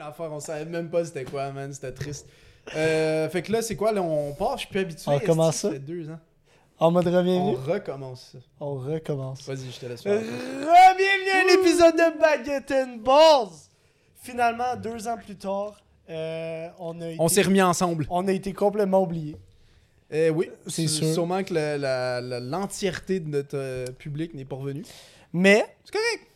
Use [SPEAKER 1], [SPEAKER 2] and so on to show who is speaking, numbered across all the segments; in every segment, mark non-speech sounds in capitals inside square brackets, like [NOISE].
[SPEAKER 1] affaire, on savait même pas c'était quoi, man, c'était triste. Euh, fait que là, c'est quoi, là, on part, je suis plus habitué.
[SPEAKER 2] On
[SPEAKER 1] esti,
[SPEAKER 2] commence ça?
[SPEAKER 1] fait deux ans.
[SPEAKER 2] En mode
[SPEAKER 1] On
[SPEAKER 2] reviens
[SPEAKER 1] recommence ça.
[SPEAKER 2] on recommence.
[SPEAKER 1] Vas-y, je te laisse faire.
[SPEAKER 2] Euh, Re-bienvenue à l'épisode de Baguette and Balls! Finalement, deux ans plus tard, euh, on a été,
[SPEAKER 1] On s'est remis ensemble.
[SPEAKER 2] on a été complètement oublié.
[SPEAKER 1] Eh oui,
[SPEAKER 2] C'est
[SPEAKER 1] s-
[SPEAKER 2] sûr.
[SPEAKER 1] Sûrement que la- la- la- l'entièreté de notre euh, public n'est pas revenue.
[SPEAKER 2] Mais,
[SPEAKER 1] C'est correct.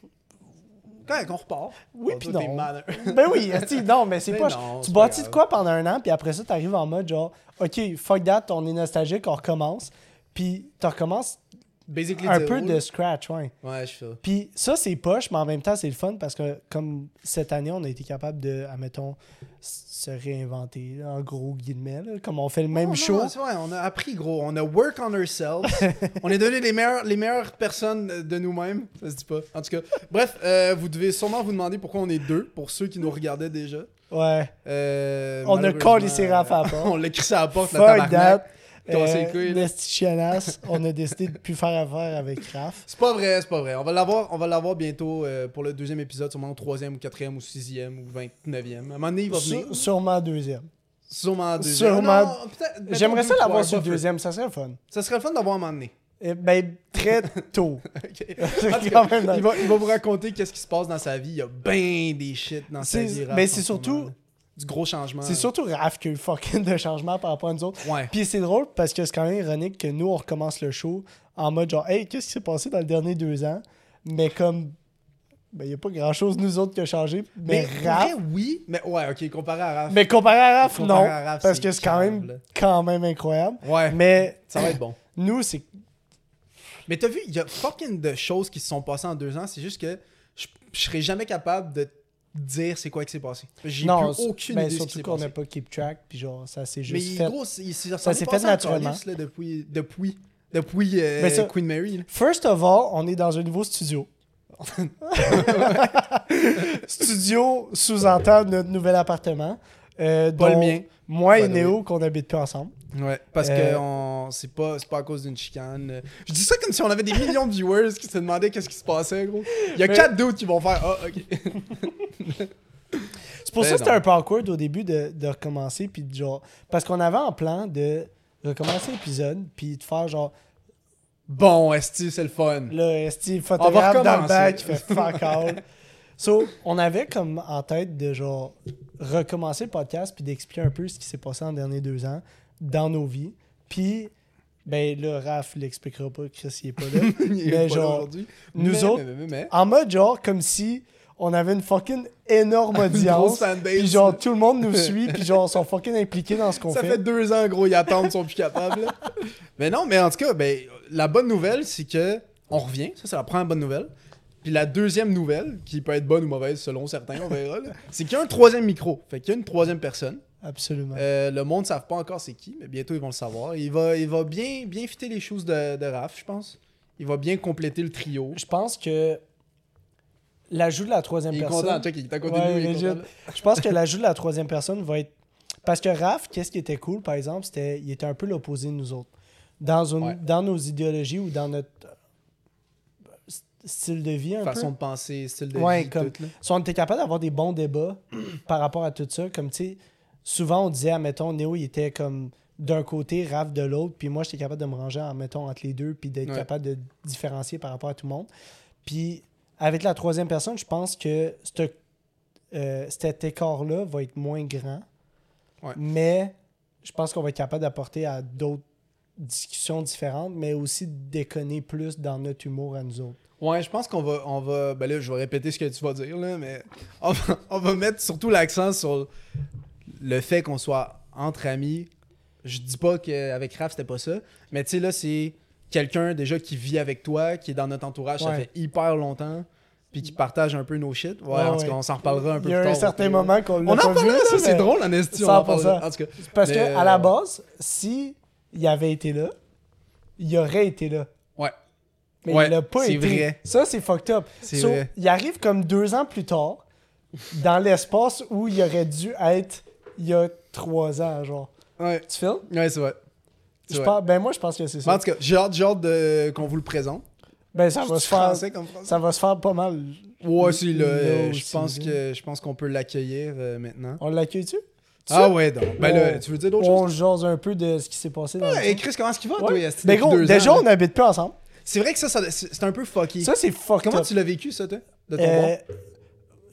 [SPEAKER 1] Correct, on repart.
[SPEAKER 2] Oui,
[SPEAKER 1] Oh,
[SPEAKER 2] puis
[SPEAKER 1] toi, t'es
[SPEAKER 2] non.
[SPEAKER 1] mal.
[SPEAKER 2] ben oui, esti, non, mais c'est
[SPEAKER 1] Mais
[SPEAKER 2] pas.
[SPEAKER 1] non,
[SPEAKER 2] tu
[SPEAKER 1] c'est pas
[SPEAKER 2] bâtis de
[SPEAKER 1] grave.
[SPEAKER 2] quoi pendant un an, puis après ça, t'arrives en mode genre, OK, fuck that, on est nostalgique, on recommence. Puis, tu recommences
[SPEAKER 1] [LAUGHS] Basically,
[SPEAKER 2] un
[SPEAKER 1] zéro,
[SPEAKER 2] peu
[SPEAKER 1] là.
[SPEAKER 2] de scratch, ouais.
[SPEAKER 1] Ouais, je fais ça.
[SPEAKER 2] Puis ça, c'est poche, mais en même temps, c'est le fun parce que comme cette année, on a été capable de, admettons, s- se réinventer, là, en gros guillemets, là, comme on fait le même
[SPEAKER 1] Ah, Non, non,
[SPEAKER 2] show.
[SPEAKER 1] non, c'est vrai, on a appris gros, on a work on
[SPEAKER 2] [LAUGHS]
[SPEAKER 1] ourselves. on est devenu les meilleures, les meilleures personnes de nous-mêmes. Ça se dit pas. En tout cas, bref, euh, vous devez sûrement vous demander pourquoi on est deux, pour ceux qui nous regardaient déjà.
[SPEAKER 2] ouais.
[SPEAKER 1] Euh,
[SPEAKER 2] On a
[SPEAKER 1] malheureusement,
[SPEAKER 2] collé Raph à la
[SPEAKER 1] [LAUGHS]
[SPEAKER 2] porte.
[SPEAKER 1] on l'a crissé à la porte, la
[SPEAKER 2] Fuck
[SPEAKER 1] tabarnak.
[SPEAKER 2] that.
[SPEAKER 1] Casser les
[SPEAKER 2] Euh,
[SPEAKER 1] couilles, là.
[SPEAKER 2] le petit chianasse, on a décidé de plus faire affaire avec Raph.
[SPEAKER 1] C'est pas vrai, c'est pas vrai. On va l'avoir, on va l'avoir bientôt euh, pour le deuxième épisode, sûrement au troisième, ou quatrième, ou sixième, ou vingt-neuvième. À un moment donné, il va venir.
[SPEAKER 2] Sû- sûrement deuxième.
[SPEAKER 1] Sûrement en deuxième.
[SPEAKER 2] Sûrement.
[SPEAKER 1] Non, peut-être- mettons
[SPEAKER 2] J'aimerais
[SPEAKER 1] deux,
[SPEAKER 2] ça
[SPEAKER 1] trois,
[SPEAKER 2] l'avoir sur le
[SPEAKER 1] buffer.
[SPEAKER 2] deuxième, ça serait le fun.
[SPEAKER 1] Ça serait le fun d'avoir un moment donné.
[SPEAKER 2] Eh ben,
[SPEAKER 1] [LAUGHS]
[SPEAKER 2] très tôt. [LAUGHS]
[SPEAKER 1] Ok.
[SPEAKER 2] C'est
[SPEAKER 1] En tout
[SPEAKER 2] quand
[SPEAKER 1] cas,
[SPEAKER 2] même
[SPEAKER 1] il, va, il va vous raconter qu'est-ce qui se passe dans sa vie. Il y a ben des shit dans sa
[SPEAKER 2] C'est-
[SPEAKER 1] vie. Raph,
[SPEAKER 2] mais
[SPEAKER 1] en
[SPEAKER 2] c'est
[SPEAKER 1] ce
[SPEAKER 2] surtout-
[SPEAKER 1] moment, là. du gros changement.
[SPEAKER 2] C'est surtout Raph qui a eu fucking de changement par rapport à nous autres.
[SPEAKER 1] Ouais.
[SPEAKER 2] Puis c'est drôle parce que c'est quand même ironique que nous, on recommence le show en mode genre, hey, qu'est-ce qui s'est passé dans les derniers deux ans? Mais comme, ben, il n'y a pas grand-chose, nous autres, qui a changé. Mais,
[SPEAKER 1] pour
[SPEAKER 2] Raph.
[SPEAKER 1] vrai, oui. Mais ouais, ok, comparé à Raph.
[SPEAKER 2] Mais comparé à Raph,
[SPEAKER 1] Comparé
[SPEAKER 2] non.
[SPEAKER 1] à Raph,
[SPEAKER 2] parce
[SPEAKER 1] c'est
[SPEAKER 2] que c'est quand
[SPEAKER 1] incroyable,
[SPEAKER 2] même,
[SPEAKER 1] là.
[SPEAKER 2] quand même incroyable.
[SPEAKER 1] Ouais.
[SPEAKER 2] Mais
[SPEAKER 1] Ça va être bon.
[SPEAKER 2] nous, c'est.
[SPEAKER 1] Mais t'as vu, il y a fucking de choses qui se sont passées en deux ans. C'est juste que je, je serais jamais capable de dire c'est quoi qui s'est passé. J'ai
[SPEAKER 2] Non,
[SPEAKER 1] plus aucune
[SPEAKER 2] ben,
[SPEAKER 1] idée de ce qui
[SPEAKER 2] surtout
[SPEAKER 1] s'est
[SPEAKER 2] qu'on
[SPEAKER 1] passé.
[SPEAKER 2] n'a pas keep track, puis genre, ça s'est
[SPEAKER 1] Mais
[SPEAKER 2] juste fait.
[SPEAKER 1] gros, c'est- c'est-
[SPEAKER 2] Ça
[SPEAKER 1] ça
[SPEAKER 2] s'est
[SPEAKER 1] s'est
[SPEAKER 2] fait
[SPEAKER 1] passé naturellement.
[SPEAKER 2] naturellement.
[SPEAKER 1] Calice, là, depuis depuis, depuis euh,
[SPEAKER 2] Mais ça-
[SPEAKER 1] Queen Mary. là.
[SPEAKER 2] First of all, on est dans un nouveau studio. [LAUGHS] studio sous-entend notre nouvel appartement. Euh,
[SPEAKER 1] Pas le
[SPEAKER 2] dont
[SPEAKER 1] mien.
[SPEAKER 2] Moi et
[SPEAKER 1] By the way.
[SPEAKER 2] Néo, qu'on n'habite plus ensemble.
[SPEAKER 1] Ouais, parce
[SPEAKER 2] Euh,
[SPEAKER 1] que on- c'est pas, c'est pas à cause d'une chicane. Je dis ça comme si on avait des millions de viewers qui se demandaient qu'est-ce qui se passait, gros. Il y a
[SPEAKER 2] Mais-
[SPEAKER 1] quatre doutes qui vont faire Ah, ok.
[SPEAKER 2] C'est pour
[SPEAKER 1] Ben
[SPEAKER 2] ça que c'était
[SPEAKER 1] non.
[SPEAKER 2] un peu awkward au début de, de recommencer. Puis de genre, parce qu'on avait en plan de recommencer l'épisode, puis de faire genre,
[SPEAKER 1] Bon, Esti, c'est le fun.
[SPEAKER 2] là, esti, photographe dans le
[SPEAKER 1] recommencer.
[SPEAKER 2] bac, il fait fuck all. So, on avait comme en tête de genre recommencer le podcast puis d'expliquer un peu ce qui s'est passé en derniers deux ans dans nos vies. Puis, ben là, Raph l'expliquera pas, Chris, il est pas là.
[SPEAKER 1] [LAUGHS] [LAUGHS] Il est
[SPEAKER 2] mais
[SPEAKER 1] pas là
[SPEAKER 2] genre,
[SPEAKER 1] aujourd'hui.
[SPEAKER 2] nous
[SPEAKER 1] Mais,
[SPEAKER 2] autres,
[SPEAKER 1] mais, mais, mais.
[SPEAKER 2] en mode genre comme si on avait une fucking énorme
[SPEAKER 1] grosse
[SPEAKER 2] audience.
[SPEAKER 1] fanbase.
[SPEAKER 2] Puis genre, tout le monde nous suit, puis genre, sont fucking impliqués
[SPEAKER 1] [LAUGHS]
[SPEAKER 2] dans ce qu'on
[SPEAKER 1] Ça
[SPEAKER 2] fait.
[SPEAKER 1] fait deux ans, gros, ils attendent, ils sont plus capables. là. mais non, mais en tout cas, ben, la bonne nouvelle, c'est que on revient. Ça, c'est la première bonne nouvelle. Puis la deuxième nouvelle, qui peut être bonne ou mauvaise selon certains, on verra, là, c'est qu'il y a un troisième micro. Fait qu'il y a une troisième personne.
[SPEAKER 2] Absolument.
[SPEAKER 1] Euh, le monde ne savent pas encore c'est qui, mais bientôt ils vont le savoir. Il va, il va bien, bien fitter les choses de, de Raph, je pense. Il va bien compléter le trio.
[SPEAKER 2] Je pense que l'ajout de la troisième
[SPEAKER 1] Il est
[SPEAKER 2] personne.
[SPEAKER 1] content, check, il est à côté
[SPEAKER 2] Ouais,
[SPEAKER 1] de nous. il est
[SPEAKER 2] legit.
[SPEAKER 1] content, là.
[SPEAKER 2] Je pense que l'ajout de la troisième personne va être. Parce que Raph, qu'est-ce qui était cool, par exemple, c'était il était un peu l'opposé de nous autres. Dans, une-
[SPEAKER 1] Ouais.
[SPEAKER 2] dans nos idéologies ou dans notre euh, st- style de vie, un
[SPEAKER 1] Façon
[SPEAKER 2] peu.
[SPEAKER 1] de penser, style de
[SPEAKER 2] Ouais,
[SPEAKER 1] vie,
[SPEAKER 2] comme-
[SPEAKER 1] tout. là.
[SPEAKER 2] Si on était capable d'avoir des bons débats [CLEARS THROAT] par rapport à tout ça, comme tu sais, souvent on disait, admettons, Néo, il était comme d'un côté, Raph de l'autre, puis moi, j'étais capable de me ranger, admettons, entre les deux, puis d'être
[SPEAKER 1] Ouais.
[SPEAKER 2] capable de différencier par rapport à tout le monde. Puis avec la troisième personne, je pense que ce- euh, cet écart-là va être moins grand.
[SPEAKER 1] Ouais.
[SPEAKER 2] Mais je pense qu'on va être capable d'apporter à d'autres discussions différentes, mais aussi de déconner plus dans notre humour à nous autres.
[SPEAKER 1] Ouais, je pense qu'on va, on va. Ben là, je vais répéter ce que tu vas dire, là, mais on va, [LAUGHS] on va mettre surtout l'accent sur le fait qu'on soit entre amis. Je dis pas qu'avec Raph, c'était pas ça, mais tu sais, là, c'est quelqu'un déjà qui vit avec toi, qui est dans notre entourage, ça
[SPEAKER 2] Ouais.
[SPEAKER 1] fait hyper longtemps, puis qui partage un peu nos shit. Ouais,
[SPEAKER 2] Ouais,
[SPEAKER 1] en tout
[SPEAKER 2] ouais.
[SPEAKER 1] cas, on s'en reparlera un peu
[SPEAKER 2] Il y a
[SPEAKER 1] plus
[SPEAKER 2] un
[SPEAKER 1] tard.
[SPEAKER 2] certain
[SPEAKER 1] peut-
[SPEAKER 2] moment qu'on l'a
[SPEAKER 1] On en
[SPEAKER 2] pas vu,
[SPEAKER 1] parlera, ça,
[SPEAKER 2] là,
[SPEAKER 1] c'est
[SPEAKER 2] mais-
[SPEAKER 1] drôle, en esti, on en
[SPEAKER 2] 100%.
[SPEAKER 1] parlera. En tout cas,
[SPEAKER 2] Parce que
[SPEAKER 1] Mais,
[SPEAKER 2] à la
[SPEAKER 1] euh,
[SPEAKER 2] base, si il avait été là, il aurait été là.
[SPEAKER 1] ouais.
[SPEAKER 2] Mais
[SPEAKER 1] Ouais,
[SPEAKER 2] il l'a pas
[SPEAKER 1] c'est
[SPEAKER 2] été.
[SPEAKER 1] vrai.
[SPEAKER 2] Ça, c'est fucked up.
[SPEAKER 1] C'est
[SPEAKER 2] So,
[SPEAKER 1] vrai.
[SPEAKER 2] Il arrive comme deux ans plus tard, dans l'espace où il aurait dû être il y a trois ans, genre.
[SPEAKER 1] Ouais,
[SPEAKER 2] Tu filmes?
[SPEAKER 1] ouais c'est vrai. C'est
[SPEAKER 2] Je
[SPEAKER 1] vrai.
[SPEAKER 2] pense- ben moi, je pense que c'est
[SPEAKER 1] Mais En
[SPEAKER 2] ça.
[SPEAKER 1] tout cas, j'ai hâte, j'ai hâte de- qu'on vous le présente.
[SPEAKER 2] Ben ça va se
[SPEAKER 1] Je suis
[SPEAKER 2] faire...
[SPEAKER 1] français comme français.
[SPEAKER 2] Ça va se faire pas mal
[SPEAKER 1] Ouais, si, là,
[SPEAKER 2] Là
[SPEAKER 1] euh,
[SPEAKER 2] aussi,
[SPEAKER 1] je pense
[SPEAKER 2] là.
[SPEAKER 1] que je pense qu'on peut l'accueillir euh, maintenant.
[SPEAKER 2] On l'accueille-tu?
[SPEAKER 1] Ah ouais, donc. Ben là,
[SPEAKER 2] On-
[SPEAKER 1] tu veux dire d'autres
[SPEAKER 2] on
[SPEAKER 1] choses?
[SPEAKER 2] jase un peu de ce qui s'est passé dans
[SPEAKER 1] Ouais, et Chris, comment est-ce qu'il va, toi?
[SPEAKER 2] Ouais.
[SPEAKER 1] esti,
[SPEAKER 2] Mais
[SPEAKER 1] depuis
[SPEAKER 2] gros,
[SPEAKER 1] deux
[SPEAKER 2] déjà,
[SPEAKER 1] ans,
[SPEAKER 2] on
[SPEAKER 1] là?
[SPEAKER 2] n'habite plus ensemble.
[SPEAKER 1] C'est vrai que ça, ça- c'est c'est un peu fucky.
[SPEAKER 2] Ça, c'est fucked
[SPEAKER 1] Comment
[SPEAKER 2] up.
[SPEAKER 1] tu l'as vécu, ça, toi? De ton
[SPEAKER 2] Euh,
[SPEAKER 1] bord?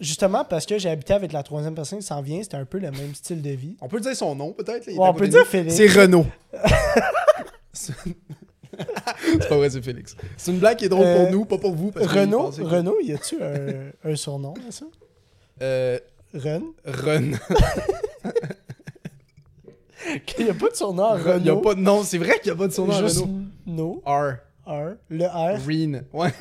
[SPEAKER 2] Justement, parce que j'ai habité avec la troisième personne qui s'en vient, c'était un peu le même style de vie.
[SPEAKER 1] On peut dire son nom, peut-être? là, il est
[SPEAKER 2] Ouais,
[SPEAKER 1] à
[SPEAKER 2] on
[SPEAKER 1] côté
[SPEAKER 2] peut
[SPEAKER 1] de
[SPEAKER 2] dire
[SPEAKER 1] nous.
[SPEAKER 2] Félix.
[SPEAKER 1] C'est
[SPEAKER 2] [LAUGHS]
[SPEAKER 1] Renaud. [LAUGHS] c'est c'est pas vrai, c'est Félix. C'est une blague qui est drôle
[SPEAKER 2] Euh,
[SPEAKER 1] pour nous, pas pour vous. parce que
[SPEAKER 2] Renault,
[SPEAKER 1] vous pensez que-
[SPEAKER 2] Renault, y a-tu
[SPEAKER 1] [LAUGHS]
[SPEAKER 2] un, un surnom à ça?
[SPEAKER 1] Euh,
[SPEAKER 2] [LAUGHS] Ren?
[SPEAKER 1] Ren.
[SPEAKER 2] Il n'y a pas de surnom
[SPEAKER 1] [LAUGHS]
[SPEAKER 2] à
[SPEAKER 1] Il y a
[SPEAKER 2] Renault.
[SPEAKER 1] pas de nom. C'est vrai qu'il n'y a pas de son nom à
[SPEAKER 2] Ah, Juste
[SPEAKER 1] Renaud.
[SPEAKER 2] No,
[SPEAKER 1] R.
[SPEAKER 2] R, le R.
[SPEAKER 1] Reen. Ouais.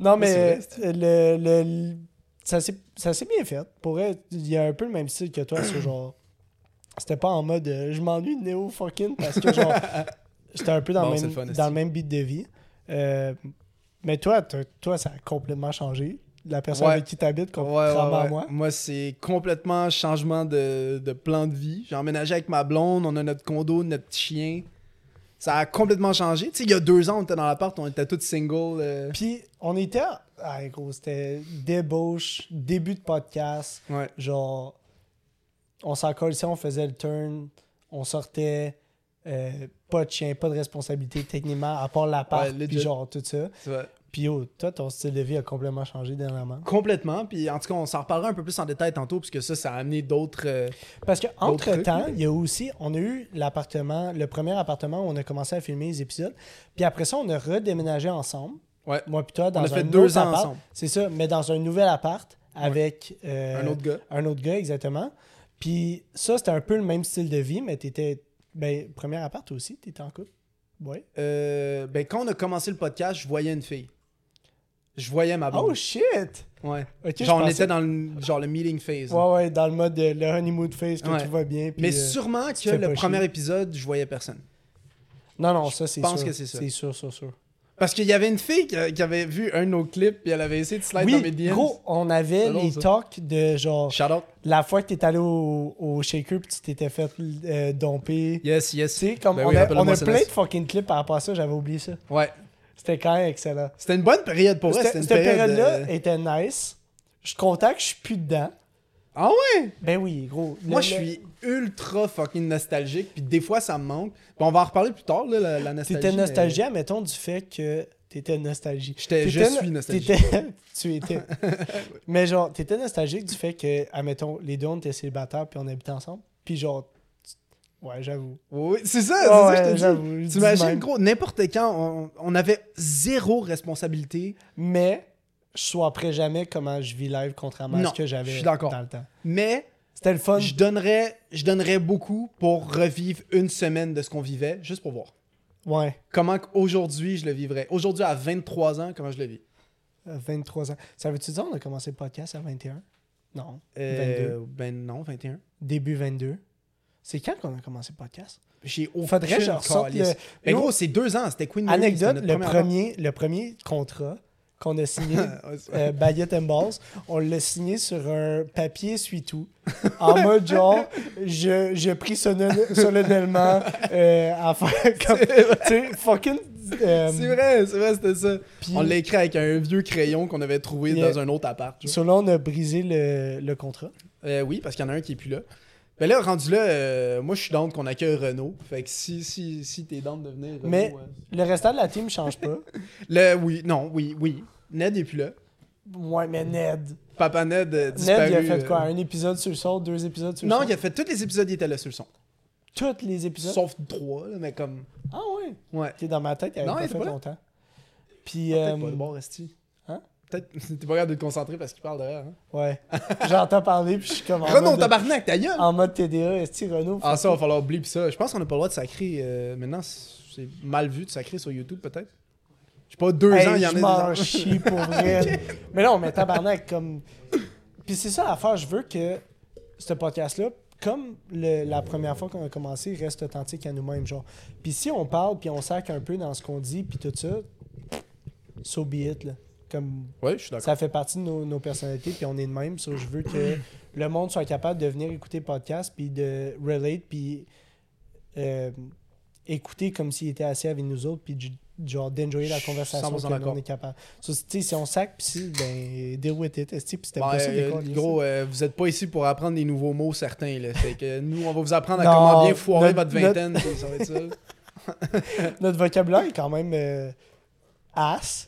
[SPEAKER 2] Non,
[SPEAKER 1] c'est
[SPEAKER 2] mais
[SPEAKER 1] vrai,
[SPEAKER 2] le, le, le- ça s'est ça s'est bien fait. Pour être, il y a un peu le même style que toi, c'est genre. C'était pas en mode euh, je m'ennuie de Neo fucking parce
[SPEAKER 1] [LAUGHS]
[SPEAKER 2] que genre. J'étais un peu dans,
[SPEAKER 1] Bon,
[SPEAKER 2] le,
[SPEAKER 1] c'est
[SPEAKER 2] même,
[SPEAKER 1] le fun,
[SPEAKER 2] dans
[SPEAKER 1] esti.
[SPEAKER 2] le même beat de vie. Euh, mais toi, t'as- toi, ça a complètement changé. La personne
[SPEAKER 1] Ouais.
[SPEAKER 2] avec qui t'habites,
[SPEAKER 1] Ouais,
[SPEAKER 2] contrairement
[SPEAKER 1] ouais, ouais.
[SPEAKER 2] à moi.
[SPEAKER 1] Moi, c'est complètement changement de, de plan de vie. J'ai emménagé avec ma blonde, on a notre condo, notre petit chien. Ça a complètement changé. Tu sais, il y a deux ans, on était dans l'appart, on était tous single. euh,
[SPEAKER 2] Puis on était. Ah, gros, c'était débauche, début de podcast.
[SPEAKER 1] Ouais.
[SPEAKER 2] genre on s'en collait, on faisait le turn, on sortait, euh, pas de chien, pas de responsabilité techniquement, à part l'appart,
[SPEAKER 1] Ouais, legit.
[SPEAKER 2] puis genre tout ça.
[SPEAKER 1] c'est vrai.
[SPEAKER 2] Puis yo, toi, ton style de vie a complètement changé dernièrement.
[SPEAKER 1] Complètement. Puis en tout cas, on s'en reparlera un peu plus en détail tantôt, parce que ça, ça a amené d'autres. euh,
[SPEAKER 2] Parce que
[SPEAKER 1] D'autres
[SPEAKER 2] entre temps,
[SPEAKER 1] trucs,
[SPEAKER 2] il y a aussi, on a eu l'appartement, le premier appartement où on a commencé à filmer les épisodes, puis après ça, on a redéménagé ensemble.
[SPEAKER 1] Ouais.
[SPEAKER 2] Moi puis toi, dans
[SPEAKER 1] On a
[SPEAKER 2] un
[SPEAKER 1] fait
[SPEAKER 2] autre
[SPEAKER 1] deux ans
[SPEAKER 2] appart.
[SPEAKER 1] ensemble.
[SPEAKER 2] C'est ça, mais dans un nouvel appart avec euh,
[SPEAKER 1] un autre gars.
[SPEAKER 2] un autre gars, exactement. Puis ça, c'était un peu le même style de vie, mais t'étais. Ben, premier appart toi aussi, t'étais en couple. Ouais.
[SPEAKER 1] Euh, ben, quand on a commencé le podcast, je voyais une fille. Je voyais ma blonde.
[SPEAKER 2] Oh shit!
[SPEAKER 1] ouais. genre,
[SPEAKER 2] Ok, je
[SPEAKER 1] on
[SPEAKER 2] pensais-
[SPEAKER 1] était dans le, genre, le meeting phase. là.
[SPEAKER 2] Ouais, ouais, dans le mode euh, le honeymoon phase, que
[SPEAKER 1] Ouais.
[SPEAKER 2] tout va bien. puis,
[SPEAKER 1] Mais
[SPEAKER 2] euh,
[SPEAKER 1] sûrement
[SPEAKER 2] tu
[SPEAKER 1] que
[SPEAKER 2] fais
[SPEAKER 1] le
[SPEAKER 2] pas
[SPEAKER 1] premier
[SPEAKER 2] chier.
[SPEAKER 1] épisode, je voyais personne.
[SPEAKER 2] Non, non, ça, c'est sûr.
[SPEAKER 1] pense que c'est ça.
[SPEAKER 2] C'est sûr, sûr, sûr.
[SPEAKER 1] Parce qu'il y avait une fille qui, euh, qui avait vu un de nos clips et elle avait essayé de slide dans mes
[SPEAKER 2] Oui,
[SPEAKER 1] DMs.
[SPEAKER 2] gros, on avait
[SPEAKER 1] C'est drôle,
[SPEAKER 2] les
[SPEAKER 1] ça.
[SPEAKER 2] talks de genre.
[SPEAKER 1] Shout out.
[SPEAKER 2] La fois que t'es allé au, au shaker puis tu t'étais fait euh, domper.
[SPEAKER 1] Yes, yes.
[SPEAKER 2] Tu sais, comme
[SPEAKER 1] Ben
[SPEAKER 2] on,
[SPEAKER 1] oui,
[SPEAKER 2] a,
[SPEAKER 1] rappelle-moi
[SPEAKER 2] on a
[SPEAKER 1] ça,
[SPEAKER 2] plein de
[SPEAKER 1] Nas.
[SPEAKER 2] fucking clips par rapport à ça, j'avais oublié ça.
[SPEAKER 1] Ouais.
[SPEAKER 2] C'était quand même excellent.
[SPEAKER 1] C'était une bonne période pour vrai. C'était
[SPEAKER 2] Cette
[SPEAKER 1] une
[SPEAKER 2] cette
[SPEAKER 1] période.
[SPEAKER 2] période-là
[SPEAKER 1] euh,
[SPEAKER 2] était nice. Je suis content que je suis plus dedans.
[SPEAKER 1] Ah ouais?
[SPEAKER 2] Ben oui, gros. Le-
[SPEAKER 1] Moi, je
[SPEAKER 2] le-
[SPEAKER 1] suis ultra fucking nostalgique. Puis des fois, ça me manque. Puis on va en reparler plus tard, là, la, la nostalgie.
[SPEAKER 2] T'étais
[SPEAKER 1] mais-
[SPEAKER 2] nostalgie, admettons, du fait que t'étais nostalgie.
[SPEAKER 1] J'étais- je
[SPEAKER 2] T'étais-
[SPEAKER 1] suis nostalgique.
[SPEAKER 2] t'étais- [LAUGHS]
[SPEAKER 1] [LAUGHS]
[SPEAKER 2] tu étais. Mais genre, t'étais nostalgique du fait que, admettons, les deux, on était célibataires puis on habitait ensemble. Puis genre, tu- ouais, j'avoue.
[SPEAKER 1] Oui, c'est ça, c'est
[SPEAKER 2] Ouais,
[SPEAKER 1] ça que je
[SPEAKER 2] j'avoue,
[SPEAKER 1] te
[SPEAKER 2] je
[SPEAKER 1] dis.
[SPEAKER 2] dis
[SPEAKER 1] T'imagines,
[SPEAKER 2] même.
[SPEAKER 1] gros, n'importe quand, on, on avait zéro responsabilité.
[SPEAKER 2] Mais je sois jamais comment je vis live, contrairement
[SPEAKER 1] Non,
[SPEAKER 2] à ce que
[SPEAKER 1] je
[SPEAKER 2] j'avais
[SPEAKER 1] suis d'accord.
[SPEAKER 2] dans le temps.
[SPEAKER 1] Mais
[SPEAKER 2] C'était le fun.
[SPEAKER 1] je donnerais, je donnerais beaucoup pour revivre une semaine de ce qu'on vivait, juste pour voir.
[SPEAKER 2] Ouais,
[SPEAKER 1] Comment aujourd'hui je le vivrais. Aujourd'hui, à 23 ans, comment je le vis.
[SPEAKER 2] à 23 ans. Ça veut-tu dire qu'on a commencé le podcast à 21? Non,
[SPEAKER 1] Euh,
[SPEAKER 2] 22.
[SPEAKER 1] Ben non, 21.
[SPEAKER 2] Début 22. C'est quand qu'on a commencé le podcast?
[SPEAKER 1] J'ai aucune
[SPEAKER 2] Faudrait que je ressorte
[SPEAKER 1] calice.
[SPEAKER 2] le-
[SPEAKER 1] Ben
[SPEAKER 2] Nous-
[SPEAKER 1] gros, c'est deux ans, c'était Queen Mary,
[SPEAKER 2] Anecdote,
[SPEAKER 1] c'était
[SPEAKER 2] le
[SPEAKER 1] notre première
[SPEAKER 2] premier, le premier contrat qu'on a [LAUGHS] signé,
[SPEAKER 1] fois. Ah, Ouais, [LAUGHS] c'est-
[SPEAKER 2] euh, Baguette and Balls, on l'a signé sur un papier suit-tout, en mode genre, je, je prie solenne- solennellement euh, à [LAUGHS] faire comme, tu sais, fucking... euh,
[SPEAKER 1] C'est vrai, c'est vrai, c'était ça.
[SPEAKER 2] puis-
[SPEAKER 1] On l'a écrit avec un vieux crayon qu'on avait trouvé
[SPEAKER 2] Yeah.
[SPEAKER 1] dans un autre appart. genre.
[SPEAKER 2] sur là, on a brisé le, le contrat.
[SPEAKER 1] Euh, oui, parce qu'il y en a un qui est plus là. Ben là, rendu là, euh, moi je suis down qu'on accueille Renault. Fait que si, si, si t'es down de venir. Renaud,
[SPEAKER 2] Mais-
[SPEAKER 1] euh,
[SPEAKER 2] Le restant de la team change pas.
[SPEAKER 1] Le, oui, non, oui, oui. Ned est plus là.
[SPEAKER 2] Ouais, mais Ned.
[SPEAKER 1] Papa Ned euh, disparu.
[SPEAKER 2] Ned, il a fait quoi?
[SPEAKER 1] euh,
[SPEAKER 2] Un épisode sur le sol, deux épisodes sur le
[SPEAKER 1] Non,
[SPEAKER 2] sol?
[SPEAKER 1] il a fait tous les épisodes, il était là sur le son.
[SPEAKER 2] Tous les épisodes?
[SPEAKER 1] Sauf trois, là, mais comme.
[SPEAKER 2] Ah ouais?
[SPEAKER 1] Ouais.
[SPEAKER 2] Qui est dans ma tête, il avait
[SPEAKER 1] Non, il
[SPEAKER 2] pas
[SPEAKER 1] était
[SPEAKER 2] fait
[SPEAKER 1] pas là.
[SPEAKER 2] longtemps. Puis...
[SPEAKER 1] Peut-être
[SPEAKER 2] euh,
[SPEAKER 1] pas le bon, Resti.
[SPEAKER 2] hein?
[SPEAKER 1] Peut-être. [LAUGHS] T'es pas capable de te concentrer parce qu'il parle derrière. Hein?
[SPEAKER 2] Ouais. [LAUGHS] J'entends parler, puis je suis comme Ah, en,
[SPEAKER 1] Renaud,
[SPEAKER 2] mode, Ah,
[SPEAKER 1] tabarnak, ta gueule!
[SPEAKER 2] en mode TDA, est-ce Renault?
[SPEAKER 1] Ah, ça, va falloir blip ça. Je pense qu'on n'a pas le droit de sacrer. euh, maintenant, c'est mal vu de sacrer sur YouTube, peut-être. Je sais pas, deux ans, il y en a
[SPEAKER 2] je
[SPEAKER 1] des
[SPEAKER 2] m'en
[SPEAKER 1] gens- [LAUGHS]
[SPEAKER 2] chie pour vrai. mais non, mais tabarnak, comme... Puis c'est ça l'affaire, je veux que ce podcast-là, comme le- la première fois qu'on a commencé, reste authentique à nous-mêmes, genre. Puis si on parle, puis on sac un peu dans ce qu'on dit, puis tout ça, so be it, là. Comme
[SPEAKER 1] Ouais, je suis d'accord.
[SPEAKER 2] Ça fait partie de nos, nos personnalités, puis on est de même. So, je veux que le monde soit capable de venir écouter le podcast, puis de relate, puis euh, écouter comme s'il était assis avec nous autres, puis ju- genre d'enjoyer la
[SPEAKER 1] Je suis
[SPEAKER 2] conversation
[SPEAKER 1] 100%
[SPEAKER 2] que l'on
[SPEAKER 1] d'accord.
[SPEAKER 2] est capable. So, tu sais, si on sac pis si, ben, deal with it. esti, Puis c'était
[SPEAKER 1] Ouais,
[SPEAKER 2] pas ça,
[SPEAKER 1] euh,
[SPEAKER 2] d'école,
[SPEAKER 1] gros, euh, vous êtes pas ici pour apprendre des nouveaux mots certains. Là. Fait que nous, on va vous apprendre à
[SPEAKER 2] Non,
[SPEAKER 1] comment bien foirer votre
[SPEAKER 2] notre-
[SPEAKER 1] vingtaine. puis ça va être
[SPEAKER 2] [LAUGHS]
[SPEAKER 1] ça.
[SPEAKER 2] ça. Notre vocabulaire est quand même euh, ass,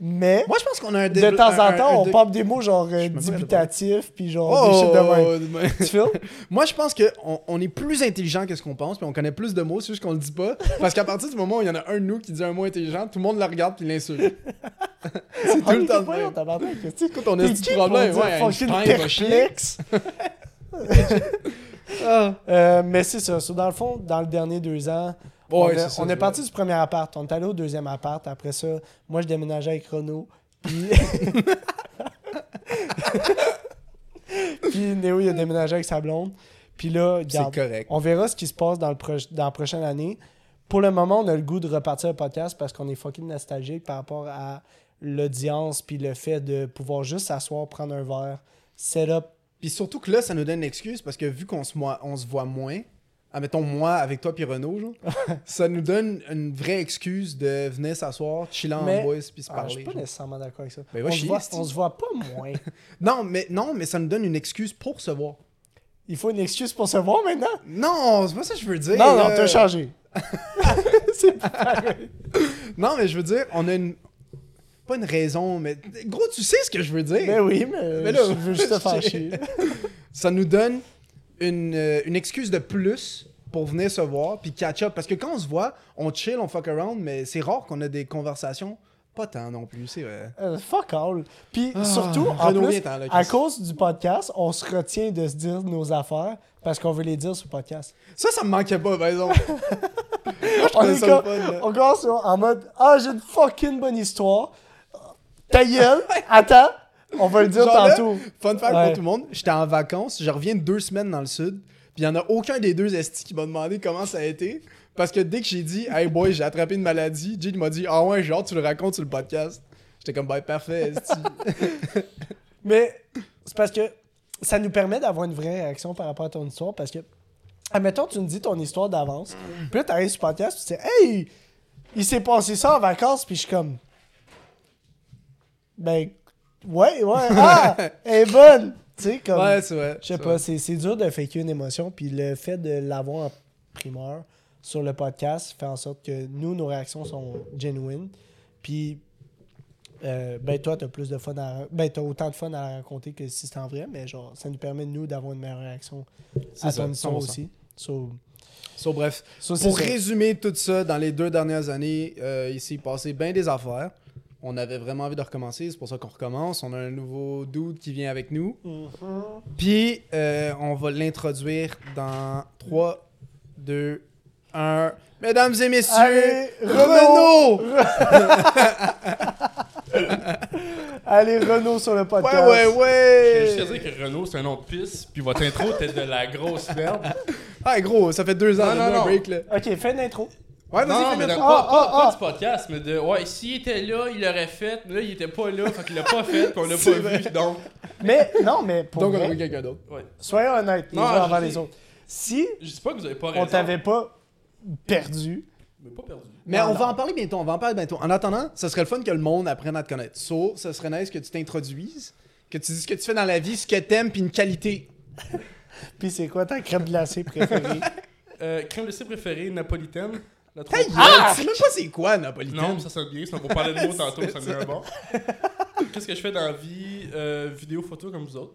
[SPEAKER 2] mais
[SPEAKER 1] Moi, je pense qu'on a un
[SPEAKER 2] de
[SPEAKER 1] dévelop-
[SPEAKER 2] temps en
[SPEAKER 1] un- un-
[SPEAKER 2] temps,
[SPEAKER 1] un
[SPEAKER 2] on
[SPEAKER 1] dé-
[SPEAKER 2] pop des mots genre euh,
[SPEAKER 1] Je me rappelle pas.
[SPEAKER 2] dubitatif puis genre
[SPEAKER 1] Oh,
[SPEAKER 2] des shit de même.
[SPEAKER 1] oh, oh, oh,
[SPEAKER 2] Tu filmes?
[SPEAKER 1] Moi, je pense qu'on on est plus intelligent que ce qu'on pense, puis on connaît plus de mots, c'est juste qu'on le dit
[SPEAKER 2] [LAUGHS]
[SPEAKER 1] pas. Parce qu'à partir du moment où il y en a un de nous qui dit un mot intelligent, tout le monde le regarde puis l'insulte. [LAUGHS]
[SPEAKER 2] [LAUGHS] Ah,
[SPEAKER 1] Ah, c'est tout le temps le même.
[SPEAKER 2] Tu
[SPEAKER 1] Écoute, on a ce problème. Ouais, Einstein va chier.
[SPEAKER 2] perplexe.
[SPEAKER 1] Ah.
[SPEAKER 2] Euh, mais c'est ça. So, dans le fond, dans le dernier deux ans, on,
[SPEAKER 1] Ouais,
[SPEAKER 2] a-
[SPEAKER 1] c'est ça,
[SPEAKER 2] on est
[SPEAKER 1] c'est
[SPEAKER 2] parti du premier appart. On est allé au deuxième appart. Après ça, moi, je déménageais avec Renaud. Puis, [LAUGHS] puis Néo, il a déménagé avec sa blonde. Puis là,
[SPEAKER 1] C'est
[SPEAKER 2] regarde,
[SPEAKER 1] correct.
[SPEAKER 2] on verra ce qui se passe dans, le proj- dans la prochaine année. Pour le moment, on a le goût de repartir le podcast parce qu'on est fucking nostalgique par rapport à l'audience puis le fait de pouvoir juste s'asseoir, prendre un verre, setup.
[SPEAKER 1] Puis surtout que là, ça nous donne une excuse parce que vu qu'on se, moi- on se voit moins, admettons moi avec toi puis Renaud, genre, [LAUGHS] ça nous donne une vraie excuse de venir s'asseoir, chiller
[SPEAKER 2] Mais-
[SPEAKER 1] en boys puis se
[SPEAKER 2] Ah, je
[SPEAKER 1] parler.
[SPEAKER 2] suis pas
[SPEAKER 1] genre.
[SPEAKER 2] nécessairement d'accord avec ça.
[SPEAKER 1] Ben, va
[SPEAKER 2] on, se
[SPEAKER 1] chier,
[SPEAKER 2] voit,
[SPEAKER 1] c'est-tu.
[SPEAKER 2] on se voit pas moins.
[SPEAKER 1] Non, mais non, mais ça nous donne une excuse pour se voir.
[SPEAKER 2] Il faut une excuse pour se voir maintenant.
[SPEAKER 1] Non, c'est pas ça que je veux dire.
[SPEAKER 2] Non, non,
[SPEAKER 1] là.
[SPEAKER 2] t'as changé. c'est plus pareil.
[SPEAKER 1] Non, mais je veux dire, on a une pas une raison, mais gros, tu sais ce que je veux dire.
[SPEAKER 2] Mais Ben oui, mais,
[SPEAKER 1] Mais Ben là,
[SPEAKER 2] je veux juste
[SPEAKER 1] [LAUGHS]
[SPEAKER 2] te faire chier.
[SPEAKER 1] ça nous donne une, euh, une excuse de plus pour venir se voir puis catch up. Parce que quand on se voit, on chill, on fuck around, mais c'est rare qu'on a des conversations. Pas tant non plus, c'est vrai.
[SPEAKER 2] Euh, fuck all. Puis
[SPEAKER 1] Ah,
[SPEAKER 2] surtout, en
[SPEAKER 1] Renaud,
[SPEAKER 2] plus,
[SPEAKER 1] viens-t'en, là,
[SPEAKER 2] à
[SPEAKER 1] Chris.
[SPEAKER 2] cause du podcast, on se retient de se dire nos affaires parce qu'on veut les dire sur le podcast.
[SPEAKER 1] Ça, ça me manquait pas, par exemple. Moi, [LAUGHS] je
[SPEAKER 2] On,
[SPEAKER 1] trouvais
[SPEAKER 2] est
[SPEAKER 1] ça
[SPEAKER 2] comme-
[SPEAKER 1] le fun, là.
[SPEAKER 2] on commence en mode Ah, j'ai une fucking bonne histoire.
[SPEAKER 1] [LAUGHS]
[SPEAKER 2] Ta gueule, attends, on va le dire
[SPEAKER 1] Genre là,
[SPEAKER 2] tantôt.
[SPEAKER 1] fun fact
[SPEAKER 2] Ouais.
[SPEAKER 1] pour tout le monde, j'étais en vacances, je reviens de deux semaines dans le sud, puis il y en a aucun des deux estis qui m'a demandé comment ça a été. Parce que dès que j'ai dit, hey boy, j'ai attrapé une maladie, Jade m'a dit, ah ouais, genre, tu le racontes sur le podcast. J'étais comme, ben parfait, esti.
[SPEAKER 2] Mais c'est parce que ça nous permet d'avoir une vraie réaction par rapport à ton histoire parce que, admettons, tu nous dis ton histoire d'avance, puis là, t'arrives sur le podcast, tu dis Hey, il s'est passé ça en vacances, puis je suis comme Ben, ouais, ouais, ah, elle est bonne! Tu sais, [LAUGHS] comme.
[SPEAKER 1] Ouais, c'est vrai.
[SPEAKER 2] Je sais
[SPEAKER 1] c'est
[SPEAKER 2] pas,
[SPEAKER 1] vrai.
[SPEAKER 2] c'est c'est dur de faker une émotion, puis le fait de l'avoir en primeur sur le podcast fait en sorte que nous, nos réactions sont genuines. Puis, euh, ben toi, t'as plus de fun à... Ben, t'as autant de fun à la raconter que si c'était en vrai, mais genre, ça nous permet, nous, d'avoir une meilleure réaction à
[SPEAKER 1] Ah, ça,
[SPEAKER 2] ton histoire
[SPEAKER 1] 100%.
[SPEAKER 2] aussi. So,
[SPEAKER 1] So, bref,
[SPEAKER 2] so, c'est
[SPEAKER 1] pour
[SPEAKER 2] ça.
[SPEAKER 1] résumer tout ça, dans les deux dernières années, euh, il s'est passé bien des affaires. On avait vraiment envie de recommencer, c'est pour ça qu'on recommence. On a un nouveau dude qui vient avec nous. Puis, euh, on va l'introduire dans 3, 2, 1. Mesdames et messieurs,
[SPEAKER 2] Allez,
[SPEAKER 1] Renaud!
[SPEAKER 2] Allez, Renaud sur le
[SPEAKER 1] Ouais,
[SPEAKER 2] podcast.
[SPEAKER 1] ouais,
[SPEAKER 3] Je vais juste te
[SPEAKER 1] ouais!
[SPEAKER 3] dire que Renault, c'est un nom de piste, puis votre intro était de la grosse merde.
[SPEAKER 1] Ah, gros, ça fait deux ans
[SPEAKER 3] Non,
[SPEAKER 1] qu'on
[SPEAKER 3] non,
[SPEAKER 1] a
[SPEAKER 3] non.
[SPEAKER 1] break, là.
[SPEAKER 2] Ok, fais une intro.
[SPEAKER 1] Ouais,
[SPEAKER 3] non,
[SPEAKER 1] vas-y, fais
[SPEAKER 3] mais
[SPEAKER 1] notre-
[SPEAKER 3] de-
[SPEAKER 2] Ah,
[SPEAKER 3] pas, pas-
[SPEAKER 2] ah,
[SPEAKER 3] pas
[SPEAKER 2] ah.
[SPEAKER 3] du podcast, mais de. Ouais, s'il était là, il l'aurait fait, mais là, il était pas là, fait qu'il l'a pas fait, puis on l'a
[SPEAKER 1] C'est
[SPEAKER 3] pas
[SPEAKER 1] vrai.
[SPEAKER 3] vu, donc.
[SPEAKER 2] Mais, non, mais pour
[SPEAKER 1] Donc, on a
[SPEAKER 2] vrai,
[SPEAKER 1] pris quelqu'un d'autre.
[SPEAKER 3] Ouais.
[SPEAKER 2] soyons honnêtes les
[SPEAKER 3] Non,
[SPEAKER 2] uns
[SPEAKER 3] je
[SPEAKER 2] avant
[SPEAKER 3] dis-
[SPEAKER 2] les autres. Si
[SPEAKER 3] Je dis pas que vous avez pas raison.
[SPEAKER 2] on t'avait pas perdu,
[SPEAKER 3] Mais pas perdu.
[SPEAKER 1] Mais
[SPEAKER 2] Non,
[SPEAKER 1] on
[SPEAKER 2] non.
[SPEAKER 1] va en parler bientôt, on va en parler bientôt. En attendant, ce serait le fun que le monde apprenne à te connaître. So, ce serait nice que tu t'introduises, que tu dises ce que tu fais dans la vie, ce que t'aimes, puis une qualité.
[SPEAKER 2] puis c'est quoi ta crème glacée préférée? [LAUGHS]
[SPEAKER 3] Euh, crème glacée préférée, napolitaine. La
[SPEAKER 1] Hey,
[SPEAKER 3] troisième.
[SPEAKER 1] ah, tu sais même pas c'est quoi,
[SPEAKER 3] Non,
[SPEAKER 1] Napolitaine.
[SPEAKER 3] mais ça sonne bien, sinon on va parler de mots tantôt, ça me vient bon. Qu'est-ce que je fais dans la vie Euh, Vidéo, photo, comme vous autres.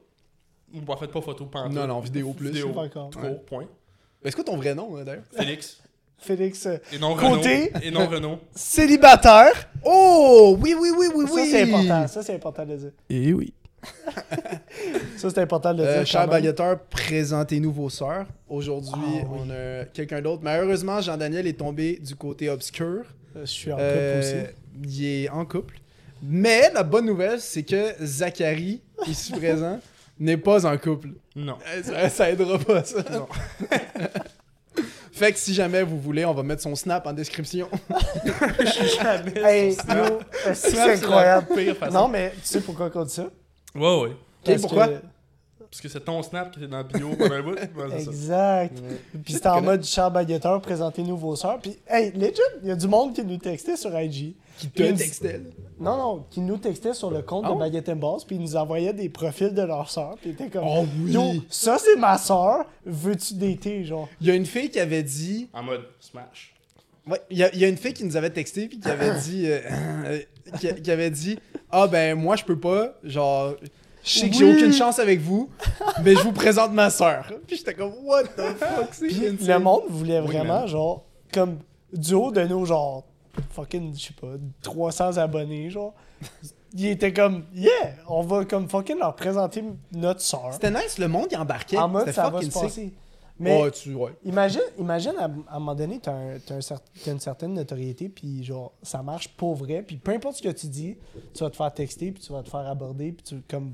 [SPEAKER 3] Ou en fait, pas photo, pas en
[SPEAKER 1] Non,
[SPEAKER 3] tout.
[SPEAKER 1] non, vidéo plus.
[SPEAKER 3] Vidéo,
[SPEAKER 2] Pas encore.
[SPEAKER 3] trop,
[SPEAKER 1] Ouais.
[SPEAKER 3] point.
[SPEAKER 1] Mais C'est quoi ton vrai nom, hein, d'ailleurs?
[SPEAKER 3] Félix.
[SPEAKER 2] Félix, euh,
[SPEAKER 3] Et non
[SPEAKER 2] Côté.
[SPEAKER 3] Renault. Et non Renault.
[SPEAKER 2] célibataire.
[SPEAKER 1] Oh, oui, oui, oui, oui,
[SPEAKER 2] Ça,
[SPEAKER 1] oui.
[SPEAKER 2] c'est important. Ça, c'est important de le dire.
[SPEAKER 1] Et oui.
[SPEAKER 2] [LAUGHS] Ça, c'est important de le
[SPEAKER 1] Euh,
[SPEAKER 2] dire.
[SPEAKER 1] cher
[SPEAKER 2] quand même.
[SPEAKER 1] baguetteur, présentez-nous vos sœurs. Aujourd'hui,
[SPEAKER 2] Ah, oui.
[SPEAKER 1] on a quelqu'un d'autre. Malheureusement, Jean-Daniel est tombé du côté obscur.
[SPEAKER 2] Euh, Je suis en couple
[SPEAKER 1] Euh, [LAUGHS]
[SPEAKER 2] aussi.
[SPEAKER 1] Il est en couple. Mais la bonne nouvelle, c'est que Zachary, ici présent, [LAUGHS] n'est pas en couple.
[SPEAKER 3] Non.
[SPEAKER 1] Euh, Ça, ça aidera pas, ça.
[SPEAKER 3] Non.
[SPEAKER 1] [LAUGHS] fait que si jamais vous voulez, on va mettre son snap en description.
[SPEAKER 3] Jamais.
[SPEAKER 2] Hey, yo, euh, si, c'est
[SPEAKER 3] Snap,
[SPEAKER 2] incroyable.
[SPEAKER 3] la pire façon.
[SPEAKER 2] Non, mais tu sais pourquoi on dit ça?
[SPEAKER 3] Ouais, ouais.
[SPEAKER 2] Parce
[SPEAKER 1] pourquoi?
[SPEAKER 2] que-
[SPEAKER 3] Parce que c'est ton snap qui était dans la bio [LAUGHS] pendant un bout. Ouais, c'est ça.
[SPEAKER 2] Exact.
[SPEAKER 3] Ouais.
[SPEAKER 2] Puis c'était en mode Charles Baguetteur, présenter nouveau sœurs. Puis, hey, legit, il y a du monde qui nous textait sur IG.
[SPEAKER 1] Qui te
[SPEAKER 2] Puis ils-
[SPEAKER 1] textait.
[SPEAKER 2] Non, non, qui nous textait sur le compte
[SPEAKER 1] Ah
[SPEAKER 2] de
[SPEAKER 1] ouais?
[SPEAKER 2] Baguette and Balls, puis ils nous envoyaient des profils de leurs sœurs. Puis ils étaient comme,
[SPEAKER 1] Oh oui!
[SPEAKER 2] yo, ça c'est ma sœur, veux-tu dater, genre?
[SPEAKER 1] Il y a une fille qui avait dit.
[SPEAKER 3] En mode smash.
[SPEAKER 1] Ouais, il y, a- il y a une fille qui nous avait texté puis qui avait dit. euh, [LAUGHS] euh, qui, qui avait dit Ah ben moi je peux pas. Genre, je sais que j'ai
[SPEAKER 2] Oui.
[SPEAKER 1] aucune chance avec vous, mais je vous présente ma soeur. Puis j'étais comme What the fuck, c'est
[SPEAKER 2] Puis
[SPEAKER 1] insane.
[SPEAKER 2] le monde voulait
[SPEAKER 3] Oui,
[SPEAKER 2] vraiment,
[SPEAKER 3] man.
[SPEAKER 2] genre, comme du haut de nos, genre, fucking, je sais pas, 300 abonnés, genre. Ils étaient comme, yeah, on va comme fucking leur présenter notre sœur.
[SPEAKER 1] C'était nice, le monde y embarquait.
[SPEAKER 2] En mode,
[SPEAKER 1] C'était
[SPEAKER 2] ça va se
[SPEAKER 1] fucking sick.
[SPEAKER 2] passer. Mais
[SPEAKER 1] Ouais, tu, ouais.
[SPEAKER 2] imagine, imagine à, à un moment donné, t'as un- t'as un cer- t'as une certaine notoriété, puis genre, ça marche pour vrai, puis peu importe ce que tu dis, tu vas te faire texter, puis tu vas te faire aborder, puis tu, comme,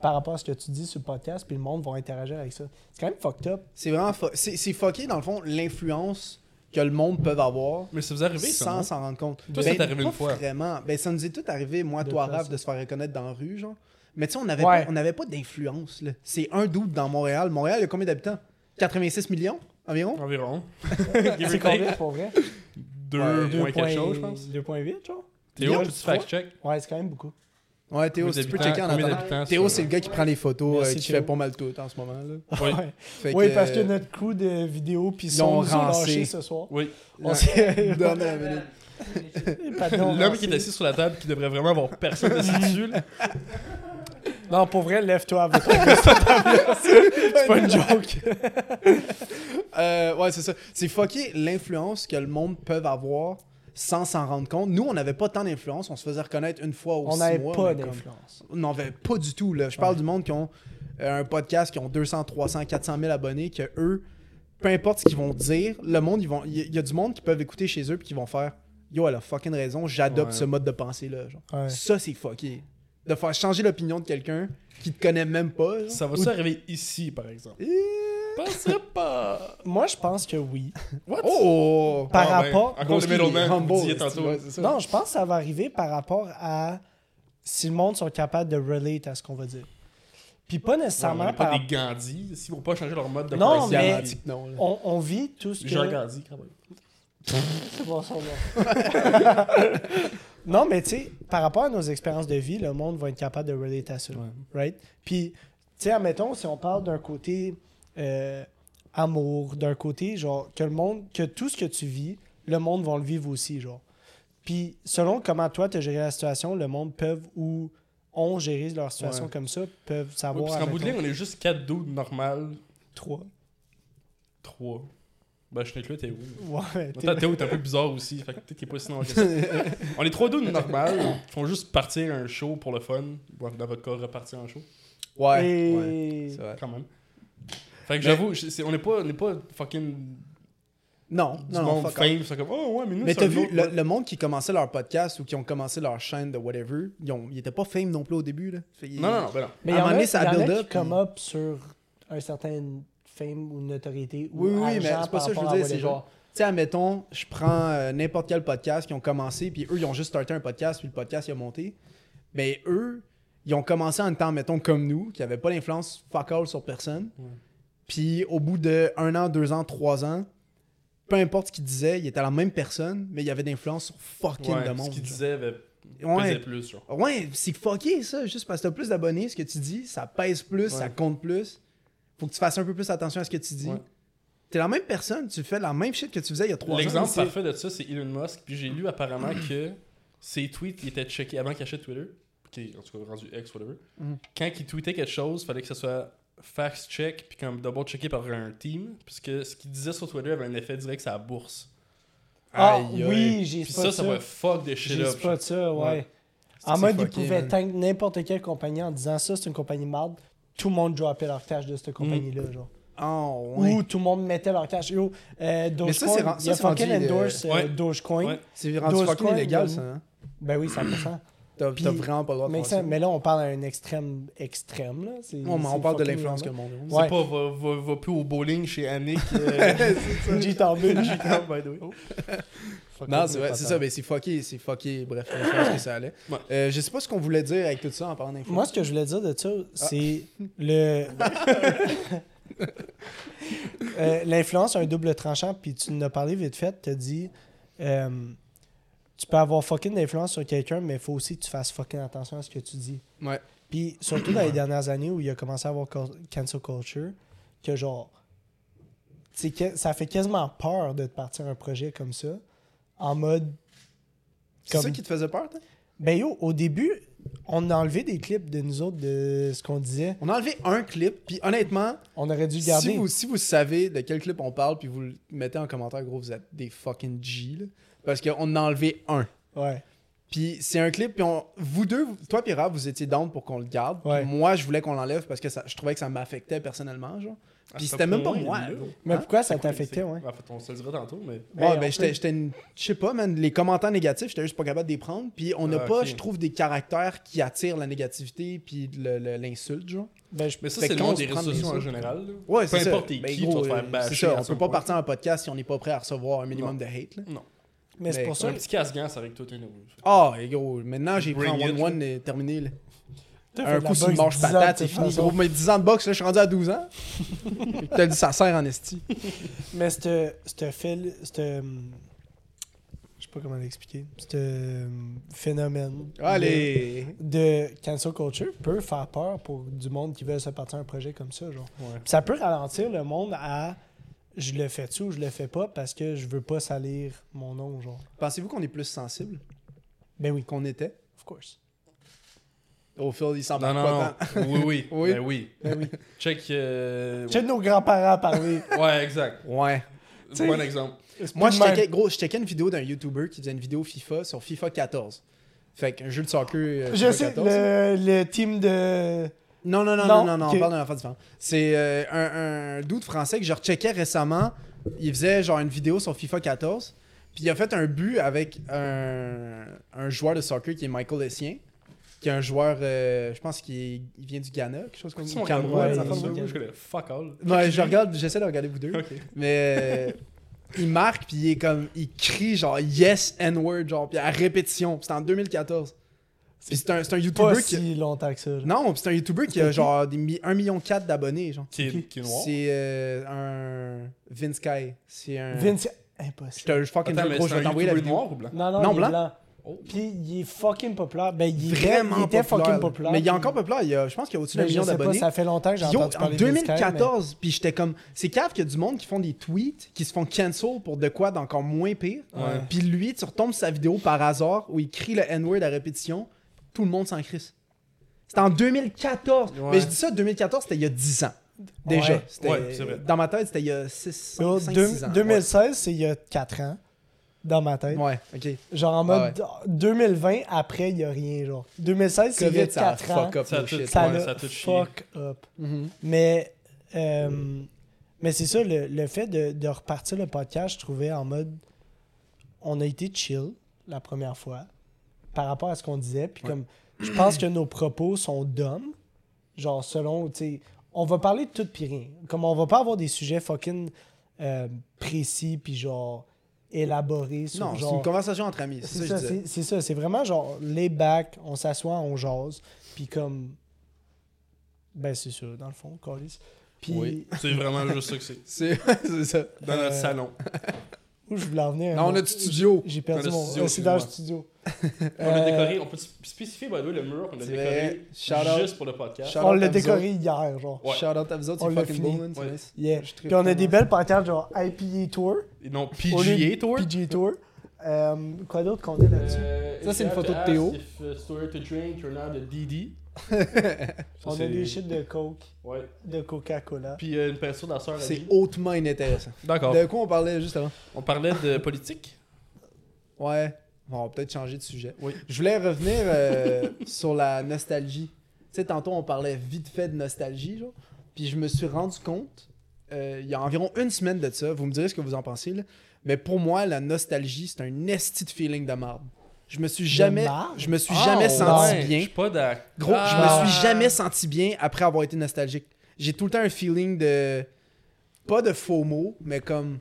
[SPEAKER 2] par rapport à ce que tu dis sur le podcast, puis le monde va interagir avec ça. C'est quand même fucked
[SPEAKER 3] [LAUGHS]
[SPEAKER 2] up.
[SPEAKER 1] C'est vraiment fu- c'est c'est fucké dans le fond l'influence que le monde peut avoir
[SPEAKER 3] Mais ça vous est arrivé, ça?
[SPEAKER 1] sans
[SPEAKER 3] non?
[SPEAKER 1] s'en rendre compte. Ben,
[SPEAKER 3] Toi, ça t'est arrivé
[SPEAKER 1] pas
[SPEAKER 3] une fois.
[SPEAKER 1] Vraiment. Ben ça nous est tout arrivé, moi,
[SPEAKER 2] De
[SPEAKER 1] toi,
[SPEAKER 2] quoi,
[SPEAKER 1] Raph,
[SPEAKER 2] ça?
[SPEAKER 1] de se faire reconnaître dans la rue, genre. Mais tu sais, on n'avait
[SPEAKER 2] Ouais.
[SPEAKER 1] pas, on avait pas d'influence. là. C'est un doute dans Montréal. Montréal, il y a combien d'habitants 86 millions environ
[SPEAKER 3] Environ.
[SPEAKER 2] C'est combien pour vrai?
[SPEAKER 3] Deux
[SPEAKER 1] Ouais, deux
[SPEAKER 3] points quelque chose, je pense.
[SPEAKER 2] 2.8, genre?
[SPEAKER 3] Théo,
[SPEAKER 1] Millions,
[SPEAKER 3] tu
[SPEAKER 1] je crois.
[SPEAKER 3] fact-check.
[SPEAKER 2] Ouais, c'est quand même beaucoup.
[SPEAKER 1] Ouais, Théo,
[SPEAKER 3] Combien
[SPEAKER 1] si tu peux
[SPEAKER 3] d'habitants-
[SPEAKER 1] checker en
[SPEAKER 3] combien
[SPEAKER 1] attendant.
[SPEAKER 3] d'habitants
[SPEAKER 1] Théo,
[SPEAKER 3] sur-
[SPEAKER 1] c'est le gars qui prend les photos,
[SPEAKER 2] Merci,
[SPEAKER 1] euh, qui
[SPEAKER 2] Théo.
[SPEAKER 1] fait pas mal tout en ce moment. Là.
[SPEAKER 3] Oui.
[SPEAKER 2] Ouais.
[SPEAKER 1] Fait
[SPEAKER 2] Oui,
[SPEAKER 1] que,
[SPEAKER 2] parce
[SPEAKER 1] [LAUGHS]
[SPEAKER 2] que
[SPEAKER 1] euh,
[SPEAKER 2] notre coup de vidéo puis
[SPEAKER 1] Ils
[SPEAKER 2] son
[SPEAKER 1] l'ont
[SPEAKER 2] nous ont
[SPEAKER 1] rancé.
[SPEAKER 2] lâché ce soir.
[SPEAKER 3] Oui.
[SPEAKER 2] On
[SPEAKER 3] [LAUGHS]
[SPEAKER 2] s'est-
[SPEAKER 1] dernière minute.
[SPEAKER 2] Pardon,
[SPEAKER 3] L'homme
[SPEAKER 2] rancé.
[SPEAKER 3] qui est assis sur la table qui devrait vraiment avoir personne assis dessus. là.
[SPEAKER 2] Non, pour vrai, lève-toi
[SPEAKER 3] Ah,
[SPEAKER 2] avec toi. [LAUGHS] C'est pas une joke.
[SPEAKER 1] [LAUGHS] Euh, ouais, c'est ça. C'est fucké l'influence que le monde peut avoir sans s'en rendre compte. Nous, on n'avait pas tant d'influence. On se faisait reconnaître une fois au
[SPEAKER 2] On
[SPEAKER 1] six
[SPEAKER 2] n'avait
[SPEAKER 1] mois,
[SPEAKER 2] pas
[SPEAKER 1] mais comme-
[SPEAKER 2] d'influence.
[SPEAKER 1] On n'en avait pas du tout. Là. Je parle du monde qui ont euh, un podcast, qui ont 200, 300, 400 000 abonnés, que eux, peu importe ce qu'ils vont dire, le monde, ils vont- il y, a du monde qui peuvent écouter chez eux puis qui vont faire Yo, elle a fucking raison, j'adopte
[SPEAKER 3] Ouais.
[SPEAKER 1] ce mode de pensée-là. genre.
[SPEAKER 2] Ouais.
[SPEAKER 1] Ça, c'est fucké. De faire changer l'opinion de quelqu'un qui te connaît même pas. genre.
[SPEAKER 3] Ça va-tu arriver ici, par exemple?
[SPEAKER 1] Eh,
[SPEAKER 3] Pensez pas.
[SPEAKER 2] Moi, je pense que oui.
[SPEAKER 3] What?
[SPEAKER 1] Oh!
[SPEAKER 2] Par
[SPEAKER 3] Ah, ben,
[SPEAKER 2] rapport-
[SPEAKER 3] Encore le
[SPEAKER 1] Broski, il est
[SPEAKER 3] middleman,
[SPEAKER 1] humble,
[SPEAKER 3] vous disiez
[SPEAKER 1] c'est-
[SPEAKER 3] tantôt.
[SPEAKER 1] ouais, c'est ça.
[SPEAKER 2] Non, je pense que ça va arriver par rapport à si le monde sont capables de relate à ce qu'on va dire. Puis pas
[SPEAKER 3] on
[SPEAKER 2] nécessairement
[SPEAKER 3] n'est pas
[SPEAKER 2] par...
[SPEAKER 3] des Gandhi. S'ils vont pas changer leur mode de
[SPEAKER 2] Non,
[SPEAKER 1] C'est
[SPEAKER 3] pensée,
[SPEAKER 2] mais-
[SPEAKER 1] garanti que Ah, non, là.
[SPEAKER 2] On, on vit tout ce que...
[SPEAKER 3] Jean Gandhi, quand même.
[SPEAKER 2] C'est bon, c'est bon. non, mais tu sais, par rapport à nos expériences de vie, le monde va être capable de relate à ça. Right? Puis, tu sais, admettons, si on parle d'un côté euh, amour, d'un côté, genre, que le monde, que tout ce que tu vis, le monde va le vivre aussi, genre. Puis, selon comment toi, tu as géré la situation, le monde peuvent ou ont géré leur situation
[SPEAKER 1] Ouais.
[SPEAKER 2] comme ça, peuvent
[SPEAKER 3] Ouais,
[SPEAKER 2] savoir.
[SPEAKER 3] parce qu'en bout de
[SPEAKER 2] admettons,
[SPEAKER 3] ligne, on est juste 4 doudes normales,
[SPEAKER 2] trois.
[SPEAKER 3] 3. Ben, je t'inclus Théo. mais-
[SPEAKER 2] Ouais, t'es-
[SPEAKER 3] Attends, Théo, t'es un peu bizarre aussi. Fait que peut-être qu'il est pas si normal
[SPEAKER 1] [LAUGHS]
[SPEAKER 3] que ça. On est trois doudes normales qui font juste partir un show pour le fun. Bon, Dans votre cas, repartir un show.
[SPEAKER 1] Ouais.
[SPEAKER 2] Et-
[SPEAKER 1] ouais, c'est vrai.
[SPEAKER 3] Quand même. Fait que j'avoue, je- c'est- on n'est pas, on est pas fucking
[SPEAKER 1] Non,
[SPEAKER 3] du
[SPEAKER 1] non, non,
[SPEAKER 3] monde
[SPEAKER 1] fuck off.
[SPEAKER 3] fame. C'est comme, oh ouais, mais nous,
[SPEAKER 1] Mais
[SPEAKER 3] c'est
[SPEAKER 1] t'as
[SPEAKER 3] un
[SPEAKER 1] vu,
[SPEAKER 3] autre
[SPEAKER 1] le,
[SPEAKER 3] mode.
[SPEAKER 1] le monde qui commençait leur podcast ou qui ont commencé leur chaîne de whatever, ils, ont, ils étaient pas fame non plus au début. Là. Fait, ils-
[SPEAKER 3] Non, non, non, ben non.
[SPEAKER 2] Mais
[SPEAKER 1] À
[SPEAKER 2] il y
[SPEAKER 1] un
[SPEAKER 2] en
[SPEAKER 1] moment
[SPEAKER 2] a,
[SPEAKER 1] donné, ça
[SPEAKER 2] y en a
[SPEAKER 1] build
[SPEAKER 2] qui
[SPEAKER 1] up,
[SPEAKER 2] come
[SPEAKER 1] puis-
[SPEAKER 2] up sur un certain fame ou notoriété ou
[SPEAKER 1] Oui, oui, mais
[SPEAKER 2] argent
[SPEAKER 1] c'est pas
[SPEAKER 2] par
[SPEAKER 1] ça que je
[SPEAKER 2] rapport
[SPEAKER 1] veux dire.
[SPEAKER 2] à
[SPEAKER 1] C'est
[SPEAKER 2] whatever.
[SPEAKER 1] genre, tu sais, admettons, je prends euh, n'importe quel podcast qui ont commencé, puis eux, ils ont juste starté un podcast, puis le podcast, il a monté. Mais eux, ils ont commencé en même temps, mettons, comme nous, qui n'avaient pas l'influence fuck all sur personne.
[SPEAKER 3] Ouais.
[SPEAKER 1] Puis au bout de un an, deux ans, trois ans, peu importe ce qu'ils disaient, ils étaient la même personne, mais il y avait d'influence sur fucking
[SPEAKER 3] Ouais,
[SPEAKER 1] de
[SPEAKER 3] ce
[SPEAKER 1] monde.
[SPEAKER 3] qu'il
[SPEAKER 1] genre.
[SPEAKER 3] disait avait
[SPEAKER 1] Ouais.
[SPEAKER 3] pesait plus, genre.
[SPEAKER 1] Ouais, c'est fucké ça, juste parce que t'as plus d'abonnés, ce que tu dis, ça pèse plus, ça compte plus. Faut que tu fasses un peu plus attention à ce que tu dis.
[SPEAKER 3] Ouais.
[SPEAKER 1] T'es la même personne, tu fais la même shit que tu faisais il y a trois ans.
[SPEAKER 3] L'exemple
[SPEAKER 1] mais
[SPEAKER 3] parfait de ça, c'est Elon Musk. Puis j'ai lu apparemment que ses tweets ils étaient checkés avant qu'il achète Twitter, qui est en tout cas rendu ex, whatever.
[SPEAKER 1] Mhm.
[SPEAKER 3] Quand il tweetait quelque chose, fallait que ça soit fact-check, puis comme double-checké par un team, puisque ce qu'il disait sur Twitter avait un effet direct sur la bourse.
[SPEAKER 2] Ah
[SPEAKER 1] Aïe, aïe.
[SPEAKER 2] oui, j'ai
[SPEAKER 3] Puis
[SPEAKER 2] spot
[SPEAKER 3] ça,
[SPEAKER 2] ça.
[SPEAKER 3] ça va fuck des shit
[SPEAKER 2] J'ai
[SPEAKER 3] up. genre.
[SPEAKER 2] spot ça, ouais.
[SPEAKER 3] Ouais.
[SPEAKER 2] En
[SPEAKER 1] C'est euh,
[SPEAKER 2] mode, ils
[SPEAKER 1] fucké,
[SPEAKER 2] pouvaient
[SPEAKER 1] man.
[SPEAKER 2] tank n'importe quelle compagnie en disant ça, c'est une compagnie marde. Tout le monde droppait leur cash de cette compagnie-là, genre.
[SPEAKER 1] c'est- Oh, Mm. ouais.
[SPEAKER 2] Ou tout le monde mettait leur cash. Yo, euh,
[SPEAKER 1] ça, c'est
[SPEAKER 2] Dogecoin,
[SPEAKER 1] ren-
[SPEAKER 2] il y
[SPEAKER 1] ça,
[SPEAKER 2] a
[SPEAKER 1] c'est
[SPEAKER 2] fucking
[SPEAKER 1] rendu, euh,
[SPEAKER 2] endorse euh,
[SPEAKER 3] ouais.
[SPEAKER 2] Dogecoin.
[SPEAKER 3] Ouais.
[SPEAKER 1] C'est rendu
[SPEAKER 2] Dogecoin,
[SPEAKER 1] fucking illégal
[SPEAKER 2] man.
[SPEAKER 1] ça. hein. [CLEARS THROAT]
[SPEAKER 2] Ben oui, 100%.
[SPEAKER 1] T'as
[SPEAKER 2] Puis-
[SPEAKER 1] t'as vraiment pas le droit de
[SPEAKER 2] Mais,
[SPEAKER 1] faire ça.
[SPEAKER 2] ça- mais là, on parle à un extrême extrême. Là. C'est-
[SPEAKER 1] Non, mais
[SPEAKER 2] c'est
[SPEAKER 1] on parle de
[SPEAKER 2] fucking
[SPEAKER 1] l'influence que
[SPEAKER 2] normal.
[SPEAKER 1] le monde
[SPEAKER 2] Ouais.
[SPEAKER 3] C'est pas, va, va, va plus au bowling
[SPEAKER 1] [LAUGHS]
[SPEAKER 3] chez Annick. euh,
[SPEAKER 2] [LAUGHS] J'ai tombé.
[SPEAKER 3] Gitan, by the way.
[SPEAKER 1] [LAUGHS]
[SPEAKER 2] Fuck
[SPEAKER 1] Non,
[SPEAKER 2] off,
[SPEAKER 1] c'est
[SPEAKER 2] mes
[SPEAKER 1] vrai,
[SPEAKER 2] patins.
[SPEAKER 1] c'est ça, mais c'est fucké, c'est fucké, bref, je pense que ça allait.
[SPEAKER 3] Ouais.
[SPEAKER 1] Euh, je sais pas ce qu'on voulait dire avec tout ça en parlant d'influence.
[SPEAKER 2] Moi, ce que je voulais dire de ça,
[SPEAKER 1] Ah.
[SPEAKER 2] c'est
[SPEAKER 1] [LAUGHS]
[SPEAKER 2] le. Euh, L'influence a un double tranchant, puis tu nous as parlé vite fait, tu as dit. euh, tu peux avoir fucking d'influence sur quelqu'un, mais il faut aussi que tu fasses fucking attention à ce que tu dis.
[SPEAKER 1] Ouais.
[SPEAKER 2] Puis surtout dans les dernières années où il a commencé à avoir cul- cancel culture, que genre. tu sais, que- ça fait quasiment peur de te partir un projet comme ça, en mode.
[SPEAKER 1] C'est ça
[SPEAKER 2] comme-
[SPEAKER 1] qui te faisait peur, toi?
[SPEAKER 2] ben yo, au début, on a enlevé des clips de nous autres de ce qu'on disait.
[SPEAKER 1] On a enlevé un clip, puis honnêtement,
[SPEAKER 2] On aurait dû le garder.
[SPEAKER 1] si vous, si vous savez de quel clip on parle, puis vous le mettez en commentaire, gros, vous êtes des fucking G, là, parce qu'on en a enlevé un.
[SPEAKER 2] Ouais.
[SPEAKER 1] Puis c'est un clip, puis on, vous deux, vous- toi et Raph, vous étiez down pour qu'on le garde. Puis
[SPEAKER 2] Ouais.
[SPEAKER 1] Moi, je voulais qu'on l'enlève parce que ça, je trouvais que ça m'affectait personnellement, genre.
[SPEAKER 3] Ah,
[SPEAKER 1] Puis
[SPEAKER 3] c'est
[SPEAKER 1] c'était même pas
[SPEAKER 3] point,
[SPEAKER 1] moi.
[SPEAKER 3] là.
[SPEAKER 1] gros.
[SPEAKER 2] Mais
[SPEAKER 1] Hein?
[SPEAKER 2] pourquoi ça t'affectait, ouais?
[SPEAKER 3] En fait, on se le dira tantôt, mais.
[SPEAKER 1] Ouais,
[SPEAKER 2] Hey, on
[SPEAKER 1] ben, j'étais,
[SPEAKER 2] peut-
[SPEAKER 1] j'étais une- je sais pas, man, les commentaires négatifs, j'étais juste pas capable de les prendre. Puis on n'a
[SPEAKER 3] Ah,
[SPEAKER 1] pas,
[SPEAKER 3] ok.
[SPEAKER 1] je trouve, des caractères qui attirent la négativité puis le- le- l'insulte, genre.
[SPEAKER 2] Ben, je-
[SPEAKER 3] Mais ça,
[SPEAKER 1] Fait
[SPEAKER 3] c'est le
[SPEAKER 1] qu'on
[SPEAKER 3] monde
[SPEAKER 1] se
[SPEAKER 3] des
[SPEAKER 1] prend
[SPEAKER 3] réseaux
[SPEAKER 1] des
[SPEAKER 3] sociaux en
[SPEAKER 1] autres.
[SPEAKER 3] général. là.
[SPEAKER 1] Ouais,
[SPEAKER 3] Peu
[SPEAKER 1] c'est ça.
[SPEAKER 3] importe t'es
[SPEAKER 1] Ben,
[SPEAKER 3] qui,
[SPEAKER 1] gros,
[SPEAKER 3] tu vas te
[SPEAKER 1] euh,
[SPEAKER 3] faire bâcher.
[SPEAKER 1] C'est
[SPEAKER 3] à
[SPEAKER 1] ça, on
[SPEAKER 3] ce
[SPEAKER 1] peut pas
[SPEAKER 3] point.
[SPEAKER 1] partir en podcast si on n'est pas prêt à recevoir un minimum de hate, là.
[SPEAKER 3] Non.
[SPEAKER 2] mais c'est
[SPEAKER 1] mais-
[SPEAKER 2] pour
[SPEAKER 3] C'est
[SPEAKER 2] ça.
[SPEAKER 3] un petit hein, casse-gas avec toi, t'es nerveux.
[SPEAKER 1] Ah, et gros, maintenant j'ai pris
[SPEAKER 3] Bring
[SPEAKER 1] en
[SPEAKER 3] it,
[SPEAKER 1] 1-1 et terminé. là.
[SPEAKER 2] T'as fait
[SPEAKER 1] Un
[SPEAKER 2] de la
[SPEAKER 1] coup sur une
[SPEAKER 2] boxe
[SPEAKER 1] manche
[SPEAKER 2] 10 ans, de
[SPEAKER 1] patate,
[SPEAKER 2] toute
[SPEAKER 1] c'est fini.
[SPEAKER 2] façon.
[SPEAKER 1] Gros, mais 10 ans de boxe, là, je suis rendu à 12 [LAUGHS] ans. T'as dit, ça sert en esti.
[SPEAKER 2] Mais ce ce fil. ce, hum, Je sais pas comment l'expliquer. Ce hum, phénomène.
[SPEAKER 1] Allez!
[SPEAKER 2] De, de cancel culture peut faire peur pour du monde qui veut se partir un projet comme ça, genre.
[SPEAKER 3] Ouais.
[SPEAKER 2] Puis ça peut ralentir le monde à. Je le fais-tu ou je le fais pas parce que je veux pas salir mon nom, genre.
[SPEAKER 1] Pensez-vous qu'on est plus sensible
[SPEAKER 2] Ben oui,
[SPEAKER 1] qu'on était?
[SPEAKER 2] of course.
[SPEAKER 1] Au fil, il s'en
[SPEAKER 3] Ah, ben Non,
[SPEAKER 1] bat
[SPEAKER 3] non, non.
[SPEAKER 1] Ah, pas
[SPEAKER 3] Oui, oui.
[SPEAKER 1] [LAUGHS] Oui.
[SPEAKER 3] Ben oui.
[SPEAKER 2] Ben oui.
[SPEAKER 3] Check. euh,
[SPEAKER 2] J'ai de nos grands-parents parler.
[SPEAKER 1] [LAUGHS]
[SPEAKER 3] Ouais, exact.
[SPEAKER 1] tant. Ouais.
[SPEAKER 2] T'sais-
[SPEAKER 3] Bon exemple.
[SPEAKER 1] Moi,
[SPEAKER 2] Tout
[SPEAKER 1] je
[SPEAKER 2] de même.
[SPEAKER 1] checkais, gros, je checkais une vidéo d'un YouTuber qui faisait une vidéo FIFA sur FIFA 14. Fait qu'un jeu de soccer. euh,
[SPEAKER 2] Je
[SPEAKER 1] FIFA
[SPEAKER 2] sais,
[SPEAKER 1] 14.
[SPEAKER 2] le, le team de.
[SPEAKER 1] Non, non, non, non,
[SPEAKER 2] Non,
[SPEAKER 1] non, non,
[SPEAKER 2] ok.
[SPEAKER 1] on parle d'un affaire différente. C'est euh, un, un doute français que je recheckais récemment. Il faisait genre une vidéo sur FIFA 14. Puis il a fait un but avec un, un joueur de soccer qui est Michael Essien. Qui est un joueur, euh, je pense qu'il est- il vient du Ghana, quelque chose comme ça.
[SPEAKER 3] Son
[SPEAKER 1] Cameroun,
[SPEAKER 2] Cameroun,
[SPEAKER 1] ça
[SPEAKER 2] ouais,
[SPEAKER 1] fait
[SPEAKER 2] il-
[SPEAKER 1] ça.
[SPEAKER 3] Moi, je connais fuck all.
[SPEAKER 1] Ouais, je regarde, j'essaie de regarder vous deux.
[SPEAKER 3] Ok.
[SPEAKER 1] Mais euh, il marque, puis il est comme, il crie genre yes, N-word, genre, puis à répétition. Puis C'était en 2014. Puis c'est un, c'est un
[SPEAKER 2] Pas
[SPEAKER 1] YouTuber qui.
[SPEAKER 2] si longtemps que ça. là.
[SPEAKER 1] Non, puis c'est un YouTuber qui a genre des mi- 1,4 million d'abonnés, genre.
[SPEAKER 3] Qui est qui est noir.
[SPEAKER 1] C'est euh, un. Vince Kai. C'est un.
[SPEAKER 2] Vince,
[SPEAKER 1] Je
[SPEAKER 2] impossible.
[SPEAKER 1] te je fucking
[SPEAKER 3] Attends,
[SPEAKER 1] jure,
[SPEAKER 3] mais
[SPEAKER 1] gros, je
[SPEAKER 3] c'est
[SPEAKER 1] vais
[SPEAKER 3] un
[SPEAKER 1] t'envoyer la
[SPEAKER 3] YouTuber
[SPEAKER 1] vidéo.
[SPEAKER 3] noir ou blanc?
[SPEAKER 2] Non, non,
[SPEAKER 1] Non,
[SPEAKER 2] il est
[SPEAKER 1] blanc.
[SPEAKER 3] Oh.
[SPEAKER 2] Puis il est fucking populaire. Ben, il était,
[SPEAKER 1] Vraiment
[SPEAKER 2] il était
[SPEAKER 1] populaire,
[SPEAKER 2] fucking
[SPEAKER 1] là.
[SPEAKER 2] populaire.
[SPEAKER 1] Mais il est
[SPEAKER 2] puis-
[SPEAKER 1] encore populaire. Il y a, je pense qu'il y a au-dessus d'un
[SPEAKER 2] Ben, je
[SPEAKER 1] million
[SPEAKER 2] sais pas,
[SPEAKER 1] d'abonnés.
[SPEAKER 2] ça fait longtemps que j'ai
[SPEAKER 1] Yo,
[SPEAKER 2] entendu
[SPEAKER 1] en
[SPEAKER 2] parler de Vince Kyle,
[SPEAKER 1] 2014, puis j'étais comme, c'est cave qu'il y a du monde qui font des tweets, qui se font cancel pour de quoi d'encore moins pire.
[SPEAKER 3] Ouais.
[SPEAKER 1] Puis lui, tu retombes sur sa vidéo par hasard où il crie le N-word à répétition, tout le monde s'en crisse. C'était en 2014.
[SPEAKER 3] Ouais.
[SPEAKER 1] Mais je dis ça, 2014, c'était il y a 10 ans.
[SPEAKER 2] mais-
[SPEAKER 1] Déjà.
[SPEAKER 2] Ouais.
[SPEAKER 1] C'était-
[SPEAKER 3] Ouais, c'est vrai.
[SPEAKER 1] Dans ma tête, c'était il y a 6,
[SPEAKER 2] Yo,
[SPEAKER 1] 5,
[SPEAKER 2] deux-
[SPEAKER 1] 6 ans.
[SPEAKER 2] 2016, c'est il y a 4 ans. Dans ma
[SPEAKER 1] Ouais,
[SPEAKER 2] tête.
[SPEAKER 1] Ouais, ok.
[SPEAKER 2] Genre en mode 2020, après, il y a rien. genre. 2016, c'est il y a
[SPEAKER 1] Covid, ça a
[SPEAKER 2] 4 ans.
[SPEAKER 1] fuck up
[SPEAKER 3] Ça a
[SPEAKER 1] nos
[SPEAKER 3] tout-
[SPEAKER 1] shit.
[SPEAKER 2] Ça
[SPEAKER 3] Ouais,
[SPEAKER 2] l'a
[SPEAKER 3] ça a tout chié.
[SPEAKER 2] fuck up.
[SPEAKER 1] Mhm.
[SPEAKER 2] Mais, euh, mais c'est ça, le, le fait de, de repartir le podcast, je trouvais en mode. On a été chill la première fois par rapport à ce qu'on disait. Puis comme, je pense que nos propos sont dumb. Genre, selon. tu sais, On va parler de tout puis rien. Comme on va pas avoir des sujets fucking euh, précis puis genre élaborés. Sur
[SPEAKER 1] Non, c'est
[SPEAKER 2] genre,
[SPEAKER 1] une conversation entre amis. C'est
[SPEAKER 2] c'est
[SPEAKER 1] ça,
[SPEAKER 2] ça,
[SPEAKER 1] que je disais.
[SPEAKER 2] c'est c'est ça. C'est vraiment genre les bacs, on s'assoit, on jase, puis comme. Ben, c'est ça, dans le fond, Carlis. Puis,
[SPEAKER 1] Oui.
[SPEAKER 3] C'est vraiment juste ça que c'est.
[SPEAKER 1] [LAUGHS] C'est c'est ça.
[SPEAKER 3] Dans notre
[SPEAKER 2] Euh,
[SPEAKER 3] salon.
[SPEAKER 2] où je voulais en venir?
[SPEAKER 1] Non, on a du studio.
[SPEAKER 2] J'ai perdu
[SPEAKER 3] Dans le
[SPEAKER 2] mon.
[SPEAKER 3] studio,
[SPEAKER 2] euh, c'est dans le
[SPEAKER 3] excuse-moi.
[SPEAKER 2] studio.
[SPEAKER 1] [LAUGHS]
[SPEAKER 2] Euh,
[SPEAKER 3] On l'a décoré. On peut spécifier, by the way, le mur qu'on a
[SPEAKER 1] euh, C'est
[SPEAKER 3] décoré
[SPEAKER 1] vrai. Shout-out.
[SPEAKER 3] juste pour le podcast.
[SPEAKER 1] Shout-
[SPEAKER 2] On l'a
[SPEAKER 1] à vous
[SPEAKER 2] décoré hier, genre.
[SPEAKER 3] Ouais.
[SPEAKER 1] Shout out à vous autres,
[SPEAKER 2] On
[SPEAKER 1] c'est
[SPEAKER 2] l'a
[SPEAKER 1] fucking
[SPEAKER 2] fini.
[SPEAKER 1] beau, man, c'est
[SPEAKER 3] Ouais.
[SPEAKER 1] nice.
[SPEAKER 2] Yeah.
[SPEAKER 1] Je trippe
[SPEAKER 2] Puis on a des
[SPEAKER 1] tellement.
[SPEAKER 2] belles pancartes genre IPA Tour.
[SPEAKER 3] Et Non,
[SPEAKER 2] au lieu
[SPEAKER 3] PGA
[SPEAKER 2] de
[SPEAKER 3] Tour.
[SPEAKER 2] PGA Tour. Euh, quoi d'autre qu'on a là-dessus?
[SPEAKER 3] Euh,
[SPEAKER 1] Ça,
[SPEAKER 3] if
[SPEAKER 1] c'est une
[SPEAKER 3] you
[SPEAKER 1] photo de
[SPEAKER 3] have to
[SPEAKER 1] Théo.
[SPEAKER 3] ask If uh, story to drink, you're not
[SPEAKER 1] [LAUGHS]
[SPEAKER 3] a DD. Ça,
[SPEAKER 2] on a
[SPEAKER 3] c'est-
[SPEAKER 2] des shit de Coke,
[SPEAKER 3] Ouais.
[SPEAKER 2] de Coca-Cola.
[SPEAKER 3] Puis euh, une personne dans soeur
[SPEAKER 1] C'est hautement inintéressant.
[SPEAKER 3] D'accord.
[SPEAKER 1] De quoi on parlait juste avant
[SPEAKER 3] On parlait de politique.
[SPEAKER 1] Ouais. Bon, on va peut-être changer de sujet.
[SPEAKER 3] Oui.
[SPEAKER 1] Je voulais revenir euh, [LAUGHS] sur la nostalgie. Tu sais, tantôt, on parlait vite fait de nostalgie, genre. Puis je me suis rendu compte, euh, il y a environ une semaine de ça, vous me direz ce que vous en pensez, là. Mais pour moi, la nostalgie, c'est un esti de feeling de marde. Je me suis jamais,
[SPEAKER 2] marde?
[SPEAKER 1] je me suis
[SPEAKER 3] Ah,
[SPEAKER 1] jamais
[SPEAKER 3] ouais,
[SPEAKER 1] senti
[SPEAKER 3] Je
[SPEAKER 1] bien.
[SPEAKER 3] suis pas d'accord.
[SPEAKER 1] Gros,
[SPEAKER 2] Ah.
[SPEAKER 1] je me suis jamais senti bien après avoir été nostalgique. J'ai tout le temps un feeling de. Pas de faux mots, mais comme.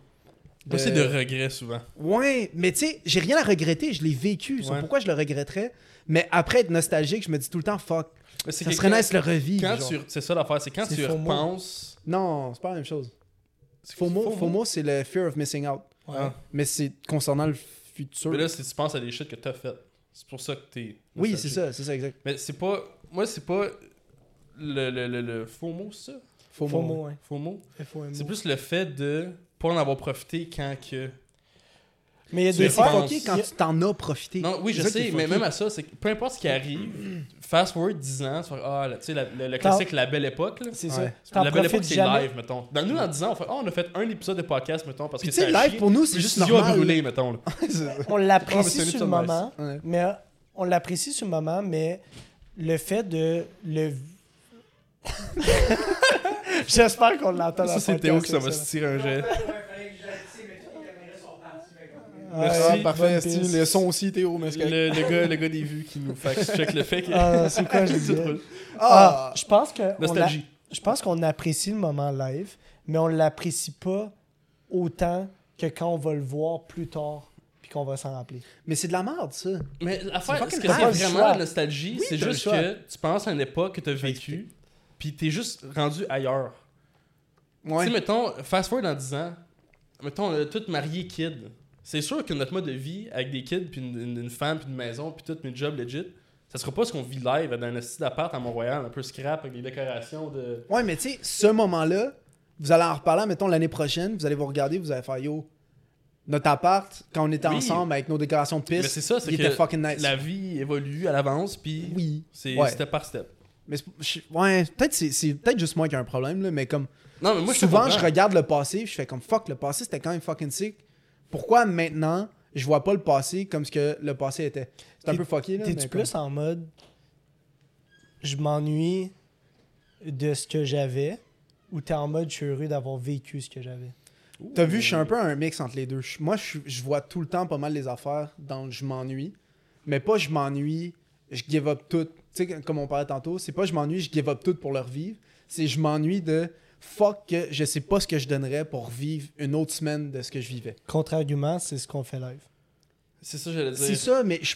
[SPEAKER 3] Moi, c'est de regret souvent.
[SPEAKER 1] Ouais, mais tu sais, j'ai rien à regretter, je l'ai vécu. so
[SPEAKER 3] Ouais.
[SPEAKER 1] Pourquoi je le regretterais? Mais après être nostalgique, je me dis tout le temps, fuck,
[SPEAKER 3] Mais
[SPEAKER 1] ça serait nice de le revivre.
[SPEAKER 3] Quand
[SPEAKER 1] genre.
[SPEAKER 3] tu... C'est ça l'affaire, c'est quand
[SPEAKER 2] C'est
[SPEAKER 3] tu y
[SPEAKER 2] faux mot.
[SPEAKER 3] repenses.
[SPEAKER 1] Non, c'est pas la même chose.
[SPEAKER 3] C'est
[SPEAKER 1] FOMO, FOMO c'est le fear of missing out.
[SPEAKER 3] Ouais.
[SPEAKER 2] Ouais.
[SPEAKER 1] Mais c'est concernant le futur.
[SPEAKER 3] hein. Mais là, c'est tu penses à des shit que t'as fait. C'est pour ça que t'es.
[SPEAKER 1] oui, c'est
[SPEAKER 3] nostalgique.
[SPEAKER 1] ça, c'est ça, exact.
[SPEAKER 3] Mais c'est pas. Moi, c'est pas. Le, le, le, le FOMO, c'est ça
[SPEAKER 1] FOMO.
[SPEAKER 2] Faut
[SPEAKER 1] ouais.
[SPEAKER 2] mot, hein.
[SPEAKER 3] FOMO.
[SPEAKER 2] Faut un mot.
[SPEAKER 3] C'est plus le fait de pas en avoir profité quand que.
[SPEAKER 2] Mais il y a
[SPEAKER 3] Tu
[SPEAKER 2] des
[SPEAKER 1] Mais c'est
[SPEAKER 3] le
[SPEAKER 2] fois.
[SPEAKER 3] penses.
[SPEAKER 1] fucké quand tu t'en as profité.
[SPEAKER 3] Non, oui, je
[SPEAKER 1] C'est ça qui
[SPEAKER 3] sais,
[SPEAKER 1] est
[SPEAKER 3] mais
[SPEAKER 1] fucké.
[SPEAKER 3] même à ça, c'est que peu importe ce qui arrive, fast forward 10 ans, tu vas faire, ah, la- tu sais, la- le, le
[SPEAKER 2] T'en-
[SPEAKER 3] classique La Belle Époque, là.
[SPEAKER 2] C'est
[SPEAKER 1] Ouais.
[SPEAKER 2] ça.
[SPEAKER 3] La
[SPEAKER 2] T'en
[SPEAKER 3] Belle Époque,
[SPEAKER 2] profites
[SPEAKER 3] c'est
[SPEAKER 2] jamais.
[SPEAKER 3] live, mettons. Dans, nous, dans 10 ans, on fait, ah, on a fait un épisode de podcast, mettons, parce
[SPEAKER 1] Puis
[SPEAKER 3] que
[SPEAKER 1] tu
[SPEAKER 3] c'est
[SPEAKER 1] sais,
[SPEAKER 3] à
[SPEAKER 1] live
[SPEAKER 3] chier.
[SPEAKER 1] pour nous,
[SPEAKER 3] C'est
[SPEAKER 1] c'est juste
[SPEAKER 3] juste yeux à
[SPEAKER 1] normal.
[SPEAKER 3] brûler, mettons. là.
[SPEAKER 1] C'est-
[SPEAKER 2] On
[SPEAKER 3] Ah, mais c'est
[SPEAKER 2] l'apprécie sur le
[SPEAKER 3] nice.
[SPEAKER 2] moment,
[SPEAKER 1] [LAUGHS] Ouais.
[SPEAKER 2] mais on l'apprécie sur le moment, mais le fait de le. [LAUGHS] J'espère qu'on l'entend. dans
[SPEAKER 3] Ça,
[SPEAKER 2] le
[SPEAKER 3] c'est
[SPEAKER 2] podcast,
[SPEAKER 3] Théo qui s'en va
[SPEAKER 2] ça.
[SPEAKER 3] se tirer un jet.
[SPEAKER 2] Ouais,
[SPEAKER 1] Ah,
[SPEAKER 2] bonne
[SPEAKER 1] parfait,
[SPEAKER 2] piste.
[SPEAKER 1] style, le son aussi, Théo, mais c'est correct.
[SPEAKER 3] Le, le gars, le gars des vues qui nous [LAUGHS] fact-check le fait que.
[SPEAKER 2] [LAUGHS] Ah, c'est quoi,
[SPEAKER 3] [LAUGHS]
[SPEAKER 2] je
[SPEAKER 3] C'est
[SPEAKER 2] disais?
[SPEAKER 3] drôle.
[SPEAKER 2] Ah,
[SPEAKER 1] Ah!
[SPEAKER 2] je pense que on l'a-
[SPEAKER 3] Nostalgie.
[SPEAKER 2] je pense qu'on apprécie le moment live, mais on l'apprécie pas autant que quand on va le voir plus tard puis qu'on va s'en rappeler.
[SPEAKER 1] Mais c'est de la merde, ça.
[SPEAKER 3] Mais l'affaire, ce que
[SPEAKER 2] t'as
[SPEAKER 3] c'est
[SPEAKER 2] pas le
[SPEAKER 3] vraiment
[SPEAKER 2] choix.
[SPEAKER 3] la nostalgie, c'est
[SPEAKER 1] t'as le
[SPEAKER 3] juste
[SPEAKER 1] choix.
[SPEAKER 3] que tu penses à une époque que t'as vécue, puis t'es juste rendu ailleurs.
[SPEAKER 1] Ouais.
[SPEAKER 3] Tu sais, mettons, fast forward dans 10 ans, mettons, on a tous mariés kids. C'est sûr que notre mode de vie, avec des kids, puis une, une- une femme, puis une maison, puis tout, une job legit, ça sera pas ce qu'on vit live dans un style d'appart à Montréal, un peu scrap, avec des décorations de.
[SPEAKER 1] Ouais, mais tu sais, ce moment-là, vous allez en reparler, mettons, l'année prochaine, vous allez vous regarder, vous allez faire yo. Notre appart, quand on était
[SPEAKER 3] Oui.
[SPEAKER 1] ensemble avec nos décorations de
[SPEAKER 3] Mais
[SPEAKER 1] piste,
[SPEAKER 3] c'est ça, c'est
[SPEAKER 1] il
[SPEAKER 3] que
[SPEAKER 1] était fucking nice.
[SPEAKER 3] la vie évolue à l'avance, puis
[SPEAKER 1] Oui.
[SPEAKER 3] c'est
[SPEAKER 1] Ouais.
[SPEAKER 3] step par step.
[SPEAKER 1] Mais c'est- je- ouais, peut-être c'est, c'est peut-être juste moi qui ai un problème, là, mais comme
[SPEAKER 3] Non, mais moi,
[SPEAKER 1] souvent,
[SPEAKER 3] je
[SPEAKER 1] je
[SPEAKER 3] comprends.
[SPEAKER 1] regarde le passé puis je fais comme fuck, le passé c'était quand même fucking sick. Pourquoi maintenant, je vois pas le passé comme ce que le passé était C'est un
[SPEAKER 2] T'es-
[SPEAKER 1] peu fucké, là.
[SPEAKER 2] T'es-tu
[SPEAKER 1] mais
[SPEAKER 2] plus en mode je m'ennuie de ce que j'avais ou t'es en mode je suis heureux d'avoir vécu ce que j'avais?
[SPEAKER 1] comme- T'as vu, je suis un peu un mix entre les deux. Je- Moi, je, suis- je vois tout le temps pas mal les affaires dans le je m'ennuie, mais pas je m'ennuie, je give up tout. Tu sais, comme on parlait tantôt, c'est pas je m'ennuie, je give up tout pour le revivre. C'est je m'ennuie de fuck que je sais pas ce que je donnerais pour vivre une autre semaine de ce que je vivais.
[SPEAKER 2] Contre-argument, c'est ce qu'on fait live.
[SPEAKER 3] C'est ça, que j'allais dire.
[SPEAKER 1] C'est ça, mais je-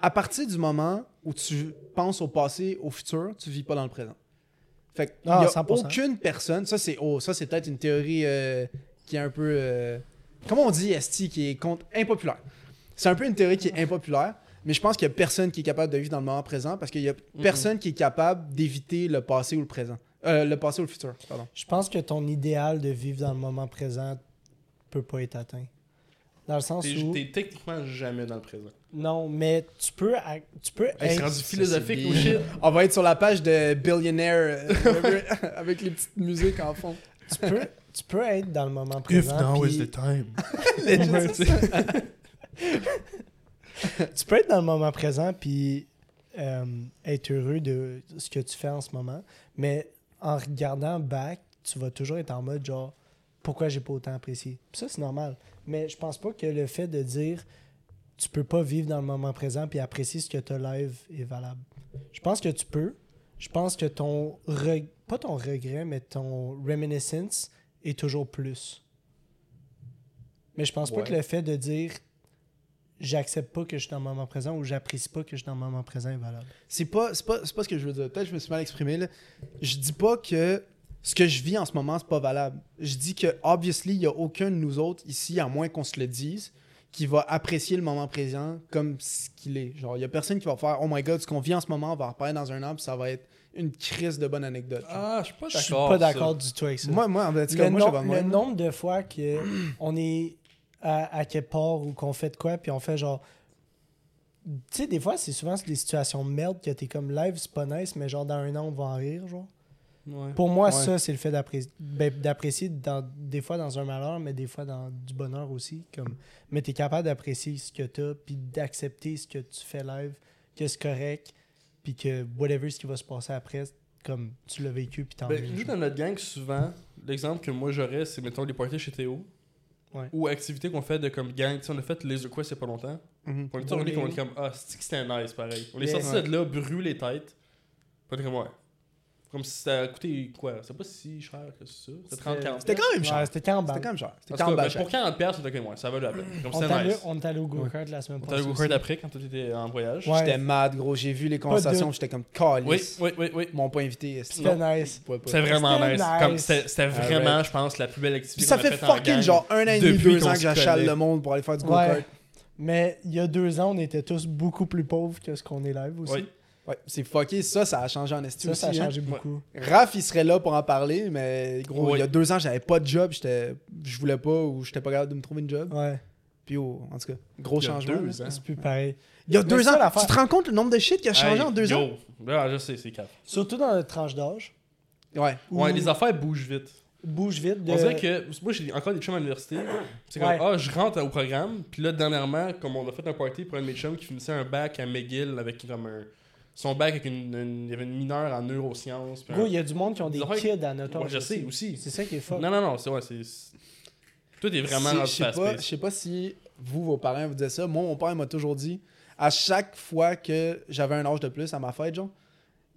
[SPEAKER 1] à partir du moment où tu penses au passé, au futur, tu vis pas dans le présent. Fait qu'il
[SPEAKER 2] Ah,
[SPEAKER 1] y a
[SPEAKER 2] 100%.
[SPEAKER 1] aucune personne, ça c'est oh, ça c'est peut-être une théorie euh, qui est un peu euh, comment on dit esti qui est contre impopulaire. C'est un peu une théorie qui est impopulaire, mais je pense qu'il y a personne qui est capable de vivre dans le moment présent parce qu'il y a personne qui est capable d'éviter le passé ou le présent. Euh, le passé ou le futur, pardon.
[SPEAKER 2] Je pense que ton idéal de vivre dans le moment présent peut pas être atteint. Dans le sens
[SPEAKER 3] T'es
[SPEAKER 2] où.
[SPEAKER 3] t'es techniquement jamais dans le présent.
[SPEAKER 2] Non, mais tu peux, ac- tu peux
[SPEAKER 3] Hey, c'est
[SPEAKER 2] être-
[SPEAKER 3] Ben, rendu philosophique
[SPEAKER 1] c'est
[SPEAKER 3] ou shit.
[SPEAKER 1] On va être sur la page de Billionaire euh, [LAUGHS] whatever, avec les petites musiques en fond.
[SPEAKER 2] tu, peux, tu peux être dans le moment présent. puis
[SPEAKER 3] time.
[SPEAKER 2] tu peux être dans le moment présent puis euh, être heureux de ce que tu fais en ce moment, mais en regardant back, tu vas toujours être en mode genre pourquoi j'ai pas autant apprécié. Puis ça c'est normal, mais je pense pas que le fait de dire tu peux pas vivre dans le moment présent puis apprécier ce que tu live est valable. Je pense que tu peux. Je pense que ton re- pas ton regret mais ton reminiscence est toujours plus. Mais je pense pas
[SPEAKER 1] Ouais.
[SPEAKER 2] que le fait de dire j'accepte pas que je suis dans le moment présent ou j'apprécie pas que je suis dans le moment présent est valable.
[SPEAKER 1] c'est pas, c'est pas, c'est pas ce que je veux dire. Peut-être que je me suis mal exprimé. Là. Je dis pas que ce que je vis en ce moment, c'est pas valable. Je dis que, obviously, il y a aucun de nous autres ici, à moins qu'on se le dise, qui va apprécier le moment présent comme ce qu'il est. Genre, il y a personne qui va faire Oh my god, ce qu'on vit en ce moment, on va en reparler dans un an, puis ça va être une crise de bonne anecdote.
[SPEAKER 3] Ah, je suis pas d'accord.
[SPEAKER 2] Je suis pas d'accord
[SPEAKER 3] ça.
[SPEAKER 2] du tout avec ça.
[SPEAKER 1] moi, moi, en tout
[SPEAKER 2] le,
[SPEAKER 1] cas, moi,
[SPEAKER 2] nom-
[SPEAKER 1] j'avais
[SPEAKER 2] le
[SPEAKER 1] moins.
[SPEAKER 2] nombre de fois [CLEARS THROAT] qu'on est à, à quelque part ou qu'on fait de quoi, puis on fait genre. Tu sais, des fois, c'est souvent des situations de merde que t'es comme live, c'est pas nice, mais genre dans un an, on va en rire, genre.
[SPEAKER 3] Ouais.
[SPEAKER 2] Pour moi,
[SPEAKER 1] Ouais.
[SPEAKER 2] ça, c'est le fait d'appré- ben, d'apprécier dans- des fois dans un malheur, mais des fois dans du bonheur aussi. Comme, mais tu es capable d'apprécier ce que tu as, puis d'accepter ce que tu fais live, que c'est correct, puis que whatever ce qui va se passer après, comme tu l'as vécu, puis t'en
[SPEAKER 3] Ben, nous, dans notre gang, souvent, l'exemple que moi j'aurais, c'est mettons les parties chez Théo.
[SPEAKER 2] Ouais.
[SPEAKER 3] ou activités qu'on fait de comme gang. Tu sais, on a fait Laser Quest il y a pas longtemps.
[SPEAKER 1] Mhm.
[SPEAKER 3] On est tourné,
[SPEAKER 2] On
[SPEAKER 3] on
[SPEAKER 2] est-
[SPEAKER 3] est comme, ah, c'est que c'était nice pareil. On est
[SPEAKER 2] Yeah.
[SPEAKER 3] sortis
[SPEAKER 1] Ouais.
[SPEAKER 3] de là, brûlés les têtes. Puis On est comme, ouais. Comme si ça a coûté quoi C'est pas si cher que ça. C'était 30 40
[SPEAKER 1] C'était quand même cher.
[SPEAKER 2] Ouais, Ah, C'était quand
[SPEAKER 1] C'était
[SPEAKER 2] même
[SPEAKER 1] quand même cher. C'était
[SPEAKER 3] En
[SPEAKER 1] quand
[SPEAKER 3] tout
[SPEAKER 1] même
[SPEAKER 3] cas,
[SPEAKER 1] bien
[SPEAKER 3] ben,
[SPEAKER 1] cher.
[SPEAKER 3] Pour 40 pièces, on était comme, ouais, ça valait la peine. Comme
[SPEAKER 2] On est
[SPEAKER 3] c'était
[SPEAKER 2] allé-
[SPEAKER 3] nice.
[SPEAKER 2] on est allé au go-kart la semaine
[SPEAKER 3] On t'a
[SPEAKER 2] passée.
[SPEAKER 3] eu
[SPEAKER 2] aussi.
[SPEAKER 3] d'après quand t'étais en voyage.
[SPEAKER 2] Ouais.
[SPEAKER 1] J'étais mad, gros. J'ai vu les
[SPEAKER 2] de
[SPEAKER 1] conversations,
[SPEAKER 2] doute.
[SPEAKER 1] j'étais comme calice.
[SPEAKER 3] Oui, oui, oui, oui.
[SPEAKER 1] Ils m'ont pas invité. est-ce que-
[SPEAKER 2] C'était nice.
[SPEAKER 1] ils pouvaient pas.
[SPEAKER 3] C'était vraiment
[SPEAKER 2] C'était
[SPEAKER 3] nice.
[SPEAKER 2] nice.
[SPEAKER 3] Comme c'était c'était
[SPEAKER 1] Alright.
[SPEAKER 3] vraiment, je pense, la plus belle activité.
[SPEAKER 1] Puis ça
[SPEAKER 3] qu'on a
[SPEAKER 1] fait
[SPEAKER 3] faite en
[SPEAKER 1] fucking
[SPEAKER 3] gang.
[SPEAKER 1] genre un an et demi,
[SPEAKER 3] depuis
[SPEAKER 1] deux
[SPEAKER 3] qu'on
[SPEAKER 1] ans que
[SPEAKER 3] se
[SPEAKER 1] j'achale
[SPEAKER 3] connaît.
[SPEAKER 1] le monde pour aller faire du go-kart.
[SPEAKER 2] Ouais. Mais il y a deux ans, on était tous beaucoup plus pauvres que ce qu'on est live aussi.
[SPEAKER 3] Oui.
[SPEAKER 1] Ouais, c'est fucké. Ça, ça a changé en estime
[SPEAKER 2] Ça, ça a
[SPEAKER 1] aussi, hein.
[SPEAKER 2] changé beaucoup.
[SPEAKER 1] Raph, il serait là pour en parler, mais gros,
[SPEAKER 3] Oui.
[SPEAKER 1] il y a deux ans, j'avais pas de job. j'étais Je voulais pas ou j'étais pas capable de me trouver une job.
[SPEAKER 2] Ouais,
[SPEAKER 1] Puis, oh, en tout cas, gros
[SPEAKER 3] Il y a
[SPEAKER 1] changement.
[SPEAKER 3] deux
[SPEAKER 1] là.
[SPEAKER 3] ans.
[SPEAKER 2] c'est plus pareil.
[SPEAKER 1] Il y a
[SPEAKER 2] Mais
[SPEAKER 1] deux
[SPEAKER 2] ça,
[SPEAKER 1] ans.
[SPEAKER 2] l'affaire-
[SPEAKER 1] Tu te rends compte le nombre de shit qui a changé
[SPEAKER 3] Hey,
[SPEAKER 1] en deux
[SPEAKER 3] yo.
[SPEAKER 1] ans?
[SPEAKER 3] Là, je sais, c'est calme.
[SPEAKER 2] Surtout dans notre tranche d'âge.
[SPEAKER 1] Ouais.
[SPEAKER 2] où
[SPEAKER 3] Ouais, les affaires bougent vite.
[SPEAKER 2] Bouge vite. De...
[SPEAKER 3] On dirait que moi j'ai encore des chums à l'université. C'est comme
[SPEAKER 2] Ouais.
[SPEAKER 3] ah je rentre au programme. Puis là dernièrement comme on a fait un party pour un de mes chums qui finissait un bac à McGill avec comme un son bac avec une, une- il y avait une mineure en neurosciences. puis un-
[SPEAKER 2] Gros, il y a du monde qui ont des
[SPEAKER 3] Ils ont-
[SPEAKER 2] kids à notre
[SPEAKER 3] Ouais,
[SPEAKER 2] âge.
[SPEAKER 3] je sais
[SPEAKER 2] aussi.
[SPEAKER 3] aussi.
[SPEAKER 2] C'est ça qui est fort.
[SPEAKER 3] Non non non c'est ouais c'est c'est- toi t'es vraiment
[SPEAKER 1] Si-
[SPEAKER 3] dans
[SPEAKER 1] je
[SPEAKER 3] le
[SPEAKER 1] sais
[SPEAKER 3] fast
[SPEAKER 1] pas, je
[SPEAKER 3] pace.
[SPEAKER 1] sais pas si vous, vos parents, vous disaient ça. Moi, mon père il m'a toujours dit, à chaque fois que j'avais un âge de plus à ma fête, genre,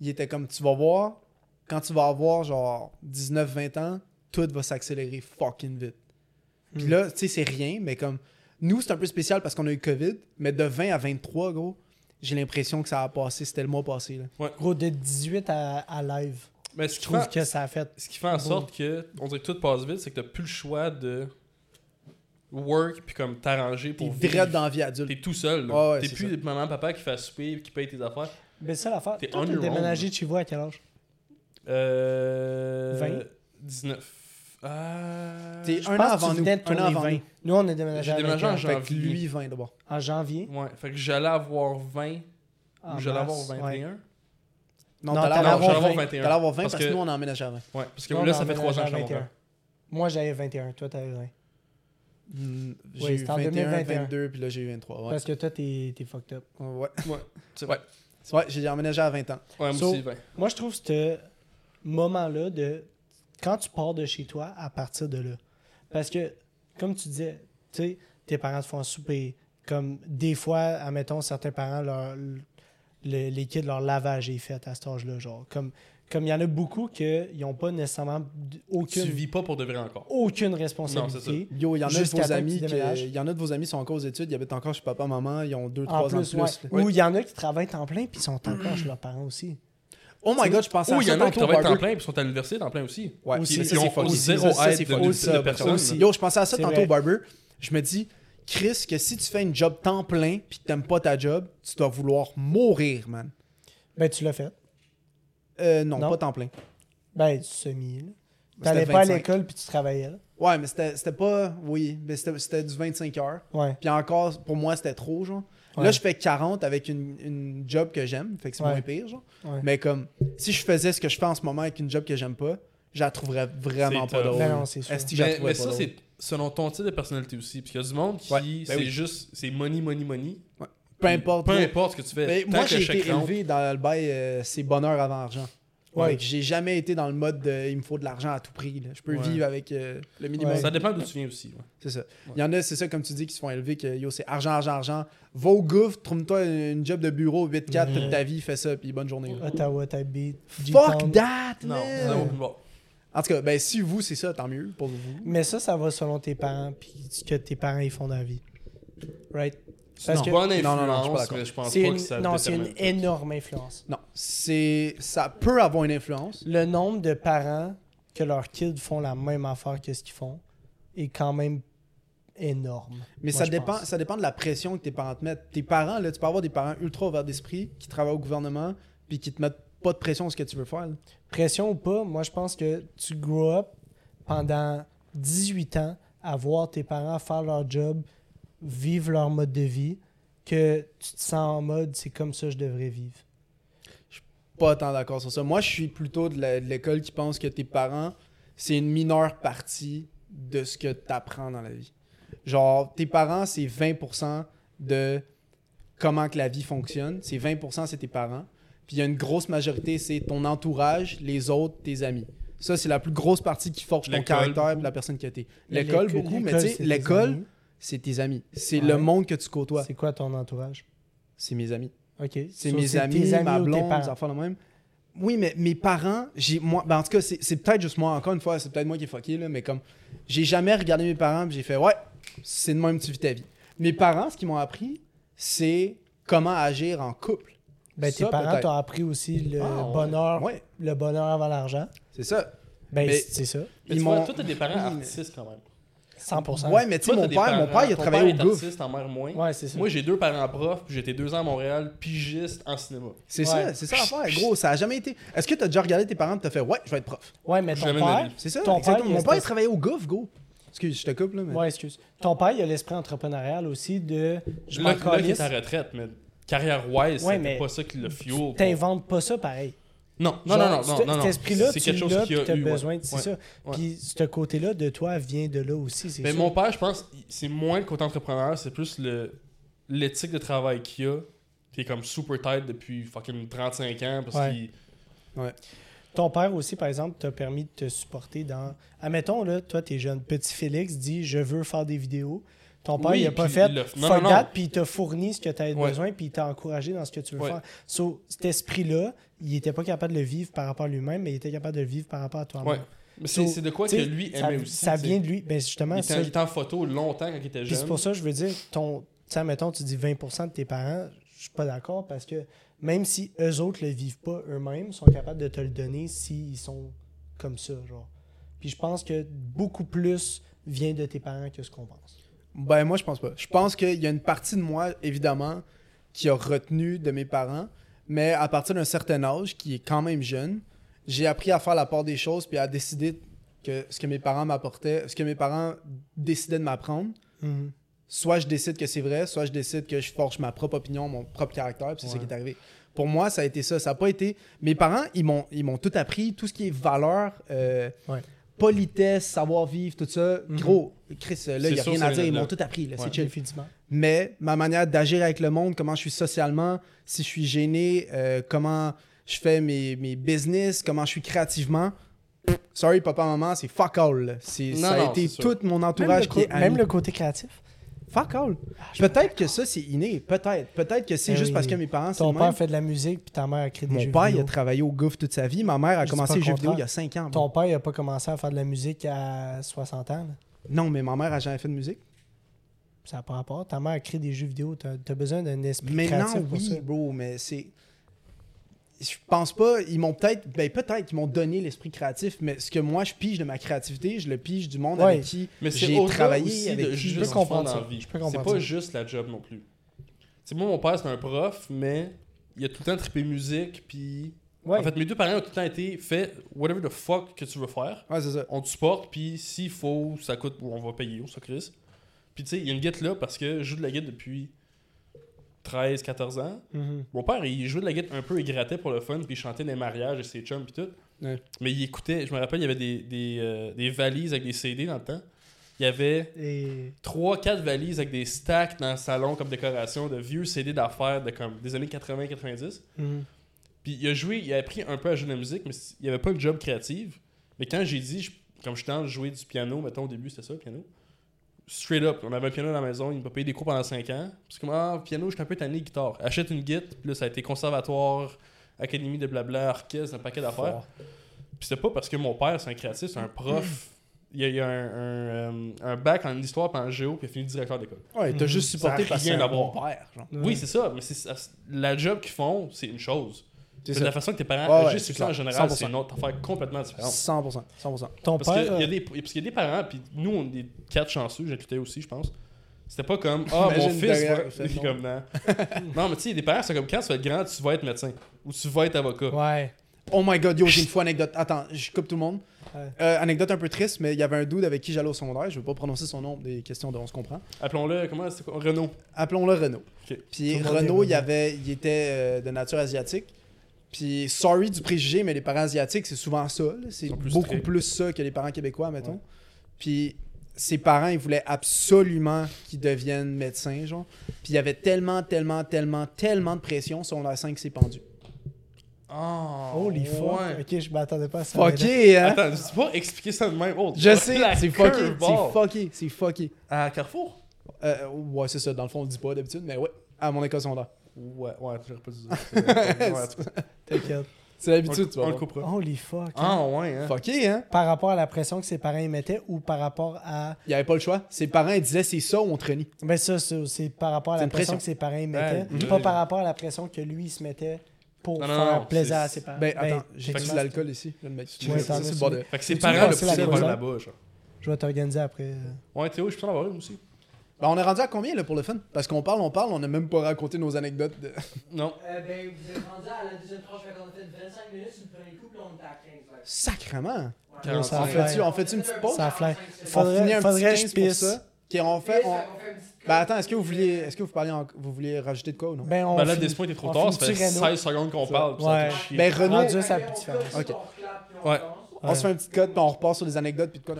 [SPEAKER 1] il était comme, tu vas voir, quand tu vas avoir genre 19-20 ans, tout va s'accélérer fucking vite. Puis
[SPEAKER 2] Hmm.
[SPEAKER 1] là, tu sais, c'est rien, mais comme, nous, c'est un peu spécial parce qu'on a eu COVID, mais de 20 à 23, gros, j'ai l'impression que ça a passé, c'était le mois passé, là.
[SPEAKER 2] Gros, de 18 à, à live.
[SPEAKER 3] Mais ce
[SPEAKER 2] Je
[SPEAKER 3] qui,
[SPEAKER 2] trouve
[SPEAKER 3] fait,
[SPEAKER 2] que ça a fait.
[SPEAKER 3] ce qui fait en
[SPEAKER 2] Bon.
[SPEAKER 3] sorte que on dirait que tout passe vite c'est que t'as plus le choix de work puis comme t'arranger
[SPEAKER 1] T'es
[SPEAKER 3] pour vivre.
[SPEAKER 1] direct dans la vie adulte.
[SPEAKER 3] T'es tout seul. là.
[SPEAKER 1] Ah ouais,
[SPEAKER 3] t'es
[SPEAKER 1] c'est
[SPEAKER 3] plus maman papa qui fait à souper puis qui paye tes affaires.
[SPEAKER 2] Mais ça, l'affaire.
[SPEAKER 3] T'es
[SPEAKER 2] Toi,
[SPEAKER 3] on
[SPEAKER 2] t'as
[SPEAKER 3] your own.
[SPEAKER 2] déménagé de chez vous à quel âge
[SPEAKER 3] Euh...
[SPEAKER 2] 20?
[SPEAKER 3] 19. Ah...
[SPEAKER 1] T'es
[SPEAKER 2] Je
[SPEAKER 1] un an
[SPEAKER 2] pense que tu
[SPEAKER 1] avant nous.
[SPEAKER 2] venais de
[SPEAKER 1] Un an
[SPEAKER 2] tourner
[SPEAKER 1] avant
[SPEAKER 2] 20.
[SPEAKER 1] nous.
[SPEAKER 2] Nous, on a déménagé,
[SPEAKER 3] J'ai
[SPEAKER 2] avec
[SPEAKER 3] déménagé en
[SPEAKER 2] un-
[SPEAKER 3] janvier.
[SPEAKER 1] Fait que lui, 20 d'abord.
[SPEAKER 2] en janvier.
[SPEAKER 3] Ouais, fait que j'allais avoir 20
[SPEAKER 2] en
[SPEAKER 3] ou j'allais avoir
[SPEAKER 2] mars, ouais.
[SPEAKER 3] 21.
[SPEAKER 1] Non,
[SPEAKER 2] Non,
[SPEAKER 1] t'allais
[SPEAKER 2] t'allais
[SPEAKER 1] avoir
[SPEAKER 2] avoir
[SPEAKER 1] 20.
[SPEAKER 3] 21.
[SPEAKER 1] T'allais avoir 20 parce,
[SPEAKER 3] Parce
[SPEAKER 1] que
[SPEAKER 3] que-
[SPEAKER 1] nous, on a emménagé avant.
[SPEAKER 3] Ouais, parce que
[SPEAKER 2] Non,
[SPEAKER 3] là,
[SPEAKER 2] on
[SPEAKER 3] ça
[SPEAKER 2] a
[SPEAKER 3] fait 3 ans que je suis à mon
[SPEAKER 2] déménagé à
[SPEAKER 3] frère.
[SPEAKER 2] 21. Moi, j'avais 21. Toi, t'avais 20.
[SPEAKER 1] Mm, J'ai
[SPEAKER 2] Oui,
[SPEAKER 1] eu
[SPEAKER 2] c'était en
[SPEAKER 1] 21,
[SPEAKER 2] 2021.
[SPEAKER 1] 22, puis là, j'ai eu 23. Ouais.
[SPEAKER 2] Parce que toi, t'es t'es fucked up.
[SPEAKER 1] Ouais.
[SPEAKER 3] C'est vrai.
[SPEAKER 1] C'est vrai, j'ai emménagé à 20 ans.
[SPEAKER 3] Ouais, moi
[SPEAKER 2] So-
[SPEAKER 3] aussi, 20.
[SPEAKER 2] Moi, je trouve ce moment-là de quand tu pars de chez toi à partir de là. Parce que, comme tu disais, tu sais, tes parents te font souper. Comme des fois, admettons, certains parents, leur, le- les kids, leur lavage est fait à cet âge-là. Genre, comme comme il y en a beaucoup qui n'ont pas nécessairement d-
[SPEAKER 3] Tu
[SPEAKER 2] aucune,
[SPEAKER 3] vis pas pour de vrai encore.
[SPEAKER 2] aucune responsabilité.
[SPEAKER 1] Yo, il y en a de
[SPEAKER 2] Jusqu'à
[SPEAKER 1] vos
[SPEAKER 2] temps
[SPEAKER 1] amis
[SPEAKER 2] qu'ils
[SPEAKER 1] qui,
[SPEAKER 2] déménagent.
[SPEAKER 1] il y en a de vos amis qui sont encore aux études, ils habitent encore chez papa, maman, ils ont 2 3
[SPEAKER 2] en
[SPEAKER 1] ans de
[SPEAKER 2] plus,
[SPEAKER 1] plus.
[SPEAKER 2] ouais.
[SPEAKER 1] là.
[SPEAKER 2] Ou il y en a qui travaillent temps plein puis sont encore chez leurs parents aussi.
[SPEAKER 1] Oh my god, je pensais
[SPEAKER 3] Ou
[SPEAKER 1] à
[SPEAKER 3] il y
[SPEAKER 1] ça
[SPEAKER 3] en a qui
[SPEAKER 1] tantôt au
[SPEAKER 3] travaillent en
[SPEAKER 1] barber.
[SPEAKER 3] plein puis sont à l'université en plein aussi.
[SPEAKER 1] Ouais,
[SPEAKER 3] Aussi,
[SPEAKER 1] mais ça,
[SPEAKER 3] ils
[SPEAKER 1] c'est
[SPEAKER 3] ont
[SPEAKER 1] fucked.
[SPEAKER 3] zéro
[SPEAKER 1] Ça, ça,
[SPEAKER 3] aide
[SPEAKER 1] c'est
[SPEAKER 3] de-
[SPEAKER 1] fucked.
[SPEAKER 3] de
[SPEAKER 1] Ça,
[SPEAKER 3] personne,
[SPEAKER 1] ça,
[SPEAKER 3] là.
[SPEAKER 1] aussi. Yo, je pensais à ça
[SPEAKER 2] C'est
[SPEAKER 1] tantôt
[SPEAKER 2] vrai.
[SPEAKER 1] au barber. Je me dis, Chris, que si tu fais une job temps plein puis que t'aimes pas ta job, tu dois vouloir mourir, man.
[SPEAKER 2] Ben, tu l'as fait.
[SPEAKER 1] Euh, non,
[SPEAKER 2] Non.
[SPEAKER 1] pas temps plein.
[SPEAKER 2] Ben, semi. là.
[SPEAKER 1] Ben, C'était
[SPEAKER 2] T'allais pas à
[SPEAKER 1] 25.
[SPEAKER 2] l'école puis tu travaillais. là.
[SPEAKER 1] Ouais, mais c'était c'était pas. Oui, mais c'était c'était du 25 heures.
[SPEAKER 2] Ouais.
[SPEAKER 1] Puis encore, pour moi, c'était trop, genre. Là,
[SPEAKER 2] Ouais.
[SPEAKER 1] je fais 40 avec une, une job que j'aime, fait que c'est
[SPEAKER 2] Ouais.
[SPEAKER 1] moins pire, genre.
[SPEAKER 2] Ouais.
[SPEAKER 1] Mais comme, si je faisais ce que je fais en ce moment avec une job que j'aime pas, je la trouverais vraiment
[SPEAKER 3] C'est
[SPEAKER 1] pas
[SPEAKER 3] tough.
[SPEAKER 1] drôle.
[SPEAKER 2] Ben non, c'est sûr.
[SPEAKER 1] Esti, je la
[SPEAKER 3] Mais,
[SPEAKER 1] trouverais
[SPEAKER 3] mais
[SPEAKER 1] pas
[SPEAKER 3] ça,
[SPEAKER 1] drôle.
[SPEAKER 3] c'est selon ton type de personnalité aussi. Parce qu'il y a du monde qui,
[SPEAKER 1] Ouais, ben
[SPEAKER 3] c'est
[SPEAKER 1] oui.
[SPEAKER 3] juste, c'est money, money, money.
[SPEAKER 1] Peu importe.
[SPEAKER 3] Peu
[SPEAKER 1] gros.
[SPEAKER 3] importe ce que tu fais.
[SPEAKER 1] Mais
[SPEAKER 3] tant
[SPEAKER 1] moi,
[SPEAKER 3] que
[SPEAKER 1] j'ai
[SPEAKER 3] le chèque
[SPEAKER 1] été
[SPEAKER 3] rentre,
[SPEAKER 1] élevé dans le bail, euh, c'est bonheur avant argent.
[SPEAKER 2] Ouais.
[SPEAKER 1] Fait que J'ai jamais été dans le mode de, il me faut de l'argent à tout prix. là. Je peux
[SPEAKER 3] Ouais.
[SPEAKER 1] vivre avec euh, le minimum.
[SPEAKER 2] Ouais.
[SPEAKER 3] Ça dépend d'où tu viens aussi. ouais.
[SPEAKER 1] C'est ça. Il y en a, c'est ça, comme tu dis, qui se font élever, que yo, c'est argent, argent, argent. Va au gouffre, trouve-toi une job de bureau 8-4
[SPEAKER 2] Mm-hmm.
[SPEAKER 1] toute ta vie, fais ça, puis bonne journée. là.
[SPEAKER 2] Ottawa, Type Beat.
[SPEAKER 1] Fuck that!
[SPEAKER 3] Non,
[SPEAKER 1] man!
[SPEAKER 3] zéro plus bas.
[SPEAKER 1] En tout cas, ben, si vous, c'est ça, tant mieux pour vous.
[SPEAKER 2] Mais ça, ça va selon tes parents puis ce que tes parents ils font dans la vie. Right?
[SPEAKER 3] C'est
[SPEAKER 2] Parce
[SPEAKER 3] une
[SPEAKER 2] que
[SPEAKER 3] bonne
[SPEAKER 1] Non, non, non, je suis pas
[SPEAKER 3] influence,
[SPEAKER 1] d'accord.
[SPEAKER 3] mais je pense
[SPEAKER 2] c'est
[SPEAKER 3] pas
[SPEAKER 2] une,
[SPEAKER 3] que ça
[SPEAKER 2] non, c'est une
[SPEAKER 3] détermine.
[SPEAKER 2] énorme influence.
[SPEAKER 1] Non, c'est ça peut avoir une influence.
[SPEAKER 2] Le nombre de parents que leurs kids font la même affaire que ce qu'ils font est quand même énorme.
[SPEAKER 1] Mais
[SPEAKER 2] Moi,
[SPEAKER 1] ça,
[SPEAKER 2] je
[SPEAKER 1] dépend,
[SPEAKER 2] pense.
[SPEAKER 1] ça dépend de la pression que tes parents te mettent. Tes parents, là, tu peux avoir des parents ultra ouverts d'esprit qui travaillent au gouvernement puis qui te mettent pas de pression sur ce que tu veux faire. là.
[SPEAKER 2] Pression ou pas, moi je pense que tu grow up pendant 18 ans à voir tes parents faire leur job, vivre leur mode de vie, que tu te sens en mode c'est comme ça que je devrais vivre.
[SPEAKER 1] Pas tant d'accord sur ça. Moi, je suis plutôt de la- de l'école qui pense que tes parents, c'est une mineure partie de ce que tu apprends dans la vie. Genre, tes parents, c'est 20% de comment que la vie fonctionne. C'est 20%, c'est tes parents. Puis il y a une grosse majorité, c'est ton entourage, les autres, tes amis. Ça, c'est la plus grosse partie qui forge ton
[SPEAKER 3] L'école,
[SPEAKER 1] caractère
[SPEAKER 3] beaucoup.
[SPEAKER 1] et la personne que t'es. L'école, beaucoup, mais tu sais,
[SPEAKER 2] c'est tes
[SPEAKER 1] l'école,
[SPEAKER 2] amis.
[SPEAKER 1] c'est tes amis. C'est
[SPEAKER 2] Ouais.
[SPEAKER 1] le monde que tu côtoies.
[SPEAKER 2] C'est quoi ton entourage?
[SPEAKER 1] C'est mes amis.
[SPEAKER 2] OK.
[SPEAKER 1] C'est
[SPEAKER 2] So,
[SPEAKER 1] mes
[SPEAKER 2] tes
[SPEAKER 1] amis, ma
[SPEAKER 2] ou tes
[SPEAKER 1] blonde,
[SPEAKER 2] parents.
[SPEAKER 1] mes enfants, le même. Oui, mais mes parents, j'ai moi, ben en tout cas, c'est c'est peut-être juste moi, encore une fois, c'est peut-être moi qui est fucké, là, mais comme, j'ai jamais regardé mes parents, puis j'ai fait, ouais, c'est de même que tu vis ta vie. Mes parents, ce qu'ils m'ont appris, c'est comment agir en couple.
[SPEAKER 2] Ben, tes
[SPEAKER 1] Ça,
[SPEAKER 2] parents
[SPEAKER 1] peut-être.
[SPEAKER 2] t'ont appris aussi le
[SPEAKER 3] Ah, ouais.
[SPEAKER 2] bonheur
[SPEAKER 1] Ouais,
[SPEAKER 2] le bonheur avant l'argent.
[SPEAKER 1] c'est ça.
[SPEAKER 2] Ben,
[SPEAKER 1] Mais-
[SPEAKER 2] c'est ça.
[SPEAKER 3] Mais
[SPEAKER 1] Ils
[SPEAKER 3] tu vois,
[SPEAKER 1] m'ont-
[SPEAKER 3] toi, t'as des parents
[SPEAKER 1] Oui, mais-
[SPEAKER 3] artistes quand même.
[SPEAKER 2] 100%.
[SPEAKER 1] Ouais, mais tu sais,
[SPEAKER 3] Toi, t'as
[SPEAKER 1] mon
[SPEAKER 3] des
[SPEAKER 1] père, mon
[SPEAKER 3] parents-
[SPEAKER 1] père, il a
[SPEAKER 3] ton
[SPEAKER 1] travaillé
[SPEAKER 3] père
[SPEAKER 1] au
[SPEAKER 3] est
[SPEAKER 1] gouffre.
[SPEAKER 3] artiste, ta mère moins.
[SPEAKER 2] Ouais, c'est ça.
[SPEAKER 3] Moi, j'ai deux parents profs, puis j'étais deux ans à Montréal, pigiste en cinéma.
[SPEAKER 1] C'est
[SPEAKER 2] Ouais.
[SPEAKER 1] ça, c'est ça l'affaire, gros. Ça a jamais été. Est-ce que t'as déjà regardé tes parents et t'as fait, ouais, je vais être prof?
[SPEAKER 2] Ouais, mais ton
[SPEAKER 3] Jamais de ma
[SPEAKER 2] père.
[SPEAKER 3] vie.
[SPEAKER 1] C'est ça,
[SPEAKER 2] Ton
[SPEAKER 1] exactement.
[SPEAKER 2] père, il
[SPEAKER 1] mon
[SPEAKER 2] est-
[SPEAKER 1] père, il travaillait au gouffre, go. Excuse, je te coupe, là, mais.
[SPEAKER 2] Ouais, excuse. Ton père, il a l'esprit entrepreneurial aussi de. Je m'en
[SPEAKER 3] Là, là qui
[SPEAKER 2] calisse.
[SPEAKER 3] est à retraite, mais carrière-wise,
[SPEAKER 2] Ouais,
[SPEAKER 3] c'était
[SPEAKER 2] mais-
[SPEAKER 3] pas ça qui le fuel.
[SPEAKER 2] T'inventes pas ça pareil.
[SPEAKER 3] Non, non,
[SPEAKER 2] Genre,
[SPEAKER 3] non, non,
[SPEAKER 2] cet-
[SPEAKER 3] non, non, non.
[SPEAKER 2] Cet esprit-là,
[SPEAKER 3] c'est
[SPEAKER 2] tu
[SPEAKER 3] quelque chose
[SPEAKER 2] l'as,
[SPEAKER 3] qui
[SPEAKER 2] puis
[SPEAKER 3] a
[SPEAKER 2] t'as
[SPEAKER 3] eu, ouais.
[SPEAKER 2] besoin, de- c'est
[SPEAKER 3] Ouais.
[SPEAKER 2] ça. Puis ce côté-là de toi vient de là aussi, c'est
[SPEAKER 3] Mais
[SPEAKER 2] sûr.
[SPEAKER 3] Ben, mon père, je pense, il- c'est moins le côté entrepreneur, c'est plus le l'éthique de travail qu'il a, qui est comme super tight depuis fucking 35 ans, parce
[SPEAKER 2] Ouais.
[SPEAKER 3] qu'il...
[SPEAKER 2] Ton père aussi, par exemple, t'a permis de te supporter dans... Admettons, là, toi, t'es jeune. Petit Félix dit « Je veux faire des vidéos ». Ton père,
[SPEAKER 3] Oui,
[SPEAKER 2] il a pas
[SPEAKER 3] puis
[SPEAKER 2] fait
[SPEAKER 3] il l'a- non,
[SPEAKER 2] fuck
[SPEAKER 3] non, non.
[SPEAKER 2] that, puis il t'a fourni ce que t'avais
[SPEAKER 3] Ouais.
[SPEAKER 2] besoin, puis il t'a encouragé dans ce que tu veux
[SPEAKER 3] Ouais.
[SPEAKER 2] faire. So, cet esprit-là, il était pas capable de le vivre par rapport à lui-même, mais il était capable de le vivre par rapport à toi-même.
[SPEAKER 3] Ouais. Mais c'est
[SPEAKER 2] Ah So,
[SPEAKER 3] c'est de quoi que
[SPEAKER 2] Tu sais,
[SPEAKER 3] lui
[SPEAKER 2] ça,
[SPEAKER 3] aimait aussi.
[SPEAKER 2] Ça
[SPEAKER 3] tu sais.
[SPEAKER 2] vient de lui. Ben
[SPEAKER 3] Il
[SPEAKER 2] justement,
[SPEAKER 3] était,
[SPEAKER 2] ça,
[SPEAKER 3] il était en photo longtemps quand il était
[SPEAKER 2] puis c'est
[SPEAKER 3] jeune.
[SPEAKER 2] pour ça que je veux dire, ton, tu sais, mettons, tu dis 20% de tes parents, je suis pas d'accord parce que même si eux autres le vivent pas eux-mêmes, ils sont capables de te le donner s'ils sont comme ça, genre. Puis je pense que beaucoup plus vient de tes parents que ce qu'on pense.
[SPEAKER 1] Ben, moi, je pense pas. Je pense qu'il y a une partie de moi, évidemment, qui a retenu de mes parents, mais à partir d'un certain âge, qui est quand même jeune, j'ai appris à faire la part des choses puis à décider que ce que mes parents m'apportaient, ce que mes parents décidaient de m'apprendre, Mm-hmm. soit je décide que c'est vrai, soit je décide que je forge ma propre opinion, mon propre caractère, puis c'est
[SPEAKER 2] Ouais.
[SPEAKER 1] ce qui est arrivé. Pour moi, ça a été ça. Ça n'a pas été. Mes parents, ils m'ont, ils m'ont tout appris, tout ce qui est valeur, euh,
[SPEAKER 2] Ouais.
[SPEAKER 1] politesse, savoir-vivre, tout ça. Gros, Chris, là, il
[SPEAKER 3] Mhm. C'est
[SPEAKER 1] n'y a
[SPEAKER 3] sûr,
[SPEAKER 1] rien à
[SPEAKER 3] c'est
[SPEAKER 1] dire. Ils
[SPEAKER 3] là.
[SPEAKER 1] m'ont tout appris, là,
[SPEAKER 3] Ouais.
[SPEAKER 1] c'est chill.
[SPEAKER 2] Définitivement.
[SPEAKER 1] Mais ma manière d'agir avec le monde, comment je suis socialement, si je suis gêné, euh, comment je fais mes, mes business, comment je suis créativement. Sorry, papa, maman, c'est fuck all. là. C'est,
[SPEAKER 3] Non,
[SPEAKER 1] ça a
[SPEAKER 3] non,
[SPEAKER 1] été
[SPEAKER 3] c'est sûr.
[SPEAKER 1] tout mon
[SPEAKER 2] Même, le,
[SPEAKER 1] entourage
[SPEAKER 2] co-
[SPEAKER 1] qui est ami.
[SPEAKER 2] même le côté créatif.
[SPEAKER 1] Fuck all. Peut-être que ça, c'est inné. Peut-être. Peut-être que c'est
[SPEAKER 2] Ben
[SPEAKER 1] juste
[SPEAKER 2] oui.
[SPEAKER 1] parce que mes parents, c'est
[SPEAKER 2] Ton
[SPEAKER 1] le
[SPEAKER 2] père
[SPEAKER 1] même.
[SPEAKER 2] fait de la musique, puis ta mère a créé des
[SPEAKER 1] Mon
[SPEAKER 2] jeux
[SPEAKER 1] père, il
[SPEAKER 2] vidéo.
[SPEAKER 1] a travaillé au gouffre toute sa vie. Ma mère a
[SPEAKER 2] Je dis pas
[SPEAKER 1] commencé
[SPEAKER 2] le
[SPEAKER 1] les jeux vidéo
[SPEAKER 2] contraire.
[SPEAKER 1] il y a 5 ans.
[SPEAKER 2] Ton père, il a pas commencé à faire de la musique à 60 ans. là.
[SPEAKER 1] Non, mais ma mère a jamais fait de musique.
[SPEAKER 2] Ça n'a pas rapport. Ta mère a créé des jeux vidéo. T'as as besoin d'un esprit créatif
[SPEAKER 1] Maintenant,
[SPEAKER 2] pour
[SPEAKER 1] oui,
[SPEAKER 2] ça.
[SPEAKER 1] bro, mais c'est. Je pense pas. Ils m'ont peut-être. Ben, peut-être qu'ils m'ont donné l'esprit créatif, mais ce que moi, je pige de ma créativité, je le pige du monde
[SPEAKER 2] Ouais.
[SPEAKER 1] avec qui
[SPEAKER 3] Mais c'est
[SPEAKER 1] j'ai
[SPEAKER 3] au-delà
[SPEAKER 1] travaillé.
[SPEAKER 3] aussi
[SPEAKER 1] Avec
[SPEAKER 3] de
[SPEAKER 1] qui-
[SPEAKER 3] juste
[SPEAKER 2] Je peux comprendre
[SPEAKER 3] faire dans
[SPEAKER 2] ça.
[SPEAKER 3] la vie.
[SPEAKER 2] Je peux comprendre
[SPEAKER 3] C'est pas
[SPEAKER 2] ça.
[SPEAKER 3] juste la job non plus. C'est moi, mon père, c'est un prof, mais il a tout le temps trippé musique, puis...
[SPEAKER 2] Ouais.
[SPEAKER 3] En fait, mes deux parents ont tout le temps été fait whatever the fuck que tu veux faire,
[SPEAKER 1] Ouais, c'est ça.
[SPEAKER 3] on te supporte, puis s'il faut, ça coûte, on va payer, on se crisse. Puis tu sais, il y a une guette là parce que je joue de la guette depuis 13, 14 ans.
[SPEAKER 2] Mhm.
[SPEAKER 3] Mon père, il jouait de la guette un peu, il grattait pour le fun, puis il chantait des mariages et ses chums, puis tout.
[SPEAKER 1] Ouais.
[SPEAKER 3] Mais il écoutait, je me rappelle, il y avait des, des, euh, des valises avec des CD dans le temps. Il y avait
[SPEAKER 2] Et
[SPEAKER 3] 3-4 valises avec des stacks dans le salon comme décoration de vieux CD d'affaires de comme des années 80-90. Puis il a joué, il a appris un peu à jouer de la musique, mais c- il n'y avait pas une job créative. Mais quand j'ai dit, je- comme je suis en train de jouer du piano, mettons au début, c'était ça le piano. Straight up, on avait un piano dans la maison, il m'a payé des cours pendant 5 ans. Parce que moi, ah, piano, je suis un peu tanné de guitare. Achète une guitare, puis là, ça a été conservatoire, académie de blabla, orchestre, un paquet d'affaires. Puis c'était pas parce que mon père, c'est un créatif, c'est un prof. Il a, il a un, un, euh, un bac en histoire, puis en géo, puis il a fini directeur d'école.
[SPEAKER 1] Ouais, t'as
[SPEAKER 2] Mhm.
[SPEAKER 1] juste
[SPEAKER 3] Ça a
[SPEAKER 1] supporté parce que
[SPEAKER 3] rien
[SPEAKER 1] c'est
[SPEAKER 3] à
[SPEAKER 1] un bon
[SPEAKER 3] voir.
[SPEAKER 1] père. genre.
[SPEAKER 3] Oui, c'est ça, mais c'est ça- la job qu'ils font, c'est une chose.
[SPEAKER 1] C'est
[SPEAKER 3] Mais
[SPEAKER 1] ça.
[SPEAKER 3] la façon que tes parents
[SPEAKER 1] Ouais, ouais,
[SPEAKER 3] agissent sur
[SPEAKER 1] c'est
[SPEAKER 3] ça en
[SPEAKER 1] clair.
[SPEAKER 3] général, c'est
[SPEAKER 1] 100%.
[SPEAKER 3] une autre affaire complètement différente.
[SPEAKER 1] 100%. 100%.
[SPEAKER 2] ton
[SPEAKER 3] Parce qu'il
[SPEAKER 2] père.
[SPEAKER 3] y, a
[SPEAKER 2] euh,
[SPEAKER 3] des- parce qu'il y a des parents, puis nous, on est quatre chanceux, j'incluais aussi, je pense. C'était pas comme, ah, mon
[SPEAKER 1] Imagine
[SPEAKER 3] fils
[SPEAKER 1] derrière,
[SPEAKER 3] va...
[SPEAKER 1] il fait non.
[SPEAKER 3] [LAUGHS] comme, non. non, [LAUGHS] mais tu sais, il y a des parents, c'est comme quand tu vas être grand, tu vas être médecin ou tu vas être avocat.
[SPEAKER 2] Ouais.
[SPEAKER 1] Oh my god, yo, j'ai une fois anecdote. Attends, je coupe tout le monde.
[SPEAKER 2] Ouais.
[SPEAKER 1] Euh, anecdote un peu triste, mais il y avait un dude avec qui j'allais au secondaire. Je ne veux pas prononcer son nom, des questions de on se comprend.
[SPEAKER 3] Appelons-le, comment c'est quoi Renault.
[SPEAKER 1] Appelons-le Renaud.
[SPEAKER 3] Ok.
[SPEAKER 1] Puis
[SPEAKER 2] Tout le monde est
[SPEAKER 1] Renaud,
[SPEAKER 2] Renaud.
[SPEAKER 1] il, avait, il était euh, de nature asiatique. Puis sorry du préjugé, mais les parents asiatiques, c'est souvent ça. là. C'est
[SPEAKER 3] Ils sont plus
[SPEAKER 1] beaucoup
[SPEAKER 3] stricts.
[SPEAKER 1] plus ça que les parents québécois, mettons.
[SPEAKER 3] Ouais.
[SPEAKER 1] Puis ses parents, ils voulaient absolument qu'il devienne médecin, genre. Puis il y avait tellement, tellement, tellement, tellement de pression, son A5 s'est pendu.
[SPEAKER 3] Oh,
[SPEAKER 2] Holy fuck.
[SPEAKER 3] ouais.
[SPEAKER 2] Ok, je m'attendais pas à ça.
[SPEAKER 1] Fucké, hein?
[SPEAKER 3] Attends, je sais pas expliquer ça de même. Oh,
[SPEAKER 1] Je sais,
[SPEAKER 3] la
[SPEAKER 1] c'est fucké,
[SPEAKER 3] curveball.
[SPEAKER 1] c'est fucké, c'est fucké.
[SPEAKER 3] À Carrefour?
[SPEAKER 1] Euh, ouais, c'est ça, dans le fond, on le dit pas d'habitude, mais ouais, à mon école secondaire.
[SPEAKER 3] Ouais, ouais, j'aurais pas dû dire.
[SPEAKER 1] [LAUGHS]
[SPEAKER 3] C'est vrai. Ouais, en tout cas,
[SPEAKER 2] T'inquiète.
[SPEAKER 1] C'est
[SPEAKER 3] on
[SPEAKER 1] l'habitude,
[SPEAKER 3] le-
[SPEAKER 1] tu vois.
[SPEAKER 3] On le coupera.
[SPEAKER 2] Holy fuck. hein.
[SPEAKER 3] Ah, ouais, hein.
[SPEAKER 1] Fucké, hein?
[SPEAKER 2] Par rapport à la pression que ses parents y mettaient ou par rapport à.
[SPEAKER 1] Il y avait pas le choix. Ses parents ils disaient c'est ça ou on te renie.
[SPEAKER 2] Ben ça, c'est c'est par rapport à
[SPEAKER 1] C'est
[SPEAKER 2] la
[SPEAKER 1] une
[SPEAKER 2] pression,
[SPEAKER 1] pression.
[SPEAKER 2] que ses parents y mettaient.
[SPEAKER 3] Ouais,
[SPEAKER 2] pas
[SPEAKER 3] ouais.
[SPEAKER 2] par rapport à la pression que lui il se mettait pour
[SPEAKER 3] Non, non,
[SPEAKER 2] faire
[SPEAKER 3] non,
[SPEAKER 2] plaisir
[SPEAKER 3] c'est-
[SPEAKER 2] à ses parents.
[SPEAKER 1] Ben, attends, j'ai
[SPEAKER 2] effectivement,
[SPEAKER 1] du l'alcool ici. Je viens de mettre-
[SPEAKER 3] Ouais,
[SPEAKER 1] Ça,
[SPEAKER 2] t'en
[SPEAKER 1] c'est
[SPEAKER 2] as
[SPEAKER 1] le bordel.
[SPEAKER 3] Fait que ses
[SPEAKER 2] Peux-tu
[SPEAKER 3] parents le
[SPEAKER 2] passer la
[SPEAKER 3] poussaient vers
[SPEAKER 2] console?
[SPEAKER 3] là-bas, genre.
[SPEAKER 2] Je vais t'organiser après.
[SPEAKER 3] Ouais, Théo, je suis en avoir une aussi.
[SPEAKER 1] Ben, on est rendu à combien, là, pour le fun? Parce qu'on parle, on parle, on a même pas raconté nos anecdotes. de-
[SPEAKER 3] Non.
[SPEAKER 4] Euh, ben, vous êtes rendu à la deuxième tranche, fait qu'on a fait 25 minutes, vous prenez le couple, on était à 15. ouais.
[SPEAKER 1] Sacrement!
[SPEAKER 4] Ouais.
[SPEAKER 3] Quarante-
[SPEAKER 2] Ça
[SPEAKER 1] On
[SPEAKER 2] fait-
[SPEAKER 1] fait-tu on fait une petite pause?
[SPEAKER 2] Ça a flair.
[SPEAKER 1] On
[SPEAKER 2] Faudrait-
[SPEAKER 1] finit un petit
[SPEAKER 2] faudrait que je
[SPEAKER 1] 15 pour
[SPEAKER 2] pisse.
[SPEAKER 1] ça. Ok, on fait... on-
[SPEAKER 4] on fait une petite
[SPEAKER 1] Ben, attends, est-ce que vous vouliez... Est-ce que vous, parliez en- vous vouliez rajouter de quoi ou non?
[SPEAKER 2] Ben, on
[SPEAKER 3] Ben là,
[SPEAKER 2] finit-
[SPEAKER 3] des points, t'es trop
[SPEAKER 2] on
[SPEAKER 3] tard. Ça
[SPEAKER 2] finit-tu
[SPEAKER 3] fait
[SPEAKER 2] Renaud?
[SPEAKER 3] 16 secondes qu'on parle. puis
[SPEAKER 2] Ouais.
[SPEAKER 3] Ça fait chier.
[SPEAKER 1] Ben,
[SPEAKER 4] colle,
[SPEAKER 1] Renaud,
[SPEAKER 2] Rendu,
[SPEAKER 4] fait
[SPEAKER 2] ça a
[SPEAKER 4] qu'on
[SPEAKER 2] plus de
[SPEAKER 4] colle,
[SPEAKER 1] différence.
[SPEAKER 4] on
[SPEAKER 1] Ok.
[SPEAKER 4] clappe, puis
[SPEAKER 3] Ouais.
[SPEAKER 4] on
[SPEAKER 1] on se fait une petite cote, puis on repart sur les anecdotes, puis de quoi.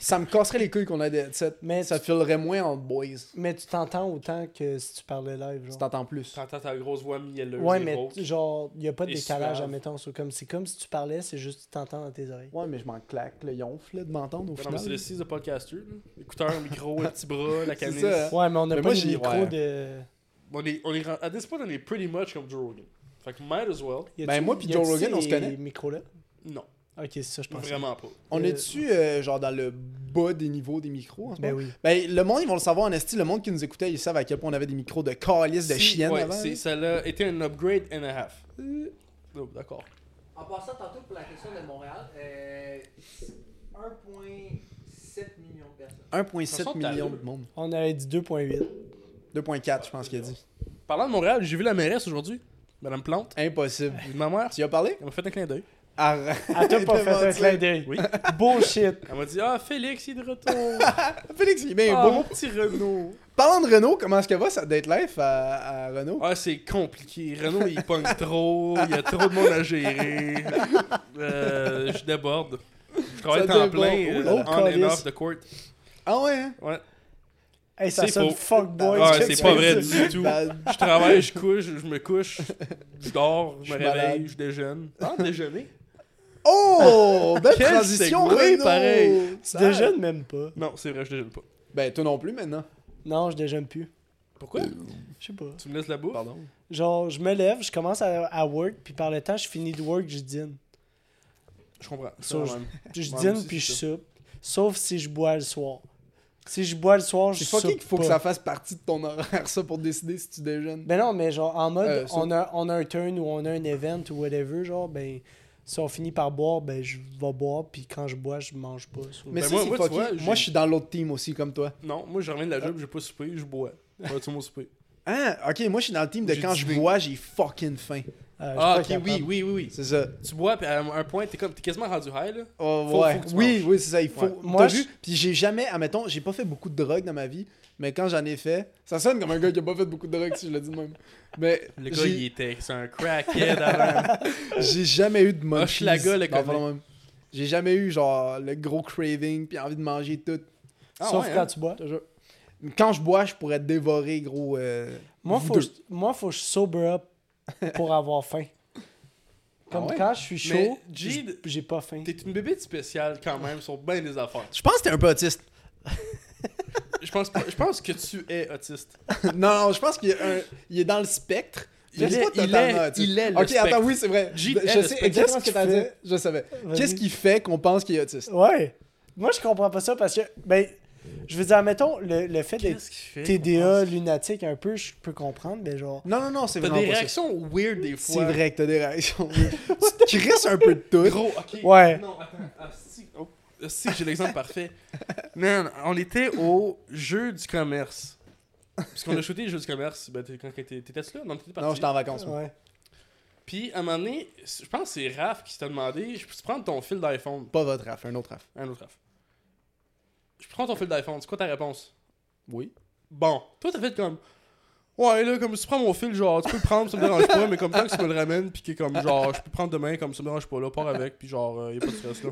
[SPEAKER 1] Ça me casserait les couilles qu'on a des... cette-
[SPEAKER 2] Mais
[SPEAKER 1] Ça
[SPEAKER 2] tu-
[SPEAKER 1] filerait moins en boys.
[SPEAKER 2] Mais tu t'entends autant que si tu parlais live,
[SPEAKER 1] Tu
[SPEAKER 2] genre.
[SPEAKER 1] t'entends plus.
[SPEAKER 3] T'entends ta grosse voix mielleuse.
[SPEAKER 2] Ouais,
[SPEAKER 3] et
[SPEAKER 2] mais
[SPEAKER 3] rauque.
[SPEAKER 2] tu- genre, il n'y a pas de
[SPEAKER 3] Et
[SPEAKER 2] décalage,
[SPEAKER 3] suave.
[SPEAKER 2] admettons. C'est comme, c'est comme si tu parlais, c'est juste que tu t'entends dans tes oreilles.
[SPEAKER 1] Ouais, mais je m'en claque le yonf, là, de m'entendre au
[SPEAKER 3] Ouais, non, mais
[SPEAKER 1] final.
[SPEAKER 3] c'est le 6 de podcaster. là. Écouteur,
[SPEAKER 1] [LAUGHS]
[SPEAKER 3] micro, le petit bras, la
[SPEAKER 1] C'est
[SPEAKER 3] canisse.
[SPEAKER 1] ça, hein.
[SPEAKER 2] Ouais, mais on n'a
[SPEAKER 1] Mais
[SPEAKER 2] pas
[SPEAKER 1] moi,
[SPEAKER 2] de
[SPEAKER 1] j'ai-
[SPEAKER 2] micro
[SPEAKER 1] ouais.
[SPEAKER 2] de.
[SPEAKER 3] On est, on est, rend- à this point, on est pretty much comme Joe Rogan. Fait que might as well.
[SPEAKER 2] Y a-tu-
[SPEAKER 1] Ben, moi puis
[SPEAKER 2] y a-tu
[SPEAKER 1] Joe Rogan, on se
[SPEAKER 2] ces
[SPEAKER 1] connaît.
[SPEAKER 2] micros-là?
[SPEAKER 3] Non,
[SPEAKER 2] Ok, c'est ça, je pense.
[SPEAKER 3] vraiment pas.
[SPEAKER 1] On
[SPEAKER 2] Euh,
[SPEAKER 1] est-tu, euh, genre, dans le bas des niveaux des micros, en ce moment?
[SPEAKER 2] Ben oui.
[SPEAKER 1] Ben, le monde, ils vont le savoir en esti. Le monde qui nous écoutait, ils savent à quel point on avait des micros de calice de
[SPEAKER 3] Si,
[SPEAKER 1] chienne
[SPEAKER 3] ouais,
[SPEAKER 1] avant. hein. Euh.
[SPEAKER 3] c'est- Ça a été un upgrade and a half. Oh, D'accord.
[SPEAKER 4] En passant tantôt pour la question de Montréal, euh, 1,7 million de personnes.
[SPEAKER 1] 1,7
[SPEAKER 3] façon,
[SPEAKER 1] million
[SPEAKER 3] t'as-
[SPEAKER 1] de monde.
[SPEAKER 2] On avait dit
[SPEAKER 1] [LAUGHS]
[SPEAKER 2] 2.8.
[SPEAKER 1] 2,4, je pense qu'il a dit.
[SPEAKER 3] Parlant de Montréal, j'ai vu la mairesse aujourd'hui. Madame Plante.
[SPEAKER 1] Impossible.
[SPEAKER 3] J'ai vu Ma mère.
[SPEAKER 1] Tu y as parlé? Ah,
[SPEAKER 3] Elle m'a fait un clin d'œil.
[SPEAKER 1] Arrête.
[SPEAKER 2] Elle t'a pas
[SPEAKER 1] de
[SPEAKER 2] fait un
[SPEAKER 1] mentir.
[SPEAKER 2] clin d'œil. [LAUGHS]
[SPEAKER 3] Oui.
[SPEAKER 2] Bullshit.
[SPEAKER 3] Elle m'a dit Ah, Félix, il est
[SPEAKER 1] [LAUGHS]
[SPEAKER 3] de retour.
[SPEAKER 1] [LAUGHS] Félix, il est bien
[SPEAKER 3] Ah,
[SPEAKER 1] beau.
[SPEAKER 3] mon petit Renault.
[SPEAKER 1] Parlant de Renault, comment est-ce que va sa date life à, à Renault?
[SPEAKER 3] Ah, c'est compliqué. Renault, il pogne trop. Il y a trop de monde à gérer. Euh, je déborde. Je travaille
[SPEAKER 1] Ça
[SPEAKER 3] temps
[SPEAKER 1] déborde.
[SPEAKER 3] plein
[SPEAKER 1] Oh
[SPEAKER 3] euh,
[SPEAKER 1] là là.
[SPEAKER 3] on and
[SPEAKER 2] Calice.
[SPEAKER 3] off the court.
[SPEAKER 1] Ah ouais? hein?
[SPEAKER 3] Ouais.
[SPEAKER 2] Hey, ça
[SPEAKER 3] C'est
[SPEAKER 2] sonne
[SPEAKER 3] faux.
[SPEAKER 2] fuckboy.
[SPEAKER 3] Ah,
[SPEAKER 2] ce que
[SPEAKER 3] c'est
[SPEAKER 2] tu
[SPEAKER 3] pas
[SPEAKER 2] fais.
[SPEAKER 3] vrai du tout.
[SPEAKER 1] Bad.
[SPEAKER 3] Je travaille, je couche, je me couche, je dors, je
[SPEAKER 1] Je
[SPEAKER 3] me
[SPEAKER 1] suis malade.
[SPEAKER 3] réveille, je déjeune. Ah, déjeuner
[SPEAKER 1] [LAUGHS] Oh! Belle
[SPEAKER 3] Quel
[SPEAKER 1] transition,
[SPEAKER 3] segway,
[SPEAKER 1] Renault!
[SPEAKER 3] pareil.
[SPEAKER 2] Tu
[SPEAKER 1] Ça-
[SPEAKER 2] déjeunes même pas.
[SPEAKER 3] Non, c'est vrai, je déjeune pas.
[SPEAKER 1] Ben, toi non plus maintenant.
[SPEAKER 2] Non, je déjeune plus.
[SPEAKER 3] Pourquoi
[SPEAKER 2] Je sais pas.
[SPEAKER 3] Euh, Tu me laisses la bouffe
[SPEAKER 1] Pardon.
[SPEAKER 2] Genre, je me lève, je commence à, à work, puis par le temps, je finis de work, je dîne.
[SPEAKER 3] Je comprends.
[SPEAKER 2] Ça,
[SPEAKER 3] Ouais, même.
[SPEAKER 2] Puis [LAUGHS] je
[SPEAKER 3] Ouais, moi
[SPEAKER 2] dîne,
[SPEAKER 3] aussi,
[SPEAKER 2] puis
[SPEAKER 3] c'est
[SPEAKER 2] je soupe. Sauf si je bois le soir. Si je bois le soir, je
[SPEAKER 1] C'est
[SPEAKER 2] soupe
[SPEAKER 1] fucké qu'il faut
[SPEAKER 2] pas.
[SPEAKER 1] que ça fasse partie de ton [LAUGHS] horaire, ça, pour décider si tu
[SPEAKER 3] Mm.
[SPEAKER 1] déjeunes.
[SPEAKER 2] Ben non, mais genre, en mode,
[SPEAKER 1] Euh, ça-
[SPEAKER 2] on, a, on a un turn ou on a un event ou whatever, genre, ben, si on finit par boire, ben, je vais boire, puis quand je bois, je mange pas. ça.
[SPEAKER 1] Mais
[SPEAKER 3] Ben,
[SPEAKER 1] ça,
[SPEAKER 3] moi-
[SPEAKER 1] c'est
[SPEAKER 3] moi, tu
[SPEAKER 1] fucké.
[SPEAKER 3] vois, j'ai-
[SPEAKER 1] moi, je suis dans l'autre team aussi, comme toi.
[SPEAKER 3] Non, moi, je reviens de la job, j'ai pas soupé, je bois. Ouais, tu m'as soupé.
[SPEAKER 1] Hein? Ok, moi je suis dans le team de
[SPEAKER 3] J'ai
[SPEAKER 1] quand je
[SPEAKER 3] dîné.
[SPEAKER 1] bois, j'ai fucking faim.
[SPEAKER 2] Euh, je suis
[SPEAKER 3] Ah,
[SPEAKER 2] pas
[SPEAKER 3] ok,
[SPEAKER 2] capable.
[SPEAKER 3] oui, oui, oui, oui.
[SPEAKER 1] C'est ça.
[SPEAKER 3] Tu bois, puis à un point, t'es comme- t'es quasiment rendu high, là.
[SPEAKER 1] Oh,
[SPEAKER 3] Faut-
[SPEAKER 1] ouais.
[SPEAKER 3] faut que tu
[SPEAKER 1] oui,
[SPEAKER 3] manges.
[SPEAKER 1] oui, c'est ça. Il faut.
[SPEAKER 3] Ouais.
[SPEAKER 1] Moi,
[SPEAKER 2] Moi,
[SPEAKER 1] T'as
[SPEAKER 2] je-
[SPEAKER 1] vu? Puis j'ai jamais, admettons, j'ai pas fait beaucoup de drogue dans ma vie, mais quand j'en ai fait, ça sonne comme un gars qui a pas fait beaucoup de drogue si je le dis de même. Mais
[SPEAKER 3] Le gars, il
[SPEAKER 1] j'ai
[SPEAKER 3] était. C'est un crackhead avant.
[SPEAKER 1] j'ai jamais
[SPEAKER 3] Ah,
[SPEAKER 1] eu de munchies.
[SPEAKER 3] Hochelaga, le
[SPEAKER 1] Dans
[SPEAKER 3] connaît.
[SPEAKER 1] fond, même. J'ai jamais eu genre le gros craving puis envie de manger tout.
[SPEAKER 3] Ah,
[SPEAKER 2] Sauf
[SPEAKER 3] ouais,
[SPEAKER 2] quand
[SPEAKER 3] hein?
[SPEAKER 2] tu bois.
[SPEAKER 1] Je te jure. Quand je bois, je pourrais dévorer gros. euh,
[SPEAKER 2] Moi,
[SPEAKER 1] vous
[SPEAKER 2] faut,
[SPEAKER 1] deux.
[SPEAKER 2] que je- moi, faut que je sober
[SPEAKER 1] [LAUGHS]
[SPEAKER 2] up pour avoir faim. Comme
[SPEAKER 1] Ah ouais?
[SPEAKER 2] quand je suis
[SPEAKER 3] Mais,
[SPEAKER 2] chaud,
[SPEAKER 3] G,
[SPEAKER 2] j- j'ai pas faim.
[SPEAKER 3] T'es une bébête spéciale quand même sur bien des affaires.
[SPEAKER 1] Je pense que t'es un peu autiste.
[SPEAKER 3] Je pense, pas- je pense que tu es autiste.
[SPEAKER 1] [LAUGHS] non, non, je pense qu'il est, un- il est dans le spectre.
[SPEAKER 3] Il
[SPEAKER 1] Mais c'est
[SPEAKER 3] est-
[SPEAKER 1] pas
[SPEAKER 3] il
[SPEAKER 1] totalement
[SPEAKER 3] est-
[SPEAKER 1] autiste.
[SPEAKER 3] il est le
[SPEAKER 1] Ok,
[SPEAKER 3] spectre.
[SPEAKER 1] attends, oui, c'est vrai.
[SPEAKER 3] J-
[SPEAKER 1] Je
[SPEAKER 3] est le
[SPEAKER 1] sais
[SPEAKER 3] spectre.
[SPEAKER 1] exactement ce que
[SPEAKER 2] Qu'est-ce
[SPEAKER 1] t'as
[SPEAKER 2] qu'il
[SPEAKER 1] dit.
[SPEAKER 2] fait?
[SPEAKER 1] Je savais.
[SPEAKER 2] Vas-y.
[SPEAKER 1] Qu'est-ce qui fait qu'on pense qu'il est autiste?
[SPEAKER 2] Ouais. Moi, je comprends pas ça parce que, ben, je veux dire, mettons, le, le fait d'être
[SPEAKER 3] qu'il fait
[SPEAKER 2] TDA lunatique un peu, je peux comprendre, mais genre.
[SPEAKER 1] Non, non, non, c'est
[SPEAKER 3] T'as
[SPEAKER 1] vraiment
[SPEAKER 3] des
[SPEAKER 1] pas ça.
[SPEAKER 3] réactions weird des fois.
[SPEAKER 1] C'est vrai que t'as des réactions. [LAUGHS] tu crisses un peu de tout.
[SPEAKER 3] Gros, ok.
[SPEAKER 2] Ouais.
[SPEAKER 3] Non, attends. Ah, si, oh, ah, si, j'ai l'exemple parfait. Non, non, on était au jeu du commerce. Parce qu'on a shooté le jeu du commerce. Ben, t'es- quand t'étais t'étais là? Non, t'étais parti.
[SPEAKER 1] Non, j'étais en vacances. moi.
[SPEAKER 2] Ouais.
[SPEAKER 3] Puis, à un moment donné, je pense que c'est Raph qui t'a demandé Je peux prendre ton fil d'iPhone
[SPEAKER 1] Pas votre raf, un autre raf.
[SPEAKER 3] Un autre Raph. Je prends ton fil d'iPhone. C'est quoi ta réponse
[SPEAKER 1] Oui.
[SPEAKER 3] Bon, toi t'as fait comme Ouais là comme tu prends mon fil genre tu peux le prendre ça me dérange pas mais comme tant que tu me le ramènes puis que comme genre je peux prendre demain comme ça me dérange pas là pars avec puis genre euh, y a pas de
[SPEAKER 2] [LAUGHS]
[SPEAKER 3] stress là.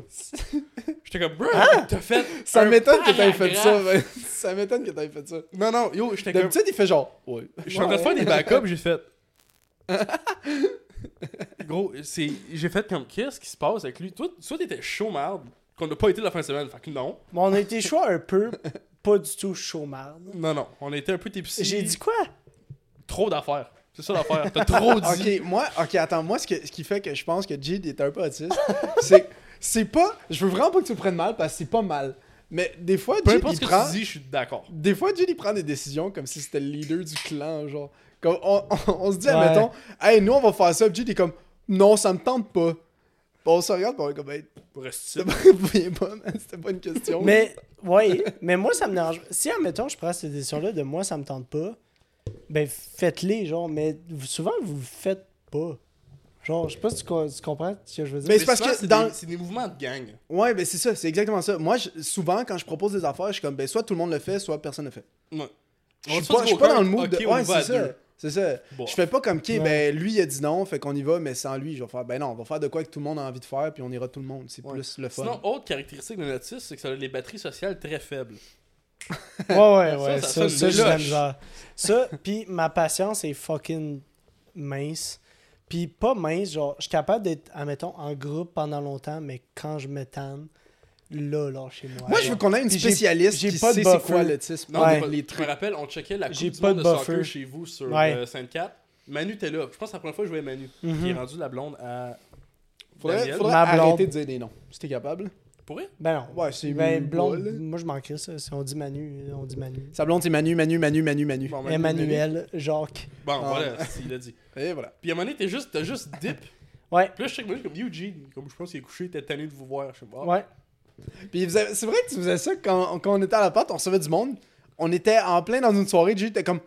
[SPEAKER 3] J'étais comme bro
[SPEAKER 2] Hein?
[SPEAKER 3] t'as fait
[SPEAKER 1] Ça
[SPEAKER 3] un
[SPEAKER 1] m'étonne que t'aies fait ça.
[SPEAKER 3] paragraphe.
[SPEAKER 1] ben. [LAUGHS] Ça m'étonne que t'aies fait ça.
[SPEAKER 3] Non non yo j'étais comme
[SPEAKER 1] D'habitude, il fait genre. Oui.
[SPEAKER 2] [LAUGHS]
[SPEAKER 3] je suis en train de faire des backups j'ai fait Gros, c'est... j'ai fait comme, qu'est-ce qui se passe avec lui? Toi, soit t'étais chaud, merde, qu'on n'a pas été la fin de semaine. Fait que non.
[SPEAKER 2] Mais on a été chaud
[SPEAKER 1] [LAUGHS]
[SPEAKER 2] un peu, pas du tout chaud marde.
[SPEAKER 3] Non, non. On était un peu tipsy.
[SPEAKER 2] J'ai dit quoi?
[SPEAKER 3] trop d'affaires. C'est ça l'affaire. T'as trop
[SPEAKER 1] [LAUGHS]
[SPEAKER 3] dit.
[SPEAKER 1] Ok, moi, ok, attends, moi, ce, que- ce qui fait que je pense que Jid est un peu autiste, [LAUGHS] c'est que c'est pas. Je veux vraiment pas que tu le prennes mal parce que c'est pas mal. Mais des fois,
[SPEAKER 3] Peu
[SPEAKER 1] Jid,
[SPEAKER 3] importe
[SPEAKER 1] il
[SPEAKER 3] ce que
[SPEAKER 1] prend.
[SPEAKER 3] tu dis, je suis d'accord.
[SPEAKER 1] Des fois, Jid, il prend des décisions comme si c'était le leader du clan, genre. Comme on, on- on se dit,
[SPEAKER 2] Ouais.
[SPEAKER 1] admettons, hey, nous, on va faire ça. Puis Jid est comme, non, ça me tente pas. Puis on se regarde, puis on est comme, hey,
[SPEAKER 3] Reste
[SPEAKER 1] c'était pas- [LAUGHS] vous voyez pas, man, c'était pas une question.
[SPEAKER 2] Mais, ouais, mais moi, ça me dérange. Si, admettons, je prends cette décision-là de moi, ça me tente pas, ben, faites-les, genre, mais vous- souvent, vous le faites pas. Genre, je sais pas si tu, co- tu comprends ce que je veux dire.
[SPEAKER 1] Mais c'est parce que
[SPEAKER 3] c'est
[SPEAKER 1] dans-
[SPEAKER 3] des, c'est des mouvements de gang.
[SPEAKER 1] Ouais, ben c'est ça, c'est exactement ça. Moi, je- souvent, quand je propose des affaires, je suis comme, ben soit tout le monde le fait, soit personne le fait.
[SPEAKER 3] Ouais.
[SPEAKER 1] Je
[SPEAKER 3] On
[SPEAKER 1] suis
[SPEAKER 3] se fait
[SPEAKER 1] pas,
[SPEAKER 3] du
[SPEAKER 1] je suis pas
[SPEAKER 3] poker,
[SPEAKER 1] dans le mood
[SPEAKER 3] ok,
[SPEAKER 1] de.
[SPEAKER 3] on
[SPEAKER 1] Ouais,
[SPEAKER 3] y va à
[SPEAKER 1] c'est ça.
[SPEAKER 3] deux.
[SPEAKER 1] C'est ça.
[SPEAKER 3] Bon.
[SPEAKER 1] Je fais pas comme, ok,
[SPEAKER 2] Ouais.
[SPEAKER 1] ben lui, il a dit non, fait qu'on y va, mais sans lui, je vais faire, ben non, on va faire de quoi que tout le monde a envie de faire, puis on ira tout le monde. C'est
[SPEAKER 3] Ouais.
[SPEAKER 1] plus le fun.
[SPEAKER 3] Sinon, autre caractéristique de notre c'est que ça a les batteries sociales très faibles.
[SPEAKER 2] Ouais, ouais, ouais. Ça,
[SPEAKER 3] ça
[SPEAKER 2] ça,
[SPEAKER 3] sonne
[SPEAKER 2] j'ai de la
[SPEAKER 3] louche.
[SPEAKER 2] misère. Ça, puis ma patience est fucking mince. Puis pas mince, genre, je suis capable d'être, admettons, en groupe pendant longtemps, mais quand je me tanne, là, là, chez moi.
[SPEAKER 1] Moi, je
[SPEAKER 2] genre.
[SPEAKER 1] veux qu'on ait une
[SPEAKER 2] Puis j'ai-
[SPEAKER 1] spécialiste
[SPEAKER 2] j'ai
[SPEAKER 1] qui
[SPEAKER 2] pas de
[SPEAKER 1] sait c'est
[SPEAKER 2] buffer.
[SPEAKER 1] quoi l'autisme.
[SPEAKER 3] Non,
[SPEAKER 2] Ouais.
[SPEAKER 3] mais pas- je me rappelle, on checkait la
[SPEAKER 2] J'ai
[SPEAKER 3] Coupe du
[SPEAKER 2] pas de
[SPEAKER 3] monde de,
[SPEAKER 2] buffer.
[SPEAKER 3] soccer chez vous sur
[SPEAKER 2] Ouais.
[SPEAKER 3] euh, Sainte-Cat. Manu était là. Je pense que c'est la première fois que je voyais Manu,
[SPEAKER 2] Mhm.
[SPEAKER 3] qui est rendu la blonde à.
[SPEAKER 1] Mm-hmm. Faudrait,
[SPEAKER 3] Daniel.
[SPEAKER 1] faudrait
[SPEAKER 2] Ma blonde.
[SPEAKER 1] arrêter de dire des noms, si t'es capable.
[SPEAKER 3] Pourrait?
[SPEAKER 2] Ben non.
[SPEAKER 1] Ouais, c'est
[SPEAKER 2] Ben,
[SPEAKER 1] une
[SPEAKER 2] blonde,
[SPEAKER 1] boule.
[SPEAKER 2] moi, je m'en crée ça. Si on dit Manu, on dit Manu.
[SPEAKER 1] Sa blonde, c'est Manu, Manu, Manu, Manu, Manu.
[SPEAKER 3] Bon, Manu,
[SPEAKER 2] Emmanuel, Jacques.
[SPEAKER 3] Bon,
[SPEAKER 1] Ah.
[SPEAKER 3] voilà, c'est- il l'a dit.
[SPEAKER 1] Et voilà.
[SPEAKER 3] Puis à un moment donné, t'es juste, t'as juste dip.
[SPEAKER 2] Ouais,
[SPEAKER 3] Puis là, je check Manu, je suis comme Eugene. Comme je pense qu'il est couché, il était tanné de vous voir. Je sais pas.
[SPEAKER 2] ouais.
[SPEAKER 1] Puis il faisait- c'est vrai que tu faisais ça quand, quand on était à la pâte, on recevait du monde. On était en plein dans une soirée, Jay était comme,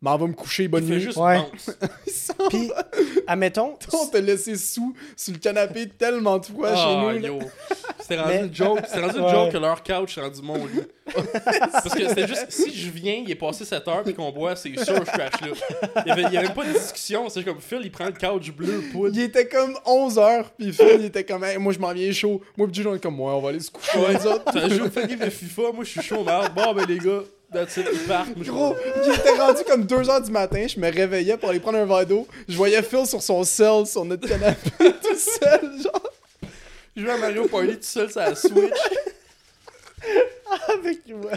[SPEAKER 1] m'en va me coucher, bonne
[SPEAKER 3] Il fait
[SPEAKER 1] nuit. [LAUGHS]
[SPEAKER 3] juste
[SPEAKER 2] Ouais.
[SPEAKER 3] bounce.
[SPEAKER 1] Il s'en
[SPEAKER 2] Puis, [LAUGHS] admettons,
[SPEAKER 1] va. [LAUGHS] on t'a laissé sous sur le canapé tellement de fois chez
[SPEAKER 3] Ah,
[SPEAKER 1] nous. là.
[SPEAKER 3] yo. C'était rendu
[SPEAKER 2] Mais-
[SPEAKER 3] une joke. C'était rendu une
[SPEAKER 2] Ouais.
[SPEAKER 3] joke que leur couch est rendu mon lit. Parce que c'était juste, si je viens, il est passé 7 heures puis qu'on boit, c'est sûr je crash là. Il y avait, il y avait même pas de discussion. C'est comme Phil, il prend le couch bleu poudre.
[SPEAKER 1] Il était comme 11h, puis Phil, il était comme, Hey, moi je m'en viens chaud. Moi, puis Jay, on est comme, ouais, on va aller se coucher. les autres.
[SPEAKER 3] Ça joue au fucking game de FIFA, moi je suis chaud, merde. Bon, ben les gars, that's it, ils partent. Moi, je-
[SPEAKER 1] Gros, j'étais rendu comme 2h du matin, je me réveillais pour aller prendre un verre d'eau. Je voyais Phil sur son cell, sur notre canapé, [LAUGHS] tout seul, genre.
[SPEAKER 3] Je joue à Mario Party tout seul sur la Switch.
[SPEAKER 2] avec moi,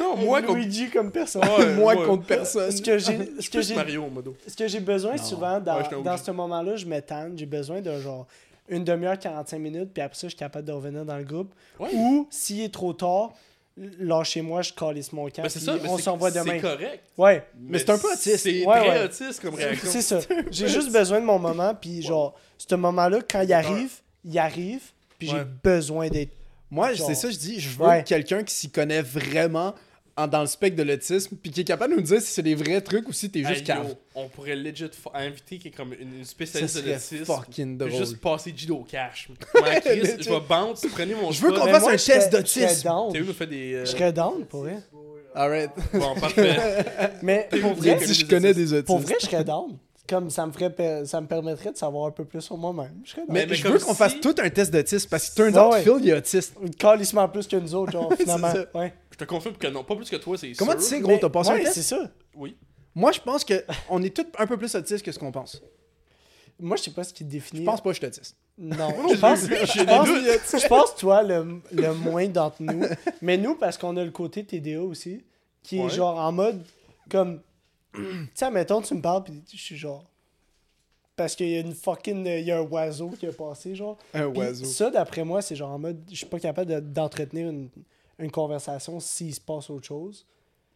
[SPEAKER 3] Non, moi qu'on.
[SPEAKER 2] Luigi comme personne.
[SPEAKER 3] Ouais,
[SPEAKER 1] moi
[SPEAKER 3] ouais.
[SPEAKER 1] contre personne.
[SPEAKER 2] Ce que j'ai, [LAUGHS] ce que
[SPEAKER 3] Plus
[SPEAKER 2] j'ai
[SPEAKER 3] Mario, modo.
[SPEAKER 2] ce que j'ai besoin souvent dans,
[SPEAKER 3] Ouais, j'étais
[SPEAKER 2] dans
[SPEAKER 3] obligé.
[SPEAKER 2] ce moment-là, je m'étane. J'ai besoin de genre une demi-heure, 45 minutes, puis après ça, je suis capable de revenir dans le groupe.
[SPEAKER 3] Ouais.
[SPEAKER 2] Ou s'il est trop tard, là chez moi, je calisse mon camp.
[SPEAKER 3] Ben c'est
[SPEAKER 2] puis
[SPEAKER 3] ça, mais
[SPEAKER 2] on
[SPEAKER 3] c'est-
[SPEAKER 2] s'envoie
[SPEAKER 3] C'est
[SPEAKER 2] demain.
[SPEAKER 3] correct.
[SPEAKER 2] Ouais,
[SPEAKER 3] Mais
[SPEAKER 1] c'est un peu autiste.
[SPEAKER 3] C'est
[SPEAKER 2] Ouais,
[SPEAKER 3] très
[SPEAKER 2] ouais.
[SPEAKER 3] autiste comme réaction.
[SPEAKER 2] c'est
[SPEAKER 3] [LAUGHS]
[SPEAKER 2] ça. J'ai juste besoin de mon moment, puis genre, ce moment-là, quand il arrive, il arrive, puis j'ai
[SPEAKER 3] Ouais.
[SPEAKER 2] besoin d'être.
[SPEAKER 1] Moi,
[SPEAKER 2] Genre.
[SPEAKER 1] c'est ça, je dis, je veux
[SPEAKER 2] Ouais.
[SPEAKER 1] quelqu'un qui s'y connaît vraiment en- dans le spectre de l'autisme, puis qui est capable de nous dire si c'est des vrais trucs ou si t'es juste
[SPEAKER 3] Hey,
[SPEAKER 1] cave.
[SPEAKER 3] yo, on pourrait legit fa- inviter qui est comme une, une
[SPEAKER 1] Ça
[SPEAKER 3] spécialiste de
[SPEAKER 1] serait
[SPEAKER 3] l'autisme.
[SPEAKER 1] fucking drôle.
[SPEAKER 3] Juste passer Jido au
[SPEAKER 1] [LAUGHS]
[SPEAKER 3] cash. Ma Chris,
[SPEAKER 1] Legit.
[SPEAKER 3] je vais bounce, prenez mon
[SPEAKER 1] Je veux
[SPEAKER 3] spot.
[SPEAKER 1] qu'on
[SPEAKER 2] Mais
[SPEAKER 1] fasse
[SPEAKER 2] moi,
[SPEAKER 1] un
[SPEAKER 2] je
[SPEAKER 1] test
[SPEAKER 2] serais- je serais
[SPEAKER 1] d'autisme.
[SPEAKER 2] down.
[SPEAKER 3] T'as eu, nous fait des. euh,
[SPEAKER 2] Je serais down, pour vrai.
[SPEAKER 1] Alright.
[SPEAKER 3] Bon,
[SPEAKER 1] [LAUGHS]
[SPEAKER 3] parfait.
[SPEAKER 2] Mais pour
[SPEAKER 3] T'as eu
[SPEAKER 2] vrai,
[SPEAKER 3] des-
[SPEAKER 1] si je connais des autistes.
[SPEAKER 2] pour vrai, je serais down. Comme ça me, ferait, pe- ça me permettrait de savoir un peu plus sur moi-même. Je serais down.
[SPEAKER 1] Mais,
[SPEAKER 3] Ouais, mais
[SPEAKER 1] je
[SPEAKER 3] comme
[SPEAKER 1] veux qu'on
[SPEAKER 3] si-
[SPEAKER 1] fasse tout un test d'autisme, parce que turns
[SPEAKER 2] Ah
[SPEAKER 1] out,
[SPEAKER 2] ouais.
[SPEAKER 1] Phil, il est autiste.
[SPEAKER 2] calissement plus que nous autres,
[SPEAKER 1] [LAUGHS]
[SPEAKER 2] genre, finalement.
[SPEAKER 1] C'est
[SPEAKER 2] Ouais.
[SPEAKER 3] Je te confirme que non, pas plus que toi, c'est
[SPEAKER 1] Comment
[SPEAKER 3] sûr.
[SPEAKER 1] tu sais, gros, t'as passé
[SPEAKER 2] ouais,
[SPEAKER 1] un
[SPEAKER 2] c'est
[SPEAKER 1] test?
[SPEAKER 2] ça.
[SPEAKER 3] Oui.
[SPEAKER 1] Moi, je pense que on est tous un peu plus autistes que ce qu'on pense.
[SPEAKER 2] Moi, je sais pas ce qui définit.
[SPEAKER 1] Je pense pas que je suis autiste. [LAUGHS]
[SPEAKER 2] Non, je pense. Je pense, je pense, toi, le, le moins d'entre nous. Mais nous, parce qu'on a le côté TDA aussi, qui est
[SPEAKER 3] Ouais.
[SPEAKER 2] genre en mode comme. [CLEARS THROAT] Tu sais, mettons, tu me parles, puis je suis genre. Parce qu'il y a une fucking. Il y a un oiseau qui a passé, genre.
[SPEAKER 1] Un
[SPEAKER 2] Puis
[SPEAKER 1] oiseau.
[SPEAKER 2] Ça, d'après moi, c'est genre en mode, je suis pas capable de- d'entretenir une, une conversation s'il se passe autre chose.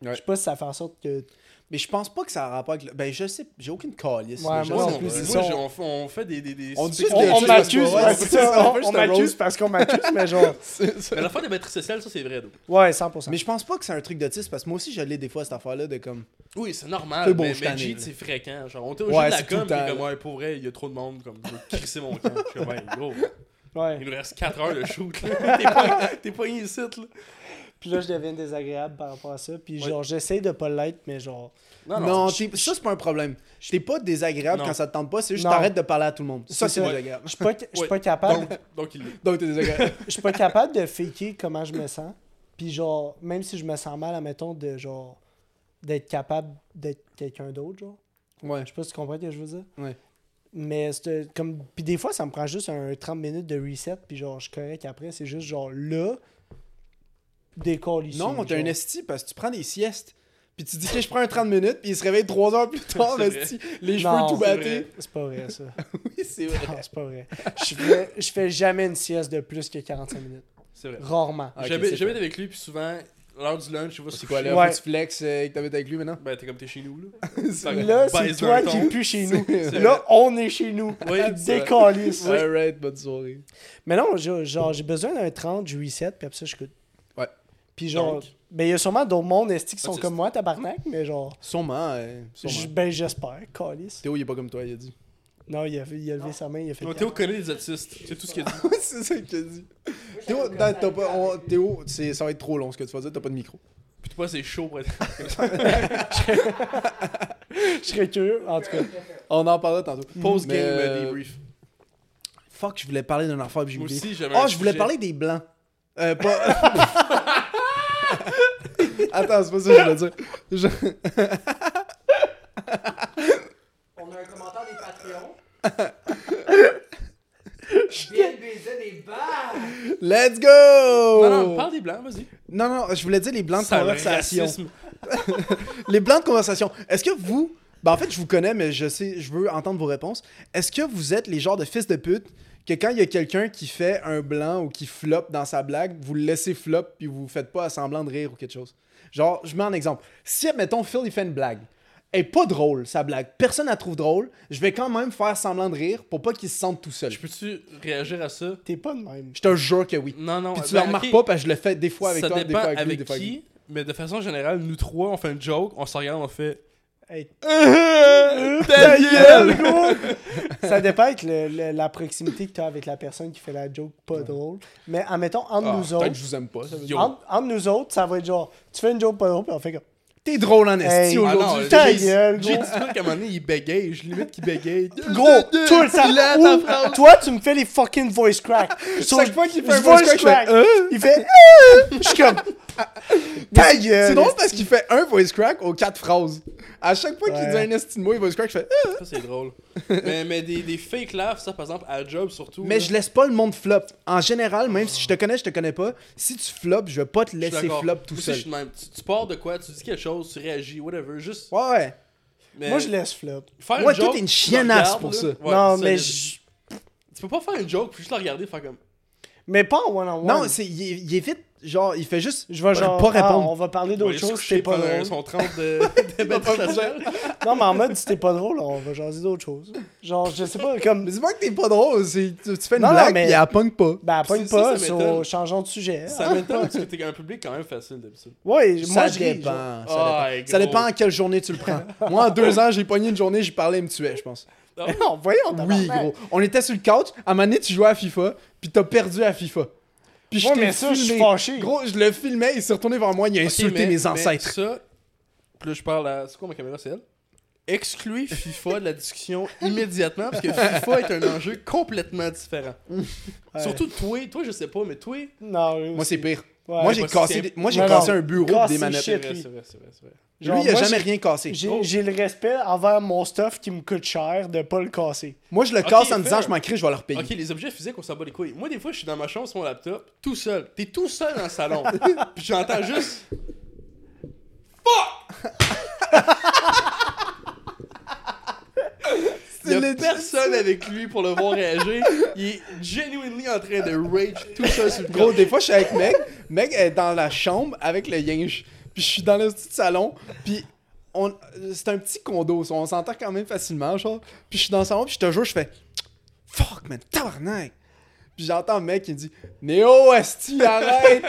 [SPEAKER 1] Ouais.
[SPEAKER 2] Je sais pas si ça fait en sorte que.
[SPEAKER 1] Mais je pense pas que ça a rapport avec. le- Ben, je sais, j'ai aucune calice. je
[SPEAKER 2] Ouais, moi
[SPEAKER 3] Moi,
[SPEAKER 1] sais
[SPEAKER 2] non
[SPEAKER 3] on,
[SPEAKER 1] pas.
[SPEAKER 2] plus,
[SPEAKER 3] moi,
[SPEAKER 2] c'est
[SPEAKER 3] j'ai-
[SPEAKER 2] ça,
[SPEAKER 3] on, fait- on fait des. des, des
[SPEAKER 1] On dit juste
[SPEAKER 2] On,
[SPEAKER 1] des
[SPEAKER 2] on
[SPEAKER 1] choses,
[SPEAKER 2] m'accuse,
[SPEAKER 1] ouais,
[SPEAKER 2] ouais,
[SPEAKER 1] c'est
[SPEAKER 2] c'est ça,
[SPEAKER 1] ça, en
[SPEAKER 2] on-
[SPEAKER 1] fait,
[SPEAKER 2] on
[SPEAKER 1] c'est un
[SPEAKER 2] m'accuse
[SPEAKER 1] roast.
[SPEAKER 2] parce qu'on m'accuse, mais genre.
[SPEAKER 1] C'est ça.
[SPEAKER 3] Mais l'affaire des batteries sociales, ça, c'est vrai, donc.
[SPEAKER 2] [LAUGHS] Ouais, 100%.
[SPEAKER 1] Mais je pense pas que c'est un truc d'autisme, parce que moi aussi, je l'ai des fois, cette affaire-là, de comme.
[SPEAKER 3] Oui, c'est
[SPEAKER 1] C'est
[SPEAKER 3] normal.
[SPEAKER 1] bon,
[SPEAKER 3] mais
[SPEAKER 1] je suis
[SPEAKER 3] mais
[SPEAKER 1] tanné,
[SPEAKER 3] Jeet,
[SPEAKER 1] là.
[SPEAKER 3] c'est fréquent. Genre, on était au jeu
[SPEAKER 1] Ouais,
[SPEAKER 3] de la
[SPEAKER 1] c'est tout le
[SPEAKER 3] com, puis
[SPEAKER 1] temps,
[SPEAKER 3] comme,
[SPEAKER 1] là.
[SPEAKER 3] ouais, pour vrai, il y a trop de monde, comme, je vais crisser mon camp. Je suis comme, Hey, gros, il
[SPEAKER 2] Ouais.
[SPEAKER 3] nous reste 4 heures de shoot, là. [LAUGHS] T'es pas- T'es pas ici, là.
[SPEAKER 2] Puis là, je deviens désagréable par rapport à ça. Puis genre, j'essaye de pas l'être, mais genre.
[SPEAKER 1] Non, t'es- ça, c'est pas un problème. T'es pas désagréable
[SPEAKER 3] Non.
[SPEAKER 1] quand ça te tente pas, c'est juste
[SPEAKER 2] Non.
[SPEAKER 1] t'arrêtes de parler à tout le monde. Ça,
[SPEAKER 2] C'est
[SPEAKER 1] c'est
[SPEAKER 2] ça.
[SPEAKER 1] désagréable.
[SPEAKER 2] Je suis pas, je suis
[SPEAKER 3] Ouais.
[SPEAKER 2] pas capable.
[SPEAKER 3] Donc, donc, il est.
[SPEAKER 1] Donc, t'es désagréable.
[SPEAKER 2] Je suis pas capable de faker comment je me sens. Puis genre, même si je me sens mal, admettons, de genre. d'être capable d'être quelqu'un d'autre, genre.
[SPEAKER 1] [LAUGHS] ouais.
[SPEAKER 2] Je sais pas si tu comprends ce que je veux dire.
[SPEAKER 1] Ouais.
[SPEAKER 2] Mais c'est euh, comme. Puis des fois, ça me prend juste un 30 minutes de reset, puis genre, je suis correct après. C'est juste genre là, décolle ici.
[SPEAKER 1] Non, t'as
[SPEAKER 2] genre.
[SPEAKER 1] un esti parce que tu prends des siestes. Puis tu dis que je prends un 30 minutes, puis il se réveille 3 [LAUGHS] heures plus tard,
[SPEAKER 3] C'est
[SPEAKER 1] esti, les cheveux
[SPEAKER 2] Non,
[SPEAKER 1] tout
[SPEAKER 2] c'est
[SPEAKER 1] battés.
[SPEAKER 2] vrai. C'est pas vrai, ça. [LAUGHS]
[SPEAKER 1] Oui, c'est
[SPEAKER 2] Non, c'est pas vrai. Je fais, je fais jamais une sieste de plus que 45 minutes.
[SPEAKER 3] C'est vrai.
[SPEAKER 2] Rarement.
[SPEAKER 1] Ah, ok,
[SPEAKER 3] J'habite
[SPEAKER 1] c'est
[SPEAKER 3] j'habite avec lui, puis souvent, l'heure du lunch, je vois
[SPEAKER 1] C'est quoi là?
[SPEAKER 2] Ouais.
[SPEAKER 1] Faut que Tu flex euh, que t'habites avec lui maintenant?
[SPEAKER 3] Ben, t'es comme t'es chez nous, là.
[SPEAKER 1] [LAUGHS]
[SPEAKER 3] [LAUGHS] ben,
[SPEAKER 2] Là, c'est
[SPEAKER 3] Baise
[SPEAKER 2] toi
[SPEAKER 3] un ton.
[SPEAKER 2] qui pue chez nous.
[SPEAKER 1] C'est-
[SPEAKER 2] Là, on est chez nous.
[SPEAKER 3] Oui, c'est vrai.
[SPEAKER 2] Décalisse.
[SPEAKER 1] Alright, bonne soirée.
[SPEAKER 2] Mais non, je- genre, j'ai besoin d'un 30, je reset, puis après ça, je coûte.
[SPEAKER 1] Ouais.
[SPEAKER 2] Puis genre,
[SPEAKER 3] Donc.
[SPEAKER 2] ben, il y a sûrement d'autres mondes esti qui sont
[SPEAKER 3] Autiste.
[SPEAKER 2] comme moi, tabarnak, mais genre,
[SPEAKER 1] Sûrement, euh,
[SPEAKER 2] j-
[SPEAKER 1] sûrement.
[SPEAKER 2] ben, j'espère, calice.
[SPEAKER 1] Théo, il est pas comme toi, il a [LAUGHS] dit.
[SPEAKER 2] Non, il a, il a levé
[SPEAKER 4] Non.
[SPEAKER 2] sa main, il a fait.
[SPEAKER 3] Non, Théo connaît les autistes. C'est tout ce qu'il dit.
[SPEAKER 1] c'est ça qu'il a dit.
[SPEAKER 4] Moi,
[SPEAKER 1] Théo,
[SPEAKER 4] j'avais
[SPEAKER 1] non,
[SPEAKER 4] commencé
[SPEAKER 1] t'as
[SPEAKER 4] à
[SPEAKER 1] pas,
[SPEAKER 4] le
[SPEAKER 1] on-
[SPEAKER 4] faire.
[SPEAKER 1] Théo, c'est- ça va être trop long ce que tu vas dire, t'as pas de micro.
[SPEAKER 3] Puis toi, c'est chaud pour être.
[SPEAKER 2] [LAUGHS] Je serais curieux, en tout cas.
[SPEAKER 1] On en parlera tantôt.
[SPEAKER 3] Pause
[SPEAKER 1] Mais,
[SPEAKER 3] game
[SPEAKER 1] euh,
[SPEAKER 3] euh, debrief.
[SPEAKER 1] Fuck, je voulais parler d'un affaire, puis j'ai
[SPEAKER 3] Moi
[SPEAKER 1] oublié.
[SPEAKER 3] aussi, j'avais.
[SPEAKER 1] Oh,
[SPEAKER 3] un
[SPEAKER 1] je voulais
[SPEAKER 3] sujet.
[SPEAKER 1] parler des blancs. Euh, pas. [LAUGHS] Attends, c'est pas ça que je voulais dire. Je-
[SPEAKER 4] On a un commentaire des Patreons. [LAUGHS] Bien baiser des barres!
[SPEAKER 1] Let's go!
[SPEAKER 3] Non, non, parle des blancs, vas-y.
[SPEAKER 1] Non, non, je voulais dire les blancs de
[SPEAKER 3] Sale
[SPEAKER 1] conversation.
[SPEAKER 3] racisme.
[SPEAKER 1] Les blancs de conversation. Est-ce que vous. Ben, en fait, je vous connais, mais je sais, je veux entendre vos réponses. Est-ce que vous êtes les genres de fils de pute que quand il y a quelqu'un qui fait un blanc ou qui floppe dans sa blague, vous le laissez flop puis vous faites pas semblant de rire ou quelque chose? Genre, je mets un exemple. Si, admettons, Phil, il fait une blague. Elle est pas drôle, sa blague. Personne la trouve drôle. Je vais quand même faire semblant de rire pour pas qu'il se sente tout seul.
[SPEAKER 3] Je peux-tu réagir à ça?
[SPEAKER 2] T'es pas de même.
[SPEAKER 1] Je te jure que oui.
[SPEAKER 3] Non, non.
[SPEAKER 1] Puis tu
[SPEAKER 3] ben,
[SPEAKER 1] le remarques
[SPEAKER 3] ok,
[SPEAKER 1] pas parce que je le fais des fois avec
[SPEAKER 3] ça
[SPEAKER 1] toi, des
[SPEAKER 3] dépend
[SPEAKER 1] fois avec, lui, des
[SPEAKER 3] avec
[SPEAKER 1] fois avec lui.
[SPEAKER 3] qui, mais de façon générale, nous trois, on fait un joke, on se regarde, on
[SPEAKER 1] [LAUGHS]
[SPEAKER 3] fait.
[SPEAKER 2] Hey,
[SPEAKER 3] Ta gueule!
[SPEAKER 2] ça dépend avec le- le- la proximité que t'as avec la personne qui fait la joke pas drôle. Mais admettons, entre
[SPEAKER 1] Ah,
[SPEAKER 2] nous
[SPEAKER 1] peut-être que
[SPEAKER 2] autres,
[SPEAKER 1] je vous aime pas. ça veut dire.
[SPEAKER 3] Yo.
[SPEAKER 2] entre, entre nous autres, ça va être genre, tu fais une joke pas drôle, puis on fait comme.
[SPEAKER 1] T'es drôle en esti
[SPEAKER 2] Hey.
[SPEAKER 3] Ah
[SPEAKER 1] aujourd'hui.
[SPEAKER 3] non,
[SPEAKER 2] Aujourd'hui, ta
[SPEAKER 3] j'ai-
[SPEAKER 2] gueule,
[SPEAKER 3] J'ai
[SPEAKER 2] gros.
[SPEAKER 3] dit qu'à un moment donné, il bégaye, je limite
[SPEAKER 1] [LAUGHS]
[SPEAKER 3] qu'il bégaye.
[SPEAKER 2] Gros, tout le temps. Ou- Toi, tu me fais les fucking voice crack. So,
[SPEAKER 1] [LAUGHS] Chaque fois qu'il fait
[SPEAKER 2] je
[SPEAKER 1] un voice crack, je fais, Euh?
[SPEAKER 2] Il fait. Euh! Je
[SPEAKER 1] [LAUGHS]
[SPEAKER 2] suis comme. Ta gueule.
[SPEAKER 1] C'est drôle parce qu'il fait un voice crack aux quatre phrases. À chaque fois qu'il
[SPEAKER 2] Ouais.
[SPEAKER 1] dit un esti de mot, il voice crack, je fais Ah!
[SPEAKER 3] Ça, c'est drôle. mais, mais des, des fake laughs, ça, par exemple, à job surtout.
[SPEAKER 1] Mais
[SPEAKER 3] là,
[SPEAKER 1] je laisse pas le monde flop. En général, même si je te connais, je te connais pas, si tu flop, je vais pas te
[SPEAKER 3] je suis
[SPEAKER 1] laisser
[SPEAKER 3] d'accord.
[SPEAKER 1] flop tout
[SPEAKER 3] Moi aussi,
[SPEAKER 1] seul.
[SPEAKER 3] je suis de même. Tu, tu pars de quoi Tu dis quelque chose, tu réagis, whatever. Juste.
[SPEAKER 1] Ouais, ouais.
[SPEAKER 3] mais
[SPEAKER 2] Moi, je laisse flop.
[SPEAKER 3] faire une
[SPEAKER 1] Moi, toi,
[SPEAKER 3] joke,
[SPEAKER 1] t'es une
[SPEAKER 3] tu la
[SPEAKER 1] chiennasse
[SPEAKER 3] regardes,
[SPEAKER 1] pour
[SPEAKER 3] là.
[SPEAKER 1] ça.
[SPEAKER 3] Ouais,
[SPEAKER 2] non, mais,
[SPEAKER 3] solide.
[SPEAKER 2] je-
[SPEAKER 3] Tu peux pas faire une joke, puis juste la regarder, faire comme.
[SPEAKER 2] mais pas en one-on-one.
[SPEAKER 1] Non, c'est, il, est- il est vite, genre, il fait juste.
[SPEAKER 2] Je vais genre.
[SPEAKER 1] Ben, pas
[SPEAKER 2] ah,
[SPEAKER 1] répondre.
[SPEAKER 2] on va parler
[SPEAKER 3] Il va
[SPEAKER 2] d'autre
[SPEAKER 3] aller se
[SPEAKER 2] chose,
[SPEAKER 3] coucher,
[SPEAKER 2] c'était pas
[SPEAKER 3] prendre un-
[SPEAKER 2] drôle.
[SPEAKER 3] Son 30
[SPEAKER 2] [LAUGHS]
[SPEAKER 3] de, de bête sociale.
[SPEAKER 2] Non, mais en mode, c'était pas drôle, on va jaser d'autre chose. Genre, je sais pas, comme.
[SPEAKER 1] Mais dis-moi que t'es pas drôle, c'est- tu, tu fais une
[SPEAKER 2] Non, non,
[SPEAKER 1] blague
[SPEAKER 2] mais-
[SPEAKER 1] et elle pogne pas.
[SPEAKER 2] Ben, pogne
[SPEAKER 3] ça,
[SPEAKER 2] pas,
[SPEAKER 3] ça
[SPEAKER 2] so,
[SPEAKER 3] m'étonne.
[SPEAKER 2] changeons de sujet.
[SPEAKER 3] Ça m'étonne parce que t'es un public quand même facile d'habitude.
[SPEAKER 2] Ouais, moi,
[SPEAKER 1] ça,
[SPEAKER 2] je ris,
[SPEAKER 1] dépend,
[SPEAKER 2] genre.
[SPEAKER 1] ça dépend.
[SPEAKER 3] Ah,
[SPEAKER 1] Ça
[SPEAKER 3] hey,
[SPEAKER 1] dépend.
[SPEAKER 3] gros.
[SPEAKER 1] en quelle journée tu le prends. Moi, en deux ans, j'ai pogné une journée, j'y parlais, il me tuait, je pense.
[SPEAKER 2] [LAUGHS] Non, voyons,
[SPEAKER 1] Oui,
[SPEAKER 2] tabarnak.
[SPEAKER 1] gros. On était sur le couch. À un moment donné, tu jouais à FIFA, puis t'as perdu à FIFA. Puis je
[SPEAKER 2] Ouais,
[SPEAKER 1] t'ai
[SPEAKER 2] mais ça, je suis
[SPEAKER 1] filmé.
[SPEAKER 2] fâché.
[SPEAKER 1] Gros, je le filmais, il s'est retourné vers moi, il a
[SPEAKER 3] Ok,
[SPEAKER 1] insulté
[SPEAKER 3] mais-
[SPEAKER 1] mes
[SPEAKER 3] mais
[SPEAKER 1] ancêtres.
[SPEAKER 3] ça, puis là, je parle à. C'est quoi ma caméra, c'est elle Excluez FIFA de la discussion immédiatement parce que FIFA est un enjeu complètement différent.
[SPEAKER 2] [LAUGHS] Ouais.
[SPEAKER 3] Surtout toi, toi je sais pas, mais toi.
[SPEAKER 2] Non, oui,
[SPEAKER 1] Moi,
[SPEAKER 2] aussi.
[SPEAKER 1] c'est pire.
[SPEAKER 2] Ouais.
[SPEAKER 1] moi, j'ai
[SPEAKER 3] moi,
[SPEAKER 1] cassé,
[SPEAKER 3] c'est-
[SPEAKER 1] des- moi, j'ai
[SPEAKER 2] Non,
[SPEAKER 1] cassé
[SPEAKER 2] non.
[SPEAKER 1] un bureau pis
[SPEAKER 2] Cassé
[SPEAKER 1] des manettes.
[SPEAKER 2] shit.
[SPEAKER 3] C'est
[SPEAKER 2] Shit,
[SPEAKER 3] vrai,
[SPEAKER 2] lui.
[SPEAKER 3] c'est vrai, c'est vrai, c'est vrai.
[SPEAKER 2] Genre,
[SPEAKER 1] Lui, il a
[SPEAKER 2] moi,
[SPEAKER 1] jamais
[SPEAKER 2] j'ai-
[SPEAKER 1] rien cassé.
[SPEAKER 2] J'ai
[SPEAKER 3] Oh.
[SPEAKER 2] j'ai le respect envers mon stuff qui me coûte cher de pas le casser. [LAUGHS]
[SPEAKER 1] Moi, je le
[SPEAKER 3] Ok,
[SPEAKER 1] casse en me
[SPEAKER 3] fair.
[SPEAKER 1] disant, je m'en crie, je vais leur payer.
[SPEAKER 3] Ok, les objets physiques, on s'en bat les couilles. Moi, des fois, je suis dans ma chambre sur mon laptop, tout seul. T'es tout seul dans le salon. Puis j'entends juste. Il y a personne avec lui pour le voir réagir. Il est genuinely en train de rage tout seul sur le
[SPEAKER 1] Gros,
[SPEAKER 3] gros.
[SPEAKER 1] des fois, je suis avec mec. Mec est dans la chambre avec le yinche. Puis je suis dans le petit salon. Puis on... c'est un petit condo. ça, On s'entend quand même facilement, genre. Puis je suis dans le salon. Puis je te jure, je fais Fuck, man, tabarnak. Puis j'entends mec qui me dit Néo, Esti, arrête.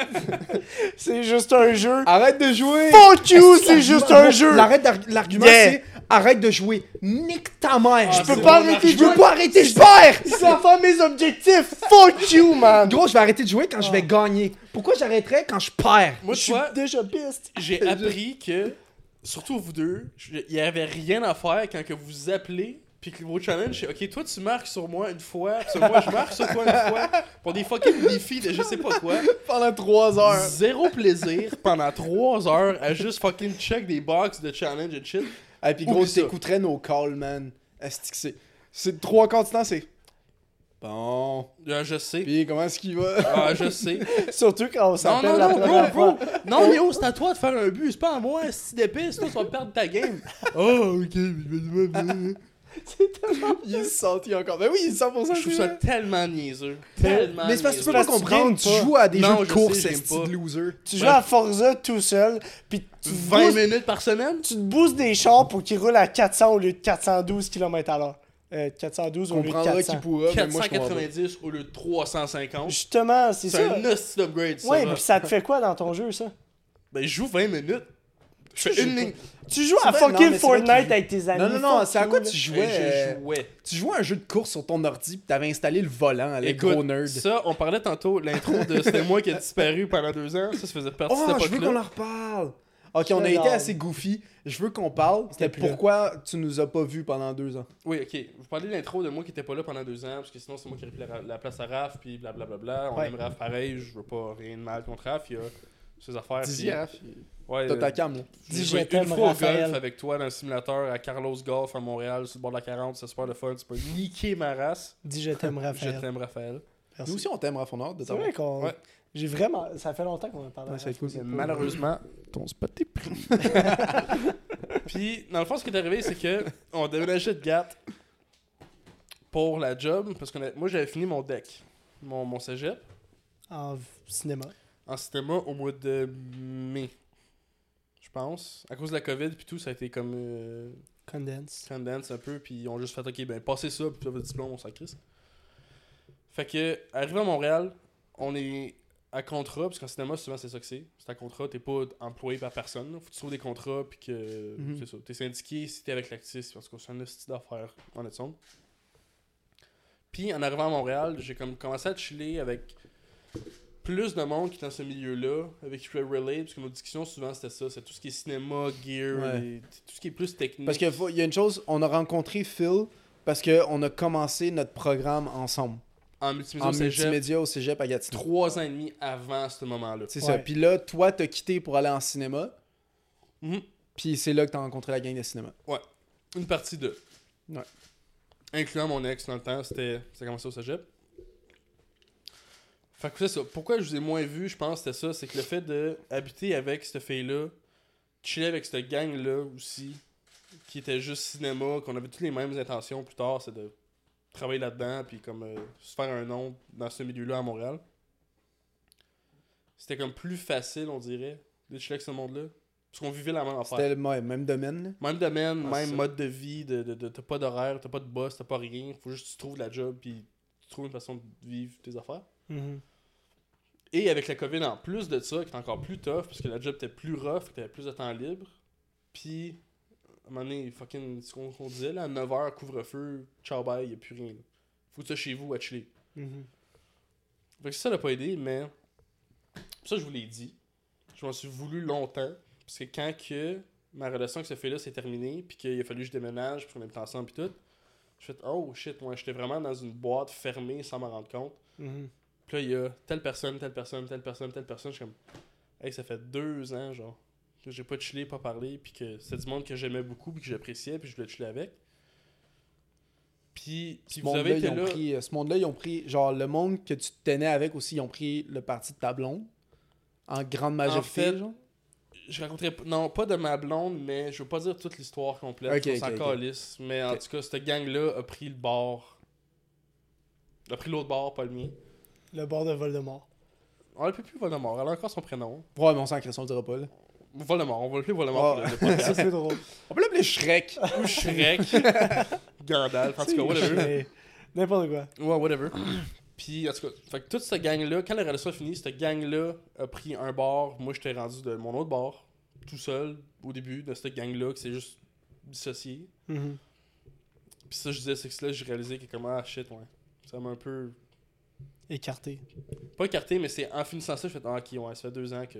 [SPEAKER 2] [LAUGHS] C'est juste un jeu.
[SPEAKER 1] arrête de jouer.
[SPEAKER 2] Fuck you,
[SPEAKER 1] Esti,
[SPEAKER 2] c'est juste
[SPEAKER 1] l'argument-
[SPEAKER 2] un jeu.
[SPEAKER 1] L'arrête d'ar- L'argument,
[SPEAKER 2] Yeah.
[SPEAKER 1] c'est Arrête de jouer. Nique ta mère.
[SPEAKER 3] Ah,
[SPEAKER 1] je peux
[SPEAKER 3] c'est
[SPEAKER 1] pas
[SPEAKER 3] bon
[SPEAKER 1] arrêter. Je
[SPEAKER 3] argument.
[SPEAKER 1] veux pas arrêter. Je perds.
[SPEAKER 2] C'est enfin mes objectifs. Fuck you, man.
[SPEAKER 1] Gros, je vais arrêter de jouer quand je vais gagner. Pourquoi j'arrêterais quand je perds?
[SPEAKER 3] Moi,
[SPEAKER 2] je
[SPEAKER 3] tu
[SPEAKER 2] suis
[SPEAKER 3] vois,
[SPEAKER 2] déjà piste.
[SPEAKER 3] j'ai appris que, surtout vous deux, je- il y avait rien à faire quand que vous appelez. Puis que vos challenges, c'est ok, toi tu marques sur moi une fois, puis sur moi je marque sur toi une fois, pour des fucking défis de je sais pas quoi.
[SPEAKER 1] Pendant trois heures.
[SPEAKER 3] Zéro plaisir pendant 3 heures à juste fucking check des box de challenge et shit.
[SPEAKER 1] Et puis gros,
[SPEAKER 3] Oublie ça.
[SPEAKER 1] t'écouterais nos calls, man. Esti que c'est- C'est trois quarts du temps, c'est. Bon.
[SPEAKER 3] Ah, je sais.
[SPEAKER 1] Puis comment est-ce qu'il va [LAUGHS]
[SPEAKER 3] Ah, je sais.
[SPEAKER 2] Surtout quand on
[SPEAKER 3] Non, non,
[SPEAKER 2] s'appelle la
[SPEAKER 3] non, bro,
[SPEAKER 2] première fois.
[SPEAKER 3] bro. Non, Léo, c'est à toi de faire un but. C'est pas à moi, si d'épée, sinon tu vas perdre ta game.
[SPEAKER 1] [LAUGHS] Ah,
[SPEAKER 3] oh, ok.
[SPEAKER 1] Il est senti encore. Ben oui, il est 100%
[SPEAKER 3] Je trouve ça tellement
[SPEAKER 1] [LAUGHS]
[SPEAKER 3] niaiseux. Tellement
[SPEAKER 1] Mais c'est parce que tu
[SPEAKER 3] niaiseux.
[SPEAKER 1] peux pas
[SPEAKER 2] Parce que tu
[SPEAKER 1] comprendre.
[SPEAKER 2] games
[SPEAKER 1] Tu
[SPEAKER 2] pas.
[SPEAKER 1] joues à des
[SPEAKER 3] Non,
[SPEAKER 1] jeux de
[SPEAKER 3] je
[SPEAKER 1] course,
[SPEAKER 3] sais, j'aime
[SPEAKER 1] c'est
[SPEAKER 3] pas.
[SPEAKER 1] loser.
[SPEAKER 2] Tu joues à Forza tout seul, puis tu te
[SPEAKER 3] 20
[SPEAKER 2] boostes-
[SPEAKER 3] minutes par semaine?
[SPEAKER 2] tu te boostes des chars pour qu'ils roulent à 400 au lieu de 412 km à l'heure. Euh, 412 au lieu de
[SPEAKER 1] comprendra qu'il
[SPEAKER 2] 400.
[SPEAKER 1] pourra, mais moi je comprends pas.
[SPEAKER 3] 490 au lieu de 350.
[SPEAKER 2] Justement, c'est
[SPEAKER 3] C'est
[SPEAKER 2] ça.
[SPEAKER 3] un hostie d'upgrade, ça.
[SPEAKER 2] Ouais,
[SPEAKER 3] là.
[SPEAKER 2] puis ça te fait quoi dans ton jeu, ça?
[SPEAKER 3] Ben, je joue 20 minutes. Je fais une ligne.
[SPEAKER 2] Tu joues
[SPEAKER 1] C'est
[SPEAKER 2] à
[SPEAKER 1] vrai, non, mais
[SPEAKER 2] fucking
[SPEAKER 1] c'est vrai qu'il
[SPEAKER 2] Fortnite
[SPEAKER 1] joue.
[SPEAKER 2] avec tes amis.
[SPEAKER 1] Non, non, non,
[SPEAKER 2] fuck
[SPEAKER 1] c'est à
[SPEAKER 2] you,
[SPEAKER 1] quoi
[SPEAKER 2] là.
[SPEAKER 1] tu jouais
[SPEAKER 3] Et
[SPEAKER 1] euh,
[SPEAKER 3] Je jouais.
[SPEAKER 1] Tu jouais à un jeu de course sur ton ordi, pis t'avais installé le volant, les gros nerd.
[SPEAKER 3] Écoute, ça, on parlait tantôt, l'intro de C'était moi qui a disparu pendant deux ans. Ça, ça faisait partie
[SPEAKER 1] Oh,
[SPEAKER 3] de
[SPEAKER 1] je
[SPEAKER 3] cette
[SPEAKER 1] veux qu'on
[SPEAKER 3] époque-là.
[SPEAKER 1] en reparle. Ok, on a
[SPEAKER 2] J'adore.
[SPEAKER 1] été assez goofy. Je veux qu'on parle. C'était
[SPEAKER 2] plus là.
[SPEAKER 1] pourquoi tu nous as pas vus pendant deux ans.
[SPEAKER 3] Oui, ok. Vous parlez de l'intro de moi qui était pas là pendant deux ans, parce que sinon, c'est moi qui ai pris la, la place à Raph, puis blablabla. On
[SPEAKER 2] Ouais.
[SPEAKER 3] aime Raph pareil, je veux pas rien de mal contre Raph, il y a ses affaires.
[SPEAKER 1] Dis-y,
[SPEAKER 3] puis-
[SPEAKER 1] Raph.
[SPEAKER 3] Ouais,
[SPEAKER 1] T'as
[SPEAKER 3] euh,
[SPEAKER 1] ta cam, là.
[SPEAKER 3] J'ai
[SPEAKER 2] Dis,
[SPEAKER 3] joué
[SPEAKER 2] je
[SPEAKER 3] une
[SPEAKER 2] t'aime,
[SPEAKER 3] fois au
[SPEAKER 2] Raphaël.
[SPEAKER 3] golf avec toi dans le simulateur à Carlos Golf à Montréal, sur le bord de la 40, c'est super le fun, tu peux niquer ma race.
[SPEAKER 2] Dis je t'aime,
[SPEAKER 3] Je
[SPEAKER 2] Raphaël.
[SPEAKER 3] t'aime, Raphaël.
[SPEAKER 2] Merci.
[SPEAKER 1] Nous aussi, on t'aime, Raph, on a hâte de
[SPEAKER 2] C'est vrai
[SPEAKER 1] t'avoir.
[SPEAKER 2] qu'on.
[SPEAKER 3] Ouais.
[SPEAKER 2] J'ai vraiment. Ça fait longtemps qu'on en parle.
[SPEAKER 1] Ouais, ça va être cool.
[SPEAKER 3] Mais malheureusement, ton spot est pris. [LAUGHS] Puis, dans le fond, ce qui est arrivé, c'est que on déménageait de Gap pour la job, parce que moi, j'avais fini mon deck, mon, mon cégep,
[SPEAKER 2] En v- cinéma.
[SPEAKER 3] en cinéma au mois de mai, je pense. À cause de la COVID, puis tout, ça a été comme euh,
[SPEAKER 2] Condense.
[SPEAKER 3] Sundance un peu, puis ils ont juste fait, ok, ben passez ça, puis votre diplôme, on s'en crisse. Fait que, arrivé à Montréal, on est à contrat, parce qu'en cinéma, souvent, c'est ça que c'est. C'est à contrat, t'es pas employé par personne. là. Faut que tu trouves des contrats, puis que.
[SPEAKER 1] Mhm.
[SPEAKER 3] C'est ça. T'es syndiqué si t'es avec l'actrice, parce qu'on c'est un hostie d'affaires, en est sombre. Puis, en arrivant à Montréal, j'ai comme commencé à chiller avec plus de monde qui est dans ce milieu-là, avec qui je pouvais relate, parce que nos discussions, souvent, c'était ça. C'est tout ce qui est cinéma, gear,
[SPEAKER 1] Ouais.
[SPEAKER 3] les- tout ce qui est plus technique.
[SPEAKER 1] Parce qu'il y a une chose, on a rencontré Phil parce qu'on a commencé notre programme ensemble.
[SPEAKER 3] en multimédia,
[SPEAKER 1] En
[SPEAKER 3] au cégep,
[SPEAKER 1] multimédia au cégep à Gatineau.
[SPEAKER 3] trois ans et demi avant ce moment-là.
[SPEAKER 1] C'est ça.
[SPEAKER 2] Ouais.
[SPEAKER 1] Puis là, toi, t'as quitté pour aller en cinéma.
[SPEAKER 3] Mhm.
[SPEAKER 1] Puis c'est là que t'as rencontré la gang de cinéma.
[SPEAKER 3] Une partie de.
[SPEAKER 1] Ouais.
[SPEAKER 3] Incluant mon ex dans le temps, c'était ça a commencé au cégep. Fait que c'est ça. Pourquoi je vous ai moins vu, je pense, c'était ça. C'est que le fait de habiter avec cette fille-là, chiller avec cette gang-là aussi, qui était juste cinéma, qu'on avait toutes les mêmes intentions plus tard, c'est de travailler là-dedans, puis comme euh, se faire un nom dans ce milieu-là à Montréal. C'était comme plus facile, on dirait, de chiller avec ce monde-là. Parce qu'on vivait la même affaire.
[SPEAKER 1] C'était le ouais, même domaine. là.
[SPEAKER 3] Même domaine,
[SPEAKER 1] Ah, c'est
[SPEAKER 3] même
[SPEAKER 1] ça.
[SPEAKER 3] mode de vie, de, de, de- t'as pas d'horaire, t'as pas de boss, t'as pas rien. Faut juste que tu trouves la job puis tu trouves une façon de vivre tes affaires.
[SPEAKER 2] Mhm.
[SPEAKER 3] Et avec la COVID en plus de ça, qui est encore plus tough, parce que la job était plus rough, t'avais plus de temps libre. Puis, à un moment donné, fucking, ce qu'on qu'on disait là, à 9h, couvre-feu, ciao bye, y a plus rien. là. Faut que tu sois chez vous à chiller.
[SPEAKER 2] Mhm.
[SPEAKER 3] Fait que ça l'a pas aidé, mais ça je vous l'ai dit. Je m'en suis voulu longtemps. Parce que quand que ma relation avec ce fait là s'est terminée, puis qu'il a fallu que je déménage, puis qu'on habite ensemble, puis tout, je fait oh shit, moi j'étais vraiment dans une boîte fermée sans m'en rendre compte.
[SPEAKER 2] Mhm.
[SPEAKER 3] Puis là, il y a telle personne, telle personne, telle personne, telle personne. Je suis comme, hey, ça fait deux ans, genre, que j'ai pas chillé, pas parlé, puis que c'est du monde que j'aimais beaucoup, puis que j'appréciais, puis je voulais chiller avec. Puis,
[SPEAKER 1] Ce
[SPEAKER 3] si vous avez
[SPEAKER 1] monde-là,
[SPEAKER 3] été
[SPEAKER 1] ils ont
[SPEAKER 3] là.
[SPEAKER 1] pris- euh, ce monde-là, ils ont pris, genre, le monde que tu tenais avec aussi, ils ont pris le parti de ta blonde, en grande majorité,
[SPEAKER 3] fait,
[SPEAKER 1] genre.
[SPEAKER 3] je raconterai p- non pas de ma blonde mais je veux pas dire toute l'histoire complète
[SPEAKER 1] Ok,
[SPEAKER 3] on s'en
[SPEAKER 1] ok, ok.
[SPEAKER 3] calisse, mais en
[SPEAKER 1] Ok.
[SPEAKER 3] tout cas cette gang là a pris le bord a pris l'autre bord pas le mien
[SPEAKER 2] Le bord de Voldemort.
[SPEAKER 3] on l'appelle plus Voldemort elle a encore son prénom
[SPEAKER 1] Ouais, mais on s'en crée, on le dira pas, là.
[SPEAKER 3] Voldemort on va l'appeler Voldemort
[SPEAKER 1] Oh.
[SPEAKER 3] pour le- le podcast.
[SPEAKER 1] [LAUGHS]
[SPEAKER 2] Ça, c'est drôle.
[SPEAKER 1] On peut l'appeler
[SPEAKER 3] [LAUGHS]
[SPEAKER 1] Shrek.
[SPEAKER 3] ou Shrek Gandalf en tout cas whatever
[SPEAKER 2] Mais N'importe quoi.
[SPEAKER 3] ouais whatever puis en tout cas fait que toute cette gang là quand la relation a fini cette gang là a pris un bord moi j'étais rendu de mon autre bord tout seul au début de cette gang là qui s'est juste dissocié
[SPEAKER 2] Mhm.
[SPEAKER 3] Puis ça, je disais, c'est que là, j'ai réalisé que comment, ah shit, ouais. Ça m'a un peu.
[SPEAKER 2] Écarté.
[SPEAKER 3] Pas écarté, mais c'est en finissant ça, je fais, ah, ok, ouais, ça fait deux ans que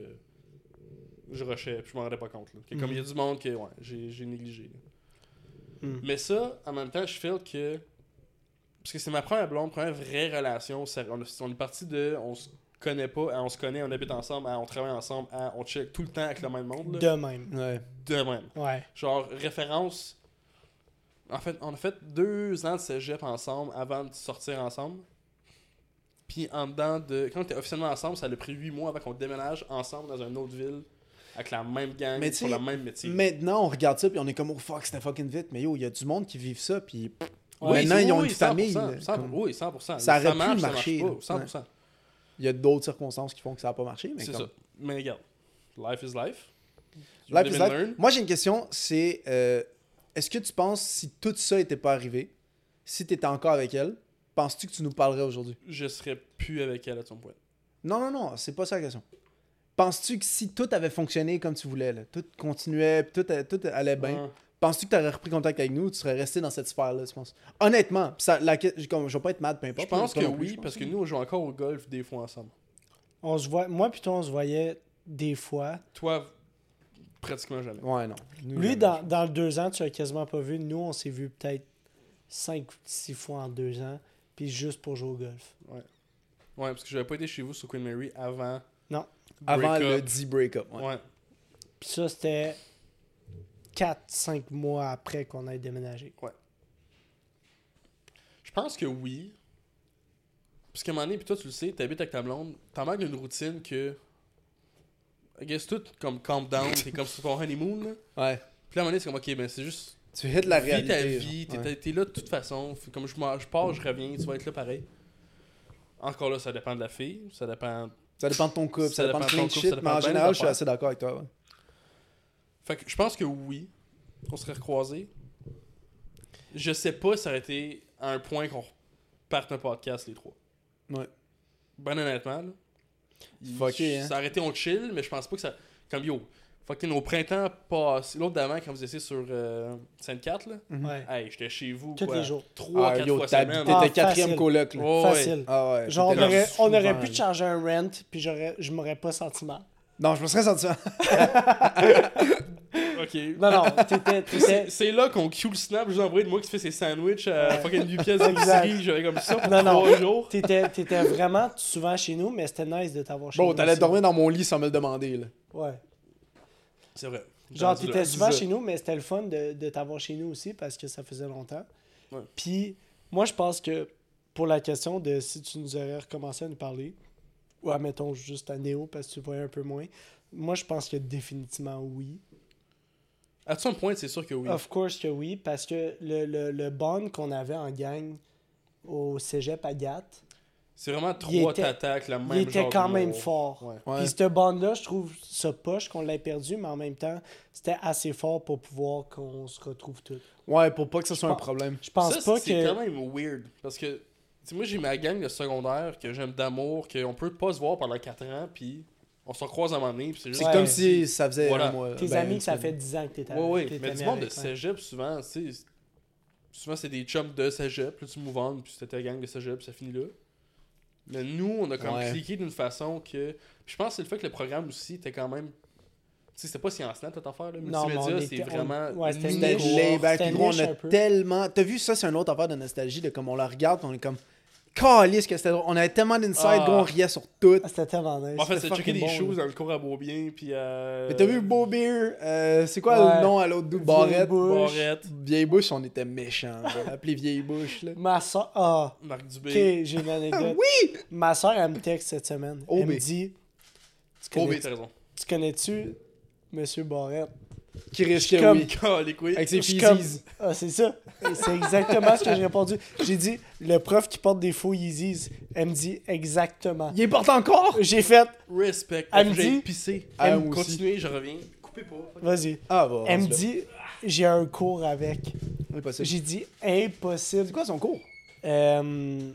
[SPEAKER 3] je rushais, puis je m'en rendais pas compte. là. Que Comme il y a du monde que, ouais, j'ai j'ai négligé. là.
[SPEAKER 2] Mhm.
[SPEAKER 3] Mais ça, en même temps, je feel que. Parce que c'est ma première blonde, première vraie relation. ça- on, on est parti de. On se connaît pas, à on se connaît, on habite ensemble, à on travaille ensemble, à on check tout le temps avec le même monde. Là,
[SPEAKER 2] De même.
[SPEAKER 1] Ouais.
[SPEAKER 3] de même.
[SPEAKER 2] Ouais.
[SPEAKER 3] Genre, référence. En fait, on a fait deux ans de cégep ensemble avant de sortir ensemble. Puis en dedans de. Quand on était officiellement ensemble, ça a pris huit mois avant qu'on déménage ensemble dans une autre ville avec la même gang
[SPEAKER 1] Mais tu
[SPEAKER 3] pour
[SPEAKER 1] sais,
[SPEAKER 3] le même métier.
[SPEAKER 1] Maintenant, on regarde ça, puis on est comme, oh fuck, c'était fucking vite. Mais yo, il y a du monde qui vivent ça, puis pff,
[SPEAKER 3] Oui,
[SPEAKER 1] maintenant,
[SPEAKER 3] oui,
[SPEAKER 1] ils ont
[SPEAKER 3] oui,
[SPEAKER 1] une famille.
[SPEAKER 3] 100%,
[SPEAKER 1] là,
[SPEAKER 3] 100%,
[SPEAKER 1] comme-
[SPEAKER 3] Oui, 100%.
[SPEAKER 1] Ça aurait pu
[SPEAKER 3] marche, ça
[SPEAKER 1] marcher,
[SPEAKER 3] marche
[SPEAKER 1] là.
[SPEAKER 3] pas, 100%.
[SPEAKER 1] Il y a d'autres circonstances qui font que ça n'a pas marché. Mais
[SPEAKER 3] C'est
[SPEAKER 1] comme-
[SPEAKER 3] ça. Mais regarde, life is life. You
[SPEAKER 1] Life is
[SPEAKER 3] live and
[SPEAKER 1] life.
[SPEAKER 3] learn.
[SPEAKER 1] Moi, j'ai une question, c'est euh, est-ce que tu penses, si tout ça n'était pas arrivé, si tu étais encore avec elle, penses-tu que tu nous parlerais aujourd'hui
[SPEAKER 3] Je serais plus avec elle à ton point.
[SPEAKER 1] Non, non, non, c'est pas ça la question. Penses-tu que si tout avait fonctionné comme tu voulais, là, tout continuait, puis tout, tout allait bien,
[SPEAKER 3] Hein.
[SPEAKER 1] penses-tu que tu aurais repris contact avec nous ou tu serais resté dans cette sphère-là, tu penses Honnêtement, pis ça, la, que- je- comme, je vais pas être mad, peu
[SPEAKER 3] Je
[SPEAKER 1] importe.
[SPEAKER 3] pense
[SPEAKER 1] toi
[SPEAKER 3] que
[SPEAKER 1] non plus,
[SPEAKER 3] oui,
[SPEAKER 1] je pense.
[SPEAKER 3] parce que nous, on joue encore au golf des fois ensemble.
[SPEAKER 2] On se voit, moi plutôt, on se voyait des fois.
[SPEAKER 3] Toi, pratiquement jamais.
[SPEAKER 1] Ouais, non. Nous,
[SPEAKER 2] Lui,
[SPEAKER 1] jamais.
[SPEAKER 2] dans, dans le deux ans, tu l'as quasiment pas vu. Nous, on s'est vu peut-être cinq ou six fois en deux ans, puis juste pour jouer au golf.
[SPEAKER 3] Ouais, parce que j'avais pas été chez vous sur Queen Mary avant.
[SPEAKER 2] Non.
[SPEAKER 1] Avant
[SPEAKER 3] break-up.
[SPEAKER 1] le dit break-up. ouais.
[SPEAKER 3] Ouais.
[SPEAKER 2] Puis ça, c'était 4-5 mois après qu'on ait déménagé.
[SPEAKER 3] Je pense que oui. Parce qu'à un moment donné, puis toi, tu le sais, t'habites avec ta blonde, t'en manques d'une routine que. I guess tout, comme calm down, t'es comme sur ton honeymoon. là.
[SPEAKER 1] Ouais.
[SPEAKER 3] Puis là, à un moment donné, c'est comme, ok, ben c'est juste.
[SPEAKER 1] Tu hits la
[SPEAKER 3] vis
[SPEAKER 1] réalité.
[SPEAKER 3] ta
[SPEAKER 1] genre.
[SPEAKER 3] vie, t'es
[SPEAKER 1] Ouais.
[SPEAKER 3] t'es là de toute façon. Fait Comme je, m'en- je pars, je reviens, tu vas être là pareil. Encore là, ça dépend de la fille, ça dépend.
[SPEAKER 1] Ça dépend de ton couple, ça,
[SPEAKER 3] Ça
[SPEAKER 1] dépend de
[SPEAKER 3] dépend de
[SPEAKER 1] plein
[SPEAKER 3] ton
[SPEAKER 1] de
[SPEAKER 3] couple,
[SPEAKER 1] shit,
[SPEAKER 3] ça dépend
[SPEAKER 1] mais en
[SPEAKER 3] de plein
[SPEAKER 1] général, je suis
[SPEAKER 3] d'affaires.
[SPEAKER 1] assez d'accord avec toi. ouais.
[SPEAKER 3] Fait que je pense que oui, on serait recroisés. Je sais pas si ça aurait été à un point qu'on parte un podcast les trois.
[SPEAKER 1] Ouais.
[SPEAKER 3] Ben honnêtement, là. Il-
[SPEAKER 1] Fucké, hein?
[SPEAKER 3] Ça aurait été on chill, mais je pense pas que ça. Comme yo, fucking au printemps passé, l'autre d'avant, quand vous étiez sur euh, Sainte-Cat, là,
[SPEAKER 1] Hmm.
[SPEAKER 2] Ouais.
[SPEAKER 3] hey, j'étais chez vous.
[SPEAKER 2] Tous
[SPEAKER 3] quoi,
[SPEAKER 2] les jours.
[SPEAKER 3] Trois,
[SPEAKER 1] ah,
[SPEAKER 3] quatre
[SPEAKER 1] yo,
[SPEAKER 3] fois
[SPEAKER 1] t'as-
[SPEAKER 3] semaine.
[SPEAKER 1] t'étais
[SPEAKER 2] Ah,
[SPEAKER 1] quatrième
[SPEAKER 2] facile.
[SPEAKER 1] coloc, là.
[SPEAKER 3] Oh, ouais.
[SPEAKER 2] Facile.
[SPEAKER 1] Ah ouais.
[SPEAKER 2] Genre, on
[SPEAKER 1] t'étais
[SPEAKER 2] aurait,
[SPEAKER 1] là
[SPEAKER 2] on aurait
[SPEAKER 1] souvent,
[SPEAKER 2] pu
[SPEAKER 1] là.
[SPEAKER 2] te charger un rent, puis j'aurais, je m'aurais pas senti mal.
[SPEAKER 1] Non, je me serais senti ça.
[SPEAKER 3] Ah, Ok.
[SPEAKER 2] Non, non,
[SPEAKER 1] [LAUGHS]
[SPEAKER 2] t'étais. t'étais-
[SPEAKER 3] C'est- C'est là qu'on cue le snap, je vous envoie de moi qui se fait ses sandwichs à fucking 8
[SPEAKER 1] [LAUGHS]
[SPEAKER 3] pièces d'épicerie, j'avais comme ça pour
[SPEAKER 2] Non, non.
[SPEAKER 3] trois jours.
[SPEAKER 2] T'étais, t'étais vraiment souvent chez nous, mais c'était nice de t'avoir chez nous.
[SPEAKER 1] Bon, t'allais
[SPEAKER 2] aussi.
[SPEAKER 1] dormir dans mon lit sans me le demander, là.
[SPEAKER 2] Ouais.
[SPEAKER 3] C'est vrai.
[SPEAKER 2] Genre,
[SPEAKER 3] Rendu là.
[SPEAKER 2] t'étais souvent
[SPEAKER 1] Dis-le.
[SPEAKER 2] chez nous, mais c'était le fun de, de t'avoir chez nous aussi parce que ça faisait longtemps.
[SPEAKER 3] Ouais.
[SPEAKER 2] Puis, moi, je pense que pour la question de si tu nous aurais recommencé à nous parler, ou admettons juste à Néo parce que tu le voyais un peu moins, moi, je pense que définitivement oui.
[SPEAKER 3] À son point, c'est sûr que oui.
[SPEAKER 2] Of course que oui, parce que le, le, le bond qu'on avait en gang au cégep à Gat,
[SPEAKER 3] C'est vraiment
[SPEAKER 2] Il
[SPEAKER 3] trois
[SPEAKER 2] était-
[SPEAKER 3] t'attaques, la même
[SPEAKER 2] il était
[SPEAKER 3] genre
[SPEAKER 2] quand
[SPEAKER 3] de
[SPEAKER 2] même
[SPEAKER 3] mot.
[SPEAKER 2] fort.
[SPEAKER 3] Ouais.
[SPEAKER 1] Ouais.
[SPEAKER 2] Puis ce bond-là, je trouve ça poche qu'on l'ait perdu, mais en même temps, c'était assez fort pour pouvoir qu'on se retrouve tous.
[SPEAKER 1] Ouais, pour pas que ce soit un
[SPEAKER 2] pense-
[SPEAKER 1] problème.
[SPEAKER 2] Je pense
[SPEAKER 3] Ça,
[SPEAKER 2] pas
[SPEAKER 3] c'est- C'est
[SPEAKER 2] que.
[SPEAKER 3] quand même weird. Parce que, tu sais, moi, j'ai ma gang de secondaire que j'aime d'amour, qu'on peut pas se voir pendant 4 ans, puis on se recroise à un moment donné, puis c'est juste.
[SPEAKER 1] C'est
[SPEAKER 2] Ouais.
[SPEAKER 1] comme si ça faisait
[SPEAKER 3] Voilà.
[SPEAKER 1] un mois.
[SPEAKER 2] Tes
[SPEAKER 1] ben,
[SPEAKER 2] amis,
[SPEAKER 1] une
[SPEAKER 2] que ça
[SPEAKER 1] semaine.
[SPEAKER 2] fait 10 ans que t'es
[SPEAKER 3] Ouais, ouais.
[SPEAKER 2] t'es
[SPEAKER 3] Mais
[SPEAKER 2] ami
[SPEAKER 3] du monde de
[SPEAKER 2] avec, ouais.
[SPEAKER 3] cégep, souvent, tu sais, souvent c'est des chums de cégep, puis tu move on, puis c'était ta gang de cégep, puis ça finit là. Mais nous, on a comme
[SPEAKER 1] Ouais.
[SPEAKER 3] cliqué d'une façon que. Puis je pense que c'est le fait que le programme aussi était quand même. Tu sais, c'était pas science net, cette affaire, là.
[SPEAKER 2] Non, mais on
[SPEAKER 3] Multimédia,
[SPEAKER 2] était-
[SPEAKER 3] c'est
[SPEAKER 2] on-
[SPEAKER 3] vraiment.
[SPEAKER 2] ouais, c'était
[SPEAKER 1] C'était
[SPEAKER 2] Niche.
[SPEAKER 1] laid-back,
[SPEAKER 2] C'était
[SPEAKER 1] gros, on
[SPEAKER 2] niche un
[SPEAKER 1] a
[SPEAKER 2] peu.
[SPEAKER 1] tellement. T'as vu, ça, c'est un autre affaire de nostalgie, de comme on la regarde, puis on est comme. Calisse que c'était drôle. On avait tellement d'insides,
[SPEAKER 3] Ah.
[SPEAKER 1] gros, on riait sur tout.
[SPEAKER 2] Ah, C'était tellement nice.
[SPEAKER 3] En fait,
[SPEAKER 1] c'était
[SPEAKER 3] c'est checker des
[SPEAKER 1] fucking bon,
[SPEAKER 3] choses dans le cours à Beaubien, puis euh, à.
[SPEAKER 1] Mais t'as vu Beau Beer, euh, c'est quoi
[SPEAKER 2] Ouais.
[SPEAKER 1] le nom à l'autre bout?
[SPEAKER 2] Vieille
[SPEAKER 1] Barrette.
[SPEAKER 2] Bouche.
[SPEAKER 3] Barrette,
[SPEAKER 1] Vieille Bouche, on était méchants. On appelé Vieille Bouche, là. Ah
[SPEAKER 2] Ma soeur. Ah,
[SPEAKER 3] Marc Dubé.
[SPEAKER 2] ok, j'ai une anecdote. oui! Ma soeur, elle me texte cette semaine.
[SPEAKER 1] Oh,
[SPEAKER 2] elle me
[SPEAKER 1] mais-
[SPEAKER 2] dit Tu
[SPEAKER 3] Oh,
[SPEAKER 2] connais-
[SPEAKER 3] mais t'as raison.
[SPEAKER 2] tu connais-tu Monsieur Barrette?
[SPEAKER 1] Qui risquait,
[SPEAKER 2] comme-
[SPEAKER 1] oui.
[SPEAKER 3] Calique, oui.
[SPEAKER 1] Avec ses
[SPEAKER 2] Je suis
[SPEAKER 1] Yeezys.
[SPEAKER 2] comme, Ah, c'est ça. C'est exactement ce que j'ai répondu. J'ai dit, le prof qui porte des faux Yeezys, elle me dit exactement.
[SPEAKER 1] Il est porte encore!
[SPEAKER 2] J'ai fait,
[SPEAKER 3] Respect.
[SPEAKER 2] Elle me
[SPEAKER 3] J'ai
[SPEAKER 2] dit-
[SPEAKER 3] pissé.
[SPEAKER 1] Ah,
[SPEAKER 3] Elle me-
[SPEAKER 1] moi aussi.
[SPEAKER 3] Continuez, je reviens. Coupez pas.
[SPEAKER 2] vas-y.
[SPEAKER 1] Ah, bah.
[SPEAKER 2] Elle me
[SPEAKER 1] dit.
[SPEAKER 2] dit, j'ai un cours avec. J'ai dit, impossible.
[SPEAKER 1] C'est quoi son cours?
[SPEAKER 2] Euh,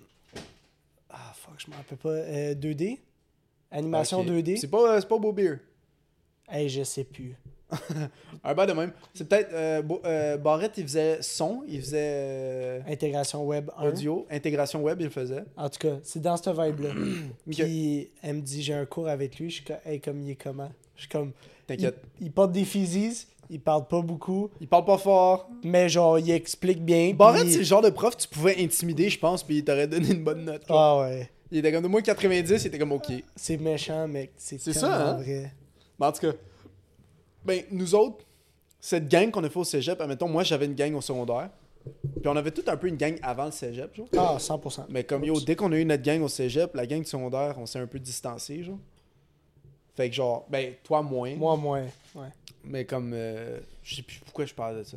[SPEAKER 2] Ah, fuck, je m'en rappelle pas. Euh, 2D? Animation
[SPEAKER 1] Ok.
[SPEAKER 2] 2D?
[SPEAKER 1] C'est pas, euh, c'est pas Beau Beer.
[SPEAKER 2] Hey, je sais plus.
[SPEAKER 1] Un bas de même. C'est peut-être. euh, Beau- euh, Barrette, il faisait son, il faisait euh,
[SPEAKER 2] Intégration web 1.
[SPEAKER 1] audio, intégration web, il faisait.
[SPEAKER 2] En tout cas, c'est dans ce
[SPEAKER 1] [CLEARS THROAT]
[SPEAKER 2] vibe-là.
[SPEAKER 1] Ok.
[SPEAKER 2] Puis elle me dit, j'ai un cours avec lui. Je suis comme, hey, comme il est comment? Je suis comme,
[SPEAKER 1] T'inquiète.
[SPEAKER 2] Il, il porte des physis, il parle pas beaucoup,
[SPEAKER 1] Il parle pas fort.
[SPEAKER 2] mais genre, il explique bien.
[SPEAKER 1] Barrette,
[SPEAKER 2] puis-
[SPEAKER 1] c'est le genre de prof que tu pouvais intimider, je pense, puis il t'aurait donné une bonne note. là.
[SPEAKER 2] Ah ouais.
[SPEAKER 1] Il était comme de moins 90, il était comme OK.
[SPEAKER 2] C'est méchant, mec. C'est
[SPEAKER 1] C'est
[SPEAKER 2] tellement
[SPEAKER 1] ça, hein?
[SPEAKER 2] vrai.
[SPEAKER 1] Mais en tout cas, ben, nous autres, cette gang qu'on a fait au cégep, admettons, moi j'avais une gang au secondaire. Puis on avait tout un peu une gang avant le cégep, genre.
[SPEAKER 2] Ah, 100%.
[SPEAKER 1] Mais comme yo, dès qu'on a eu notre gang au cégep, la gang du secondaire, on s'est un peu distancé, genre. Fait que genre, ben, toi moins.
[SPEAKER 2] Moi, moins. Ouais.
[SPEAKER 1] Mais comme, euh, je sais plus pourquoi je parle de ça.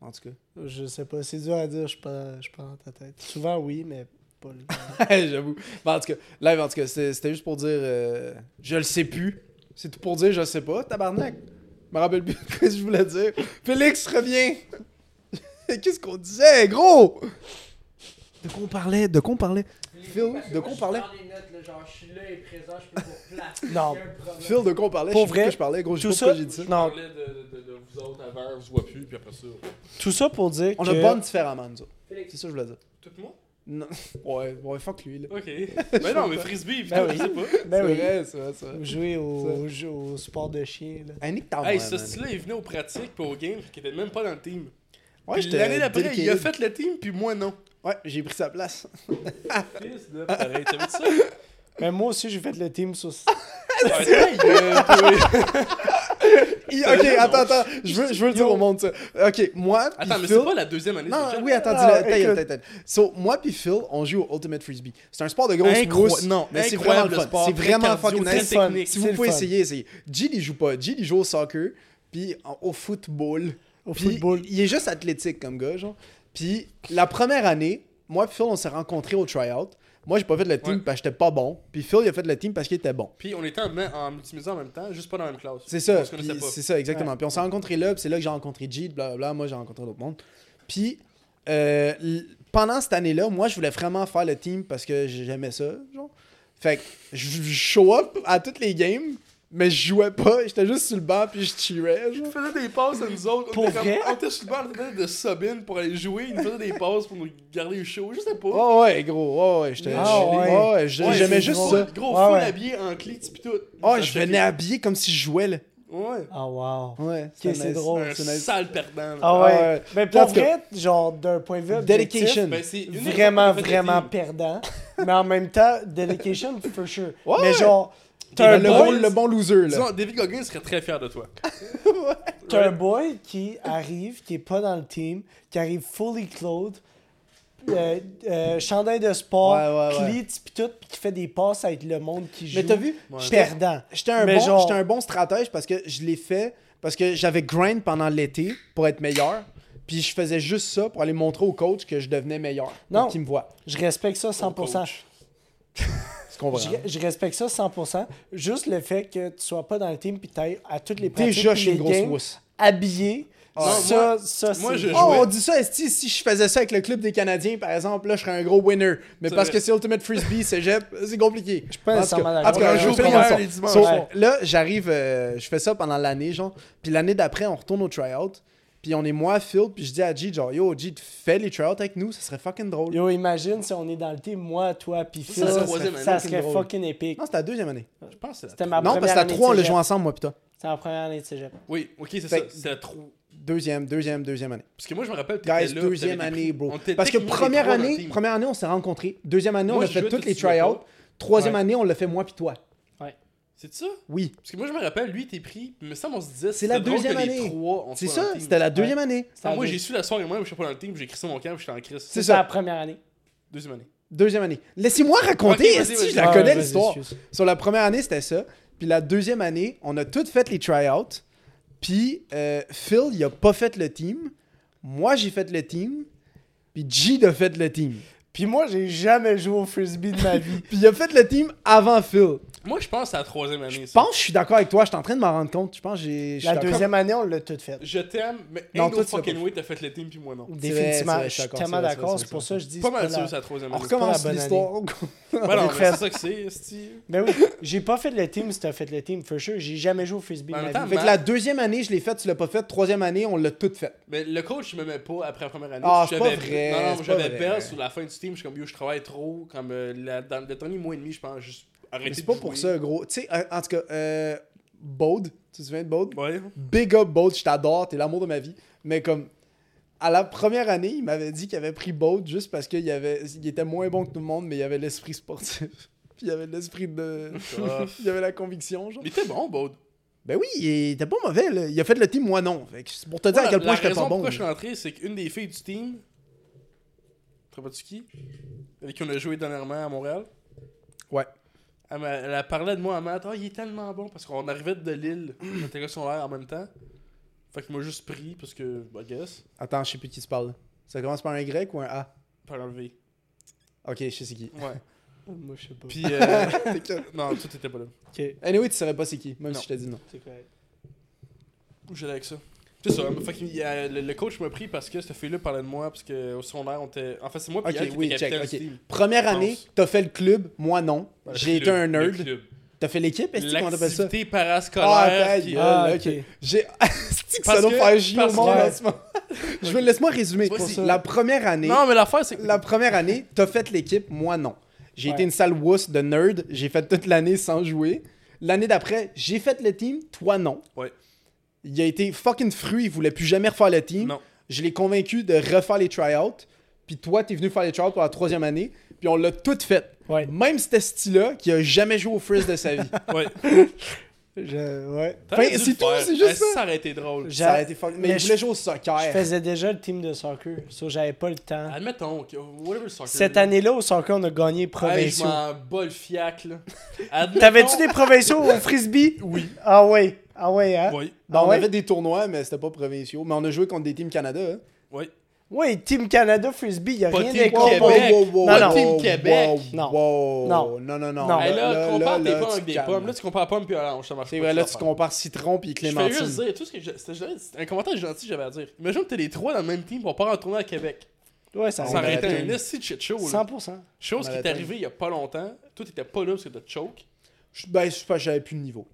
[SPEAKER 1] En tout [LAUGHS]
[SPEAKER 2] Je sais pas, c'est dur à dire, je parle, je parle dans ta tête. Souvent, oui, mais pas le
[SPEAKER 1] cas, j'avoue. Ben, en tout cas, live, en tout cas, c'est- c'était juste pour dire, euh, je le sais plus. C'est tout pour dire, je le sais pas, tabarnak. Je me rappelle plus [LAUGHS] de quoi je voulais dire. Félix, reviens! [LAUGHS] Qu'est-ce qu'on disait, gros? De quoi on parlait? De quoi on parlait? Phil, de quoi on parlait?
[SPEAKER 4] Je prends des notes, là, genre, je suis là et présent, je
[SPEAKER 1] [LAUGHS]
[SPEAKER 4] peux vous replacer.
[SPEAKER 2] Non.
[SPEAKER 4] s'il y a un problème.
[SPEAKER 1] Phil, de quoi on parlait?
[SPEAKER 2] Pour
[SPEAKER 1] je sais plus
[SPEAKER 2] vrai,
[SPEAKER 1] de quoi je parlais, gros, je sais
[SPEAKER 2] tout
[SPEAKER 1] pas pourquoi
[SPEAKER 2] ça-
[SPEAKER 1] j'ai dit ça.
[SPEAKER 2] Non.
[SPEAKER 3] Je parlais de, de, de vous autres avant, je vous vois plus, puis après ça.
[SPEAKER 2] Tout ça pour dire
[SPEAKER 1] On
[SPEAKER 2] que...
[SPEAKER 1] a bonne différemment, nous autres. C'est
[SPEAKER 4] Félix,
[SPEAKER 1] ça que je voulais dire.
[SPEAKER 3] Tout le monde
[SPEAKER 1] Non. [LAUGHS] Ouais, ouais, fuck lui, là. [LAUGHS]
[SPEAKER 3] Ok. [LAUGHS] mais non, mais frisbee,
[SPEAKER 2] Ben
[SPEAKER 3] putain,
[SPEAKER 2] oui.
[SPEAKER 3] je sais pas.
[SPEAKER 1] C'est
[SPEAKER 2] Ben oui.
[SPEAKER 1] vrai, c'est vrai, c'est vrai.
[SPEAKER 2] Jouer au,
[SPEAKER 1] hein. Ça.
[SPEAKER 2] au jeu- au sport de chien, là.
[SPEAKER 1] Hey, nique ta
[SPEAKER 3] Hey,
[SPEAKER 1] mère,
[SPEAKER 3] ce
[SPEAKER 1] Ah, man.
[SPEAKER 3] style-là, il venait aux pratiques puis aux games, qui était même pas dans le team.
[SPEAKER 1] Ouais,
[SPEAKER 3] Puis
[SPEAKER 1] j'étais
[SPEAKER 3] L'année d'après, il
[SPEAKER 1] délicat.
[SPEAKER 3] a fait le team, puis
[SPEAKER 1] [LAUGHS]
[SPEAKER 3] moi non.
[SPEAKER 1] Ouais, j'ai pris sa
[SPEAKER 3] [LAUGHS]
[SPEAKER 1] place.
[SPEAKER 3] Fils de pareil, t'as vu
[SPEAKER 1] [LAUGHS]
[SPEAKER 3] ça?
[SPEAKER 2] Mais moi aussi, j'ai fait le team sur...
[SPEAKER 3] Ah, ta gueule, toi.
[SPEAKER 1] Il- ok, attends, attends. Je veux, je veux le dire
[SPEAKER 2] Yo.
[SPEAKER 1] au monde, ça. Ok, moi. puis
[SPEAKER 3] Attends, mais
[SPEAKER 1] Phil-
[SPEAKER 3] c'est pas la deuxième année.
[SPEAKER 1] Non,
[SPEAKER 3] c'est déjà-
[SPEAKER 1] oui, attends, dis-le.
[SPEAKER 2] Ah,
[SPEAKER 1] Attends,
[SPEAKER 2] écoute.
[SPEAKER 1] attends, attends. So, moi puis Phil, on joue au Ultimate Frisbee. C'est un sport de grosse
[SPEAKER 3] Incro-
[SPEAKER 1] mousse.
[SPEAKER 3] non,
[SPEAKER 1] mais c'est vraiment
[SPEAKER 3] incroyable
[SPEAKER 1] le
[SPEAKER 3] le
[SPEAKER 1] fun.
[SPEAKER 3] sport,
[SPEAKER 1] C'est
[SPEAKER 3] très
[SPEAKER 1] vraiment
[SPEAKER 3] cardio,
[SPEAKER 1] fucking
[SPEAKER 3] très
[SPEAKER 1] nice.
[SPEAKER 3] technique.
[SPEAKER 1] Si vous
[SPEAKER 2] C'est le
[SPEAKER 1] pouvez
[SPEAKER 2] fun.
[SPEAKER 1] essayer, essayez. Jill, il joue pas. Jill, il joue au soccer, puis en- au football.
[SPEAKER 2] Au
[SPEAKER 1] Puis,
[SPEAKER 2] football.
[SPEAKER 1] Il est juste athlétique comme gars, genre. Puis la première année, moi et Phil, on s'est rencontrés au tryout. Moi, j'ai pas fait le team
[SPEAKER 3] Ouais.
[SPEAKER 1] parce que j'étais pas bon. Puis Phil, il a fait le team parce qu'il était bon.
[SPEAKER 3] Puis on était en, en multimédia en même temps, juste pas dans la même classe.
[SPEAKER 1] C'est ça.
[SPEAKER 3] On se connaissait
[SPEAKER 1] puis
[SPEAKER 3] pas.
[SPEAKER 1] C'est ça, exactement. Puis on s'est rencontrés là, puis c'est là que j'ai rencontré Jeet, blablabla. Moi, j'ai rencontré d'autres mondes. Puis euh, l- pendant cette année-là, moi, je voulais vraiment faire le team parce que j'aimais ça, genre. Fait que je je show up à toutes les games, mais je jouais pas. J'étais juste sur le banc, puis je cheerais, genre.
[SPEAKER 3] Il faisait des passes à nous autres.
[SPEAKER 2] Pour
[SPEAKER 3] on était comme-
[SPEAKER 2] vrai?
[SPEAKER 3] On était sur le banc, on était de Sabine pour aller jouer. Il nous faisait des passes pour nous garder chaud. Je sais pas.
[SPEAKER 1] Oh ouais, gros, oh ouais, j'étais.
[SPEAKER 2] Ah ouais.
[SPEAKER 1] oh ouais, je-
[SPEAKER 3] Ouais,
[SPEAKER 1] j'aimais
[SPEAKER 2] c'est
[SPEAKER 1] juste
[SPEAKER 3] gros,
[SPEAKER 1] ça.
[SPEAKER 3] Gros
[SPEAKER 2] Ouais,
[SPEAKER 3] full
[SPEAKER 2] ouais.
[SPEAKER 3] habillé en clits pis tout.
[SPEAKER 1] Oh,
[SPEAKER 3] Ça
[SPEAKER 1] je
[SPEAKER 3] checkait.
[SPEAKER 1] venais habillé comme si je jouais, là.
[SPEAKER 3] Ouais.
[SPEAKER 2] Ah, wow.
[SPEAKER 1] Ouais,
[SPEAKER 2] c'est drôle,
[SPEAKER 3] Un sale perdant. là.
[SPEAKER 2] Ah
[SPEAKER 1] Ah
[SPEAKER 2] ouais.
[SPEAKER 1] ouais.
[SPEAKER 2] Mais pour
[SPEAKER 1] Let's go.
[SPEAKER 2] vrai, genre, d'un point de vue objectif,
[SPEAKER 1] Dedication.
[SPEAKER 3] Ben, c'est une époque
[SPEAKER 2] vraiment,
[SPEAKER 3] qu'on a fait des
[SPEAKER 2] vraiment
[SPEAKER 3] teams.
[SPEAKER 2] perdant. mais en même temps, dedication, for sure.
[SPEAKER 1] Ouais,
[SPEAKER 2] mais
[SPEAKER 1] ouais.
[SPEAKER 2] genre, t'as un,
[SPEAKER 1] Le bon,
[SPEAKER 2] boy,
[SPEAKER 1] le bon loser, là.
[SPEAKER 3] Disons, David Goggins serait très fier de toi.
[SPEAKER 2] t'as un boy qui arrive, qui est pas dans le team, qui arrive fully clothed, euh, euh, chandail de sport,
[SPEAKER 1] Ouais, ouais, ouais.
[SPEAKER 2] cleats pis tout, pis qui fait des passes avec le monde qui joue.
[SPEAKER 1] Mais t'as vu?
[SPEAKER 3] Ouais.
[SPEAKER 1] J'étais-
[SPEAKER 2] Perdant.
[SPEAKER 1] J'étais un,
[SPEAKER 2] Mais
[SPEAKER 1] bon,
[SPEAKER 2] genre-
[SPEAKER 1] j'étais un bon stratège parce que je l'ai fait, parce que j'avais grind pendant l'été pour être meilleur. Puis je faisais juste ça pour aller montrer au coach que je devenais meilleur.
[SPEAKER 2] Non.
[SPEAKER 1] Qui me voit.
[SPEAKER 2] Je respecte ça 100%.
[SPEAKER 3] coach.
[SPEAKER 1] Ce qu'on va
[SPEAKER 2] Je, je respecte ça 100%. Juste le fait que tu sois pas dans le team puis t'ailles à toutes les pratiques
[SPEAKER 1] Déjà,
[SPEAKER 2] puis
[SPEAKER 1] je suis
[SPEAKER 2] les
[SPEAKER 1] une grosse
[SPEAKER 2] games,
[SPEAKER 1] mousse.
[SPEAKER 2] habillé.
[SPEAKER 3] Ah,
[SPEAKER 2] ça,
[SPEAKER 3] moi-
[SPEAKER 2] ça, c'est...
[SPEAKER 3] moi, je-
[SPEAKER 1] Oh,
[SPEAKER 3] jouais.
[SPEAKER 1] on dit ça, Esti, si je faisais ça avec le club des Canadiens, par exemple, là, je serais un gros winner. Mais
[SPEAKER 3] C'est
[SPEAKER 1] parce
[SPEAKER 3] vrai.
[SPEAKER 1] que c'est Ultimate Frisbee, cégep, c'est compliqué. Je
[SPEAKER 2] pas nécessairement
[SPEAKER 1] En tout cas,
[SPEAKER 2] d'accord.
[SPEAKER 1] un jour,
[SPEAKER 2] On
[SPEAKER 1] c'est
[SPEAKER 2] joue
[SPEAKER 1] comme ça.
[SPEAKER 3] les dimanches.
[SPEAKER 1] So,
[SPEAKER 2] Ouais.
[SPEAKER 1] Là, j'arrive, euh, je fais ça pendant l'année, genre. Puis l'année d'après, on retourne au tryout. Puis on est moi, Phil, puis je dis à G, genre, yo, G, fais les tryouts avec nous, ça serait fucking drôle.
[SPEAKER 2] Yo, imagine si on est dans le team, moi, toi, puis Phil.
[SPEAKER 3] c'est la
[SPEAKER 2] Ça,
[SPEAKER 3] troisième
[SPEAKER 2] ça
[SPEAKER 3] année,
[SPEAKER 2] serait
[SPEAKER 1] drôle.
[SPEAKER 2] fucking épique.
[SPEAKER 1] Non, c'était la deuxième année.
[SPEAKER 3] Je pense que c'est la
[SPEAKER 2] C'était ma
[SPEAKER 1] non,
[SPEAKER 2] première
[SPEAKER 1] parce que la
[SPEAKER 2] année de
[SPEAKER 1] 3, on l'a
[SPEAKER 2] cégep.
[SPEAKER 1] joué ensemble, moi, putain.
[SPEAKER 2] C'est ma première année de cégep.
[SPEAKER 3] Oui, ok, c'est
[SPEAKER 1] Fait
[SPEAKER 3] ça.
[SPEAKER 1] que-
[SPEAKER 3] C'était la trop.
[SPEAKER 1] Deuxième, deuxième, deuxième année.
[SPEAKER 3] Parce que moi, je me rappelle, t'étais
[SPEAKER 1] Guys,
[SPEAKER 3] là.
[SPEAKER 1] deuxième
[SPEAKER 3] t'avais des
[SPEAKER 1] année,
[SPEAKER 3] prix.
[SPEAKER 1] bro.
[SPEAKER 3] On était
[SPEAKER 1] Parce que
[SPEAKER 3] techniquement les
[SPEAKER 1] première
[SPEAKER 3] trois dans le
[SPEAKER 1] année,
[SPEAKER 3] team.
[SPEAKER 1] première année, on s'est rencontrés. Deuxième année,
[SPEAKER 3] Moi,
[SPEAKER 1] on a
[SPEAKER 3] je
[SPEAKER 1] fait
[SPEAKER 3] jouais,
[SPEAKER 1] toutes
[SPEAKER 3] toi,
[SPEAKER 1] les
[SPEAKER 3] tu jouais pas.
[SPEAKER 1] tryouts. Troisième
[SPEAKER 3] Ouais.
[SPEAKER 1] année, on l'a fait moi puis toi.
[SPEAKER 3] C'est ça?
[SPEAKER 1] Oui.
[SPEAKER 3] Parce que moi, je me rappelle, lui, t'es pris. Mais ça, on se disait,
[SPEAKER 1] C'est la
[SPEAKER 3] c'était drôle
[SPEAKER 1] deuxième
[SPEAKER 3] que les
[SPEAKER 1] année.
[SPEAKER 3] trois, on
[SPEAKER 1] C'est
[SPEAKER 3] soit dans
[SPEAKER 1] ça,
[SPEAKER 3] le team.
[SPEAKER 1] c'était la deuxième année.
[SPEAKER 3] Ah, moi,
[SPEAKER 2] C'est
[SPEAKER 3] j'ai su la soirée, moi, je suis pas dans le team, j'ai crissé mon camp, j'étais en crise.
[SPEAKER 1] C'est
[SPEAKER 2] C'est la
[SPEAKER 1] ça,
[SPEAKER 2] première année.
[SPEAKER 3] Deuxième année.
[SPEAKER 1] deuxième année. Laissez-moi raconter,
[SPEAKER 3] Ok, vas-y,
[SPEAKER 1] esti,
[SPEAKER 3] vas-y.
[SPEAKER 1] je la
[SPEAKER 2] Ah,
[SPEAKER 1] connais
[SPEAKER 2] vas-y,
[SPEAKER 1] l'histoire.
[SPEAKER 2] excuse.
[SPEAKER 1] Sur la première année, c'était ça. Puis la deuxième année, on a toutes fait les tryouts. Puis euh, Phil, il a pas fait le team. Moi, j'ai fait le team. Puis G a fait le team.
[SPEAKER 2] Puis moi, j'ai jamais joué au frisbee de ma vie.
[SPEAKER 1] Puis il a fait le team avant Phil.
[SPEAKER 3] Moi, je pense que c'est la troisième année.
[SPEAKER 1] Je
[SPEAKER 3] ça.
[SPEAKER 1] pense que je suis d'accord avec toi. Je suis en train de m'en rendre compte. Je pense que j'ai. je suis
[SPEAKER 2] La
[SPEAKER 1] d'accord.
[SPEAKER 2] deuxième année, on l'a toute faite.
[SPEAKER 3] Je t'aime, mais
[SPEAKER 1] Non,
[SPEAKER 3] non,
[SPEAKER 1] toi,
[SPEAKER 3] no
[SPEAKER 1] tu l'as
[SPEAKER 3] fucking
[SPEAKER 1] pas
[SPEAKER 3] way, t'as fait le team, puis moi non.
[SPEAKER 2] Définitivement,
[SPEAKER 1] c'est vrai,
[SPEAKER 2] je suis
[SPEAKER 1] d'accord,
[SPEAKER 2] tellement
[SPEAKER 1] c'est vrai, c'est
[SPEAKER 2] d'accord.
[SPEAKER 1] vrai,
[SPEAKER 2] C'est
[SPEAKER 1] c'est
[SPEAKER 2] pour
[SPEAKER 1] vrai.
[SPEAKER 2] ça que je dis.
[SPEAKER 3] Pas
[SPEAKER 2] c'est
[SPEAKER 3] mal
[SPEAKER 2] la-
[SPEAKER 3] sûr, c'est la troisième
[SPEAKER 1] On
[SPEAKER 3] année.
[SPEAKER 1] recommence
[SPEAKER 2] C'est pas la bonne
[SPEAKER 1] [LAUGHS] l'histoire.
[SPEAKER 3] Ouais,
[SPEAKER 2] J'ai
[SPEAKER 3] non, mais
[SPEAKER 2] fait-
[SPEAKER 3] c'est ça que c'est, esti.
[SPEAKER 2] Ben oui, j'ai pas fait le team si t'as fait le team, for sure. J'ai jamais joué au frisbee
[SPEAKER 3] Mais en
[SPEAKER 2] de
[SPEAKER 3] même
[SPEAKER 2] ma
[SPEAKER 3] temps,
[SPEAKER 2] vie.
[SPEAKER 1] fait que la deuxième année, je l'ai faite, tu l'as pas faite. Troisième année, on l'a toute faite.
[SPEAKER 3] Mais le coach, il m'aimait pas après la première année.
[SPEAKER 1] Ah,
[SPEAKER 3] Je
[SPEAKER 1] c'est pas
[SPEAKER 3] l'avais-
[SPEAKER 1] vrai,
[SPEAKER 3] Non, non,
[SPEAKER 1] c'est
[SPEAKER 3] moi,
[SPEAKER 1] pas
[SPEAKER 3] j'avais
[SPEAKER 1] vrai.
[SPEAKER 3] peur sur la fin du team. Je suis comme, yo, je travaille trop. Comme, euh, la- dans le dernier mois et demi, je pense, juste
[SPEAKER 1] Mais
[SPEAKER 3] arrêter.
[SPEAKER 1] c'est
[SPEAKER 3] de
[SPEAKER 1] pas pour
[SPEAKER 3] jouer.
[SPEAKER 1] ça, gros. Tu sais, euh, en tout cas, euh, Bode, tu te souviens de Bode
[SPEAKER 3] Ouais.
[SPEAKER 1] Big up Bode, je t'adore, t'es l'amour de ma vie. Mais comme, à la première année, il m'avait dit qu'il avait pris Bode juste parce qu'il avait, il était moins bon que tout le monde, mais il avait [LAUGHS] l'esprit sportif. Puis [LAUGHS] il avait l'esprit de.
[SPEAKER 3] [LAUGHS] Ah.
[SPEAKER 1] il avait la conviction, genre.
[SPEAKER 3] Mais t'es bon, Baud.
[SPEAKER 1] Ben oui, il était pas mauvais. Là. Il a fait le team, moi non. Fait que c'est pour te dire
[SPEAKER 3] Moi,
[SPEAKER 1] à quel
[SPEAKER 3] la-
[SPEAKER 1] point
[SPEAKER 3] la
[SPEAKER 1] j'étais
[SPEAKER 3] raison
[SPEAKER 1] pas bon.
[SPEAKER 3] pourquoi je suis
[SPEAKER 1] là.
[SPEAKER 3] rentré, c'est qu'une des filles du team, tu te rappelles-tu qui Avec qui on a joué dernièrement à Montréal.
[SPEAKER 1] Ouais.
[SPEAKER 3] Elle, m'a- elle a parlé de moi à matin. Ah, il est tellement bon parce qu'on arrivait de Lille, [CLEARS THROAT] on était secondaire en même temps. Fait qu'il m'a juste pris parce que, I guess,
[SPEAKER 1] Attends, je sais plus qui se parle. Ça commence par un Y ou un A
[SPEAKER 3] par enlevé.
[SPEAKER 1] Ok, je sais c'est qui.
[SPEAKER 3] Ouais. [LAUGHS]
[SPEAKER 2] Moi, je sais pas.
[SPEAKER 3] Puis, [LAUGHS] euh, non, tout était pas là.
[SPEAKER 2] Ok,
[SPEAKER 1] Anyway, tu savais pas c'est qui, même
[SPEAKER 3] Non.
[SPEAKER 1] si je t'ai dit non.
[SPEAKER 2] c'est correct.
[SPEAKER 3] Où j'allais avec ça? C'est ça, fait qu'il y a- le, le coach m'a pris parce que cette fille-là parlait de moi, parce qu'au secondaire, on était. En fait, c'est moi puis
[SPEAKER 1] Ok,
[SPEAKER 3] elle qui
[SPEAKER 1] oui,
[SPEAKER 3] était
[SPEAKER 1] check,
[SPEAKER 3] capitaine
[SPEAKER 1] ok.
[SPEAKER 3] du team.
[SPEAKER 1] Première année,
[SPEAKER 3] pense.
[SPEAKER 1] t'as fait le club, moi non.
[SPEAKER 3] Le
[SPEAKER 1] J'ai été
[SPEAKER 3] club,
[SPEAKER 1] un
[SPEAKER 3] le
[SPEAKER 1] nerd.
[SPEAKER 3] club.
[SPEAKER 1] T'as fait l'équipe, est-ce qu'on appelle ça
[SPEAKER 3] L'activité parascolaire.
[SPEAKER 1] ta
[SPEAKER 3] qui-
[SPEAKER 1] gueule,
[SPEAKER 2] Ah,
[SPEAKER 1] ok.
[SPEAKER 2] ok.
[SPEAKER 1] J'ai. [LAUGHS] C'est-tu que
[SPEAKER 3] Parce
[SPEAKER 1] ça doit
[SPEAKER 3] que-
[SPEAKER 1] faire chier au
[SPEAKER 3] parce
[SPEAKER 1] monde
[SPEAKER 2] que-
[SPEAKER 1] en ce moment? [LAUGHS] Je veux laisse-moi résumer.
[SPEAKER 3] C'est pour ça.
[SPEAKER 1] La première année,
[SPEAKER 3] Non, mais l'affaire, c'est que.
[SPEAKER 1] la première année, t'as fait l'équipe, moi non. J'ai
[SPEAKER 2] Ouais.
[SPEAKER 1] été une sale wuss de nerd. J'ai fait toute l'année sans jouer. L'année d'après, j'ai fait le team, toi non.
[SPEAKER 3] Ouais.
[SPEAKER 1] Il a été fucking fruit, il voulait plus jamais refaire le team.
[SPEAKER 3] Non.
[SPEAKER 1] Je l'ai convaincu de refaire les tryouts. Puis toi, t'es venu faire les tryouts pour la troisième année. Puis on l'a tout fait.
[SPEAKER 2] Ouais.
[SPEAKER 1] Même cet style-là qui a jamais joué au frizz de sa
[SPEAKER 2] [LAUGHS]
[SPEAKER 1] vie.
[SPEAKER 3] Ouais.
[SPEAKER 2] Je, ouais.
[SPEAKER 1] Enfin, c'est tout, c'est juste ça.
[SPEAKER 3] Eh, Ça aurait été drôle.
[SPEAKER 1] Ça a
[SPEAKER 2] J'a-
[SPEAKER 1] été fucking- Mais,
[SPEAKER 2] mais
[SPEAKER 1] il
[SPEAKER 2] je-
[SPEAKER 1] voulait jouer au soccer.
[SPEAKER 2] Je faisais déjà le team de soccer, so j'avais pas le temps.
[SPEAKER 3] Admettons, que- whatever soccer.
[SPEAKER 2] Cette année-là, au soccer, on a gagné
[SPEAKER 3] Hey, je
[SPEAKER 2] provinciaux.
[SPEAKER 3] m'en bats le
[SPEAKER 1] [LAUGHS]
[SPEAKER 3] fiac, là. Admettons-
[SPEAKER 2] T'avais-tu des provinciaux au frisbee? Oui. Ah ouais. Ah ouais, hein?
[SPEAKER 3] Oui,
[SPEAKER 1] Ben,
[SPEAKER 2] Ah
[SPEAKER 1] on
[SPEAKER 2] ouais?
[SPEAKER 1] avait des tournois, mais c'était pas provinciaux. Mais on a joué contre des teams Canada. hein.
[SPEAKER 3] oui.
[SPEAKER 2] Oui, Team Canada Frisbee, il a
[SPEAKER 3] Pas
[SPEAKER 2] rien
[SPEAKER 3] Team
[SPEAKER 2] d'incomparable.
[SPEAKER 3] Québec.
[SPEAKER 2] Non,
[SPEAKER 1] wow,
[SPEAKER 2] non.
[SPEAKER 1] wow,
[SPEAKER 3] Team Québec.
[SPEAKER 2] Non.
[SPEAKER 1] wow.
[SPEAKER 2] Non.
[SPEAKER 1] Non, non, non.
[SPEAKER 2] Non.
[SPEAKER 3] Hey, là, compare tes
[SPEAKER 1] Ah, là,
[SPEAKER 3] pommes
[SPEAKER 1] tu
[SPEAKER 3] avec des
[SPEAKER 1] calmes.
[SPEAKER 3] pommes. Là, tu compares pommes puis orange, ça marche
[SPEAKER 1] C'est
[SPEAKER 3] pas,
[SPEAKER 1] vrai, là, tu
[SPEAKER 3] l'affaires.
[SPEAKER 1] compares citron puis
[SPEAKER 3] Je fais
[SPEAKER 1] clémentine.
[SPEAKER 3] juste dire, tout ce que je- c'était juste- c'était un commentaire gentil, j'avais à dire. Imagine que t'es les trois dans le même team pour pas retourner à Québec.
[SPEAKER 2] Ouais, ça
[SPEAKER 3] Ça aurait été
[SPEAKER 1] marathon.
[SPEAKER 3] un esti de shit show, là.
[SPEAKER 2] 100%.
[SPEAKER 3] Chose qui est
[SPEAKER 1] Marathon.
[SPEAKER 3] arrivée il y a pas longtemps. Toi, t'étais pas là parce que t'as choke.
[SPEAKER 1] Je- Ben, je sais pas, j'avais plus le niveau.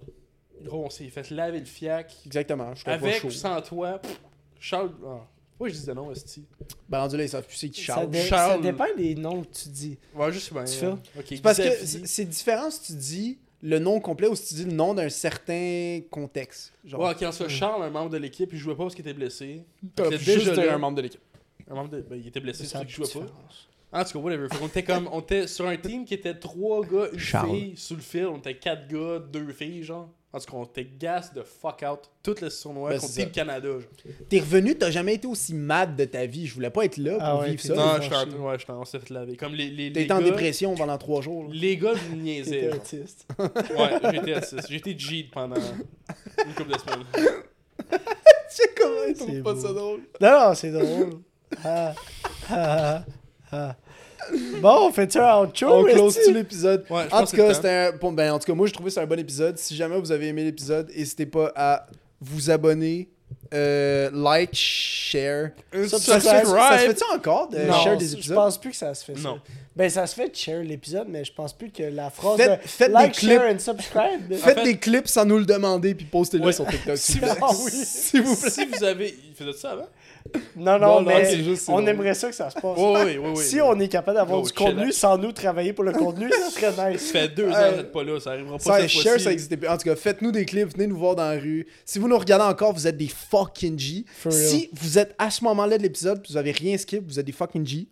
[SPEAKER 3] Gros, on s'est fait laver le fiac.
[SPEAKER 1] Exactement, je trouve pas
[SPEAKER 3] Avec
[SPEAKER 1] chaud.
[SPEAKER 3] ou sans toi, pff, Charles. ah, Pourquoi je disais non, Esti
[SPEAKER 1] Ben, rendu là, ils savent plus c'est qui
[SPEAKER 2] Ça,
[SPEAKER 1] Charles.
[SPEAKER 2] dé- ça
[SPEAKER 3] Charles.
[SPEAKER 2] dépend des noms que tu dis.
[SPEAKER 3] Ouais, juste bien.
[SPEAKER 2] Tu
[SPEAKER 3] euh, Ok,
[SPEAKER 1] C'est Parce que
[SPEAKER 3] Xavier.
[SPEAKER 1] c'est c'est différent si tu dis le nom complet ou si tu dis le nom d'un certain contexte. Genre,
[SPEAKER 3] Ouais, ok, en soit, Charles, un membre de l'équipe, il jouait pas parce qu'il était blessé.
[SPEAKER 1] t'as
[SPEAKER 3] Fait que
[SPEAKER 1] juste
[SPEAKER 3] déjà
[SPEAKER 1] dit
[SPEAKER 3] là-
[SPEAKER 1] un membre de l'équipe.
[SPEAKER 3] Un membre de- ben, il était blessé, c'est
[SPEAKER 2] Ça a
[SPEAKER 3] pour ça qu'il jouait pas.
[SPEAKER 2] différence.
[SPEAKER 3] En tout cas, whatever. Fait qu'on était comme. On était sur un team qui était trois gars, une
[SPEAKER 1] Charles.
[SPEAKER 3] fille, sous le fil. On était quatre gars, deux filles, genre. En tout cas, on était gas de fuck out. Toute la tournoi
[SPEAKER 1] Ben,
[SPEAKER 3] contre
[SPEAKER 1] c'est
[SPEAKER 3] Team Canada, genre.
[SPEAKER 1] T'es revenu, t'as jamais été aussi mad de ta vie. Je voulais pas être là pour
[SPEAKER 2] Ah ouais,
[SPEAKER 1] vivre
[SPEAKER 2] t'es-
[SPEAKER 1] ça.
[SPEAKER 2] Non,
[SPEAKER 3] Non,
[SPEAKER 2] ils vont
[SPEAKER 3] je t'en-
[SPEAKER 2] chier.
[SPEAKER 3] ouais, je t'en- on s'est fait laver. Comme les. les,
[SPEAKER 1] T'as
[SPEAKER 3] les
[SPEAKER 1] été en
[SPEAKER 3] gars,
[SPEAKER 1] dépression pendant trois jours.
[SPEAKER 3] [LAUGHS]
[SPEAKER 1] là.
[SPEAKER 3] Les gars nous niaisaient.
[SPEAKER 2] T'étais
[SPEAKER 3] genre.
[SPEAKER 2] autiste.
[SPEAKER 3] Ouais, j'étais assist. J'étais G pendant une couple de semaines.
[SPEAKER 1] C'est comment ils
[SPEAKER 2] C'est
[SPEAKER 1] trouvent pas
[SPEAKER 2] beau.
[SPEAKER 1] ça drôle?
[SPEAKER 2] Non, non, c'est drôle. Ah, ah, ah. Bon, on fait-tu un outro?
[SPEAKER 1] On close
[SPEAKER 2] est-ce-tu?
[SPEAKER 1] tout l'épisode.
[SPEAKER 3] Ouais, je
[SPEAKER 1] en
[SPEAKER 3] pense
[SPEAKER 1] tout
[SPEAKER 3] que c'est
[SPEAKER 1] cas,
[SPEAKER 3] le
[SPEAKER 1] c'était un... bon, ben, en tout cas, moi, je trouvais que c'était un bon épisode. Si jamais vous avez aimé l'épisode, n'hésitez pas à vous abonner, euh, like, share. Ça, ça, se fait- ça se fait-tu encore de
[SPEAKER 2] Non,
[SPEAKER 1] share des
[SPEAKER 2] je
[SPEAKER 1] épisodes?
[SPEAKER 2] pense plus que ça se fait ça.
[SPEAKER 3] Non.
[SPEAKER 2] Ben, ça se fait de share l'épisode, mais je pense plus que la phrase
[SPEAKER 1] Faites-
[SPEAKER 2] de
[SPEAKER 1] faites
[SPEAKER 2] like,
[SPEAKER 1] des clips.
[SPEAKER 2] share and subscribe.
[SPEAKER 1] Faites
[SPEAKER 3] En fait-
[SPEAKER 1] des clips sans nous le demander puis postez-les
[SPEAKER 3] Ouais.
[SPEAKER 1] sur TikTok.
[SPEAKER 3] Si [LAUGHS] vous-
[SPEAKER 2] Ah oui.
[SPEAKER 1] S'il vous plaît.
[SPEAKER 3] Si vous avez. Il faisait ça avant?
[SPEAKER 2] Non,
[SPEAKER 1] Non,
[SPEAKER 2] non,
[SPEAKER 1] non,
[SPEAKER 2] mais
[SPEAKER 1] c'est juste, c'est
[SPEAKER 2] on
[SPEAKER 1] drôle.
[SPEAKER 2] aimerait ça que ça se passe.
[SPEAKER 3] Oui, oui, Oh, oui. oui.
[SPEAKER 2] si on est capable d'avoir
[SPEAKER 3] Yo,
[SPEAKER 2] du contenu
[SPEAKER 3] chillax.
[SPEAKER 2] sans nous travailler pour le contenu, ça serait nice.
[SPEAKER 3] [LAUGHS] Ça fait deux ans que vous êtes pas là, ça arrivera pas
[SPEAKER 1] Ça,
[SPEAKER 3] cette
[SPEAKER 1] share,
[SPEAKER 3] fois-ci.
[SPEAKER 1] ça existait plus. En tout cas, faites-nous des clips, venez nous voir dans la rue. Si vous nous regardez encore, vous êtes des fucking G.
[SPEAKER 2] For real.
[SPEAKER 1] Si vous êtes à ce moment-là de l'épisode, puis vous avez rien skip, vous êtes des fucking G.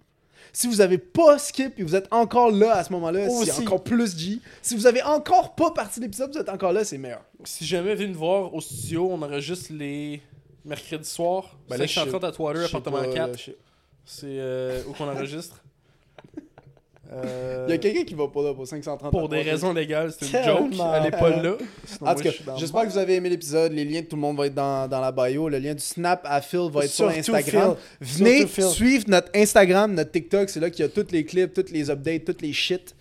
[SPEAKER 1] Si vous avez pas skip et vous êtes encore là à ce moment-là, c'est
[SPEAKER 2] Aussi.
[SPEAKER 1] encore plus G. Si vous avez encore pas parti de l'épisode, vous êtes encore là, c'est meilleur.
[SPEAKER 3] Si jamais venez nous voir au studio, on enregistre les mercredis soirs.
[SPEAKER 1] Ben
[SPEAKER 3] Ben
[SPEAKER 1] là,
[SPEAKER 3] là,
[SPEAKER 1] je sais-
[SPEAKER 3] à Twitter,
[SPEAKER 1] Je sais
[SPEAKER 3] appartement
[SPEAKER 1] pas, là,
[SPEAKER 3] 4.
[SPEAKER 1] je sais-
[SPEAKER 3] C'est euh, où qu'on enregistre. Euh,
[SPEAKER 1] Il y a quelqu'un qui va pas là pour 530.
[SPEAKER 3] pour des raisons légales, c'est une joke.
[SPEAKER 2] Tellement.
[SPEAKER 3] Elle est pas là. Sinon,
[SPEAKER 1] En
[SPEAKER 3] moi,
[SPEAKER 1] tout
[SPEAKER 3] je
[SPEAKER 1] cas,
[SPEAKER 3] suis dans-
[SPEAKER 1] j'espère que vous avez aimé l'épisode. Les liens de tout le monde va être dans, dans la bio. Le lien du Snap à Phil va être sur
[SPEAKER 2] Surtout
[SPEAKER 1] Instagram.
[SPEAKER 2] Phil.
[SPEAKER 1] Venez
[SPEAKER 2] Surtout Phil.
[SPEAKER 1] suivre notre Instagram, notre TikTok. C'est là qu'il y a tous les clips, toutes les updates, toutes les shit.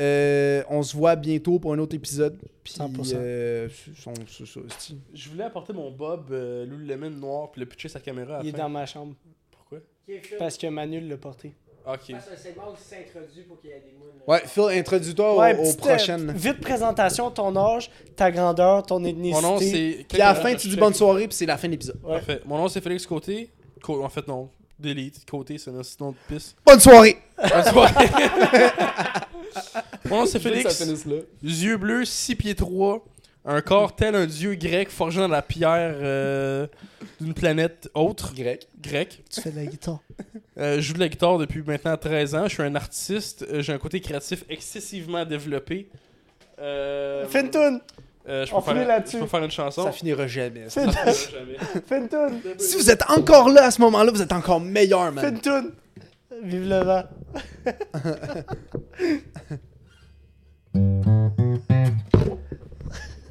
[SPEAKER 1] Euh, on se voit bientôt pour un autre épisode. Puis,
[SPEAKER 2] 100%.
[SPEAKER 1] euh, c'est- on- c'est ça, c'est-
[SPEAKER 3] Je voulais apporter mon Bob euh, Lululemon noir puis le pitcher sa caméra à la
[SPEAKER 2] Il est
[SPEAKER 3] fin.
[SPEAKER 2] dans ma chambre
[SPEAKER 3] Pourquoi Ah,
[SPEAKER 2] parce que Manu l'a porté.
[SPEAKER 3] Ok.
[SPEAKER 4] Fasse un segment où il s'introduit pour qu'il y ait des moons. là.
[SPEAKER 1] Ouais, Phil, introduis-toi au- aux,
[SPEAKER 2] petite, euh,
[SPEAKER 1] prochaines.
[SPEAKER 2] Vite présentation, ton âge, ta grandeur, ton ethnicité.
[SPEAKER 3] Mon nom, c'est.
[SPEAKER 1] Puis à la fin, tu dis bonne soirée, puis c'est la fin de l'épisode.
[SPEAKER 2] Ouais.
[SPEAKER 3] Parfait. Mon nom, c'est Félix Côté. Co- En fait, non. Delete. Côté, c'est un petit nom de piste.
[SPEAKER 1] [LAUGHS] Bonne soirée!
[SPEAKER 3] Bonne soirée. [LAUGHS] Mon nom, c'est Félix.
[SPEAKER 1] là.
[SPEAKER 3] Yeux bleus, 6 pieds 3. Un corps tel un dieu grec forgé dans la pierre euh, d'une planète autre,
[SPEAKER 1] Grec.
[SPEAKER 3] grecque.
[SPEAKER 2] Tu fais de la guitare.
[SPEAKER 3] Euh, je joue de la guitare depuis maintenant 13 ans. Je suis un artiste. Euh, J'ai un côté créatif excessivement développé. Euh,
[SPEAKER 2] Fais une toune.
[SPEAKER 3] Euh, je,
[SPEAKER 2] On
[SPEAKER 3] peux
[SPEAKER 2] finit
[SPEAKER 3] faire,
[SPEAKER 2] là-dessus.
[SPEAKER 3] je peux faire une chanson. [LAUGHS]
[SPEAKER 1] Ça finira jamais. ça.
[SPEAKER 2] Fais une
[SPEAKER 3] Ça
[SPEAKER 2] toune.
[SPEAKER 3] finira jamais.
[SPEAKER 2] Fais une toune.
[SPEAKER 1] Si vous êtes encore là à ce moment-là, vous êtes encore meilleur,
[SPEAKER 2] Fais
[SPEAKER 1] man.
[SPEAKER 2] une toune. Vive le vent.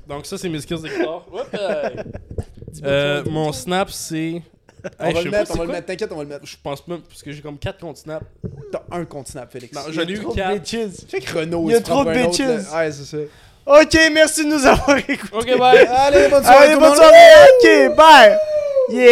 [SPEAKER 3] Donc ça, c'est mes skills de
[SPEAKER 1] [LAUGHS]
[SPEAKER 3] guitare. Whoop, hey. Euh, mon snap, c'est...
[SPEAKER 1] On
[SPEAKER 3] Hey, je
[SPEAKER 1] va le mettre,
[SPEAKER 3] sais pas c'est
[SPEAKER 1] on va le
[SPEAKER 3] quoi.
[SPEAKER 1] mettre. T'inquiète, on va le mettre.
[SPEAKER 3] Je pense même, parce que j'ai comme 4 comptes snap.
[SPEAKER 1] T'as un compte Snap, Félix.
[SPEAKER 3] Non,
[SPEAKER 1] Il y
[SPEAKER 3] j'en
[SPEAKER 1] a
[SPEAKER 3] ai eu
[SPEAKER 1] trop-
[SPEAKER 2] Trop
[SPEAKER 3] 4.
[SPEAKER 1] Tu
[SPEAKER 2] bitches.
[SPEAKER 1] sais que Renault,
[SPEAKER 2] Il y a
[SPEAKER 1] se prend
[SPEAKER 2] trop de
[SPEAKER 1] pour un autre,
[SPEAKER 2] bitches.
[SPEAKER 1] là. Ouais, c'est ça.
[SPEAKER 2] Ok, merci de nous avoir écoutés.
[SPEAKER 3] Ok, bye!
[SPEAKER 1] Allez, bonne soirée.
[SPEAKER 2] Allez,
[SPEAKER 1] tout le
[SPEAKER 2] bonne
[SPEAKER 1] monde.
[SPEAKER 2] soirée. Ok, bye.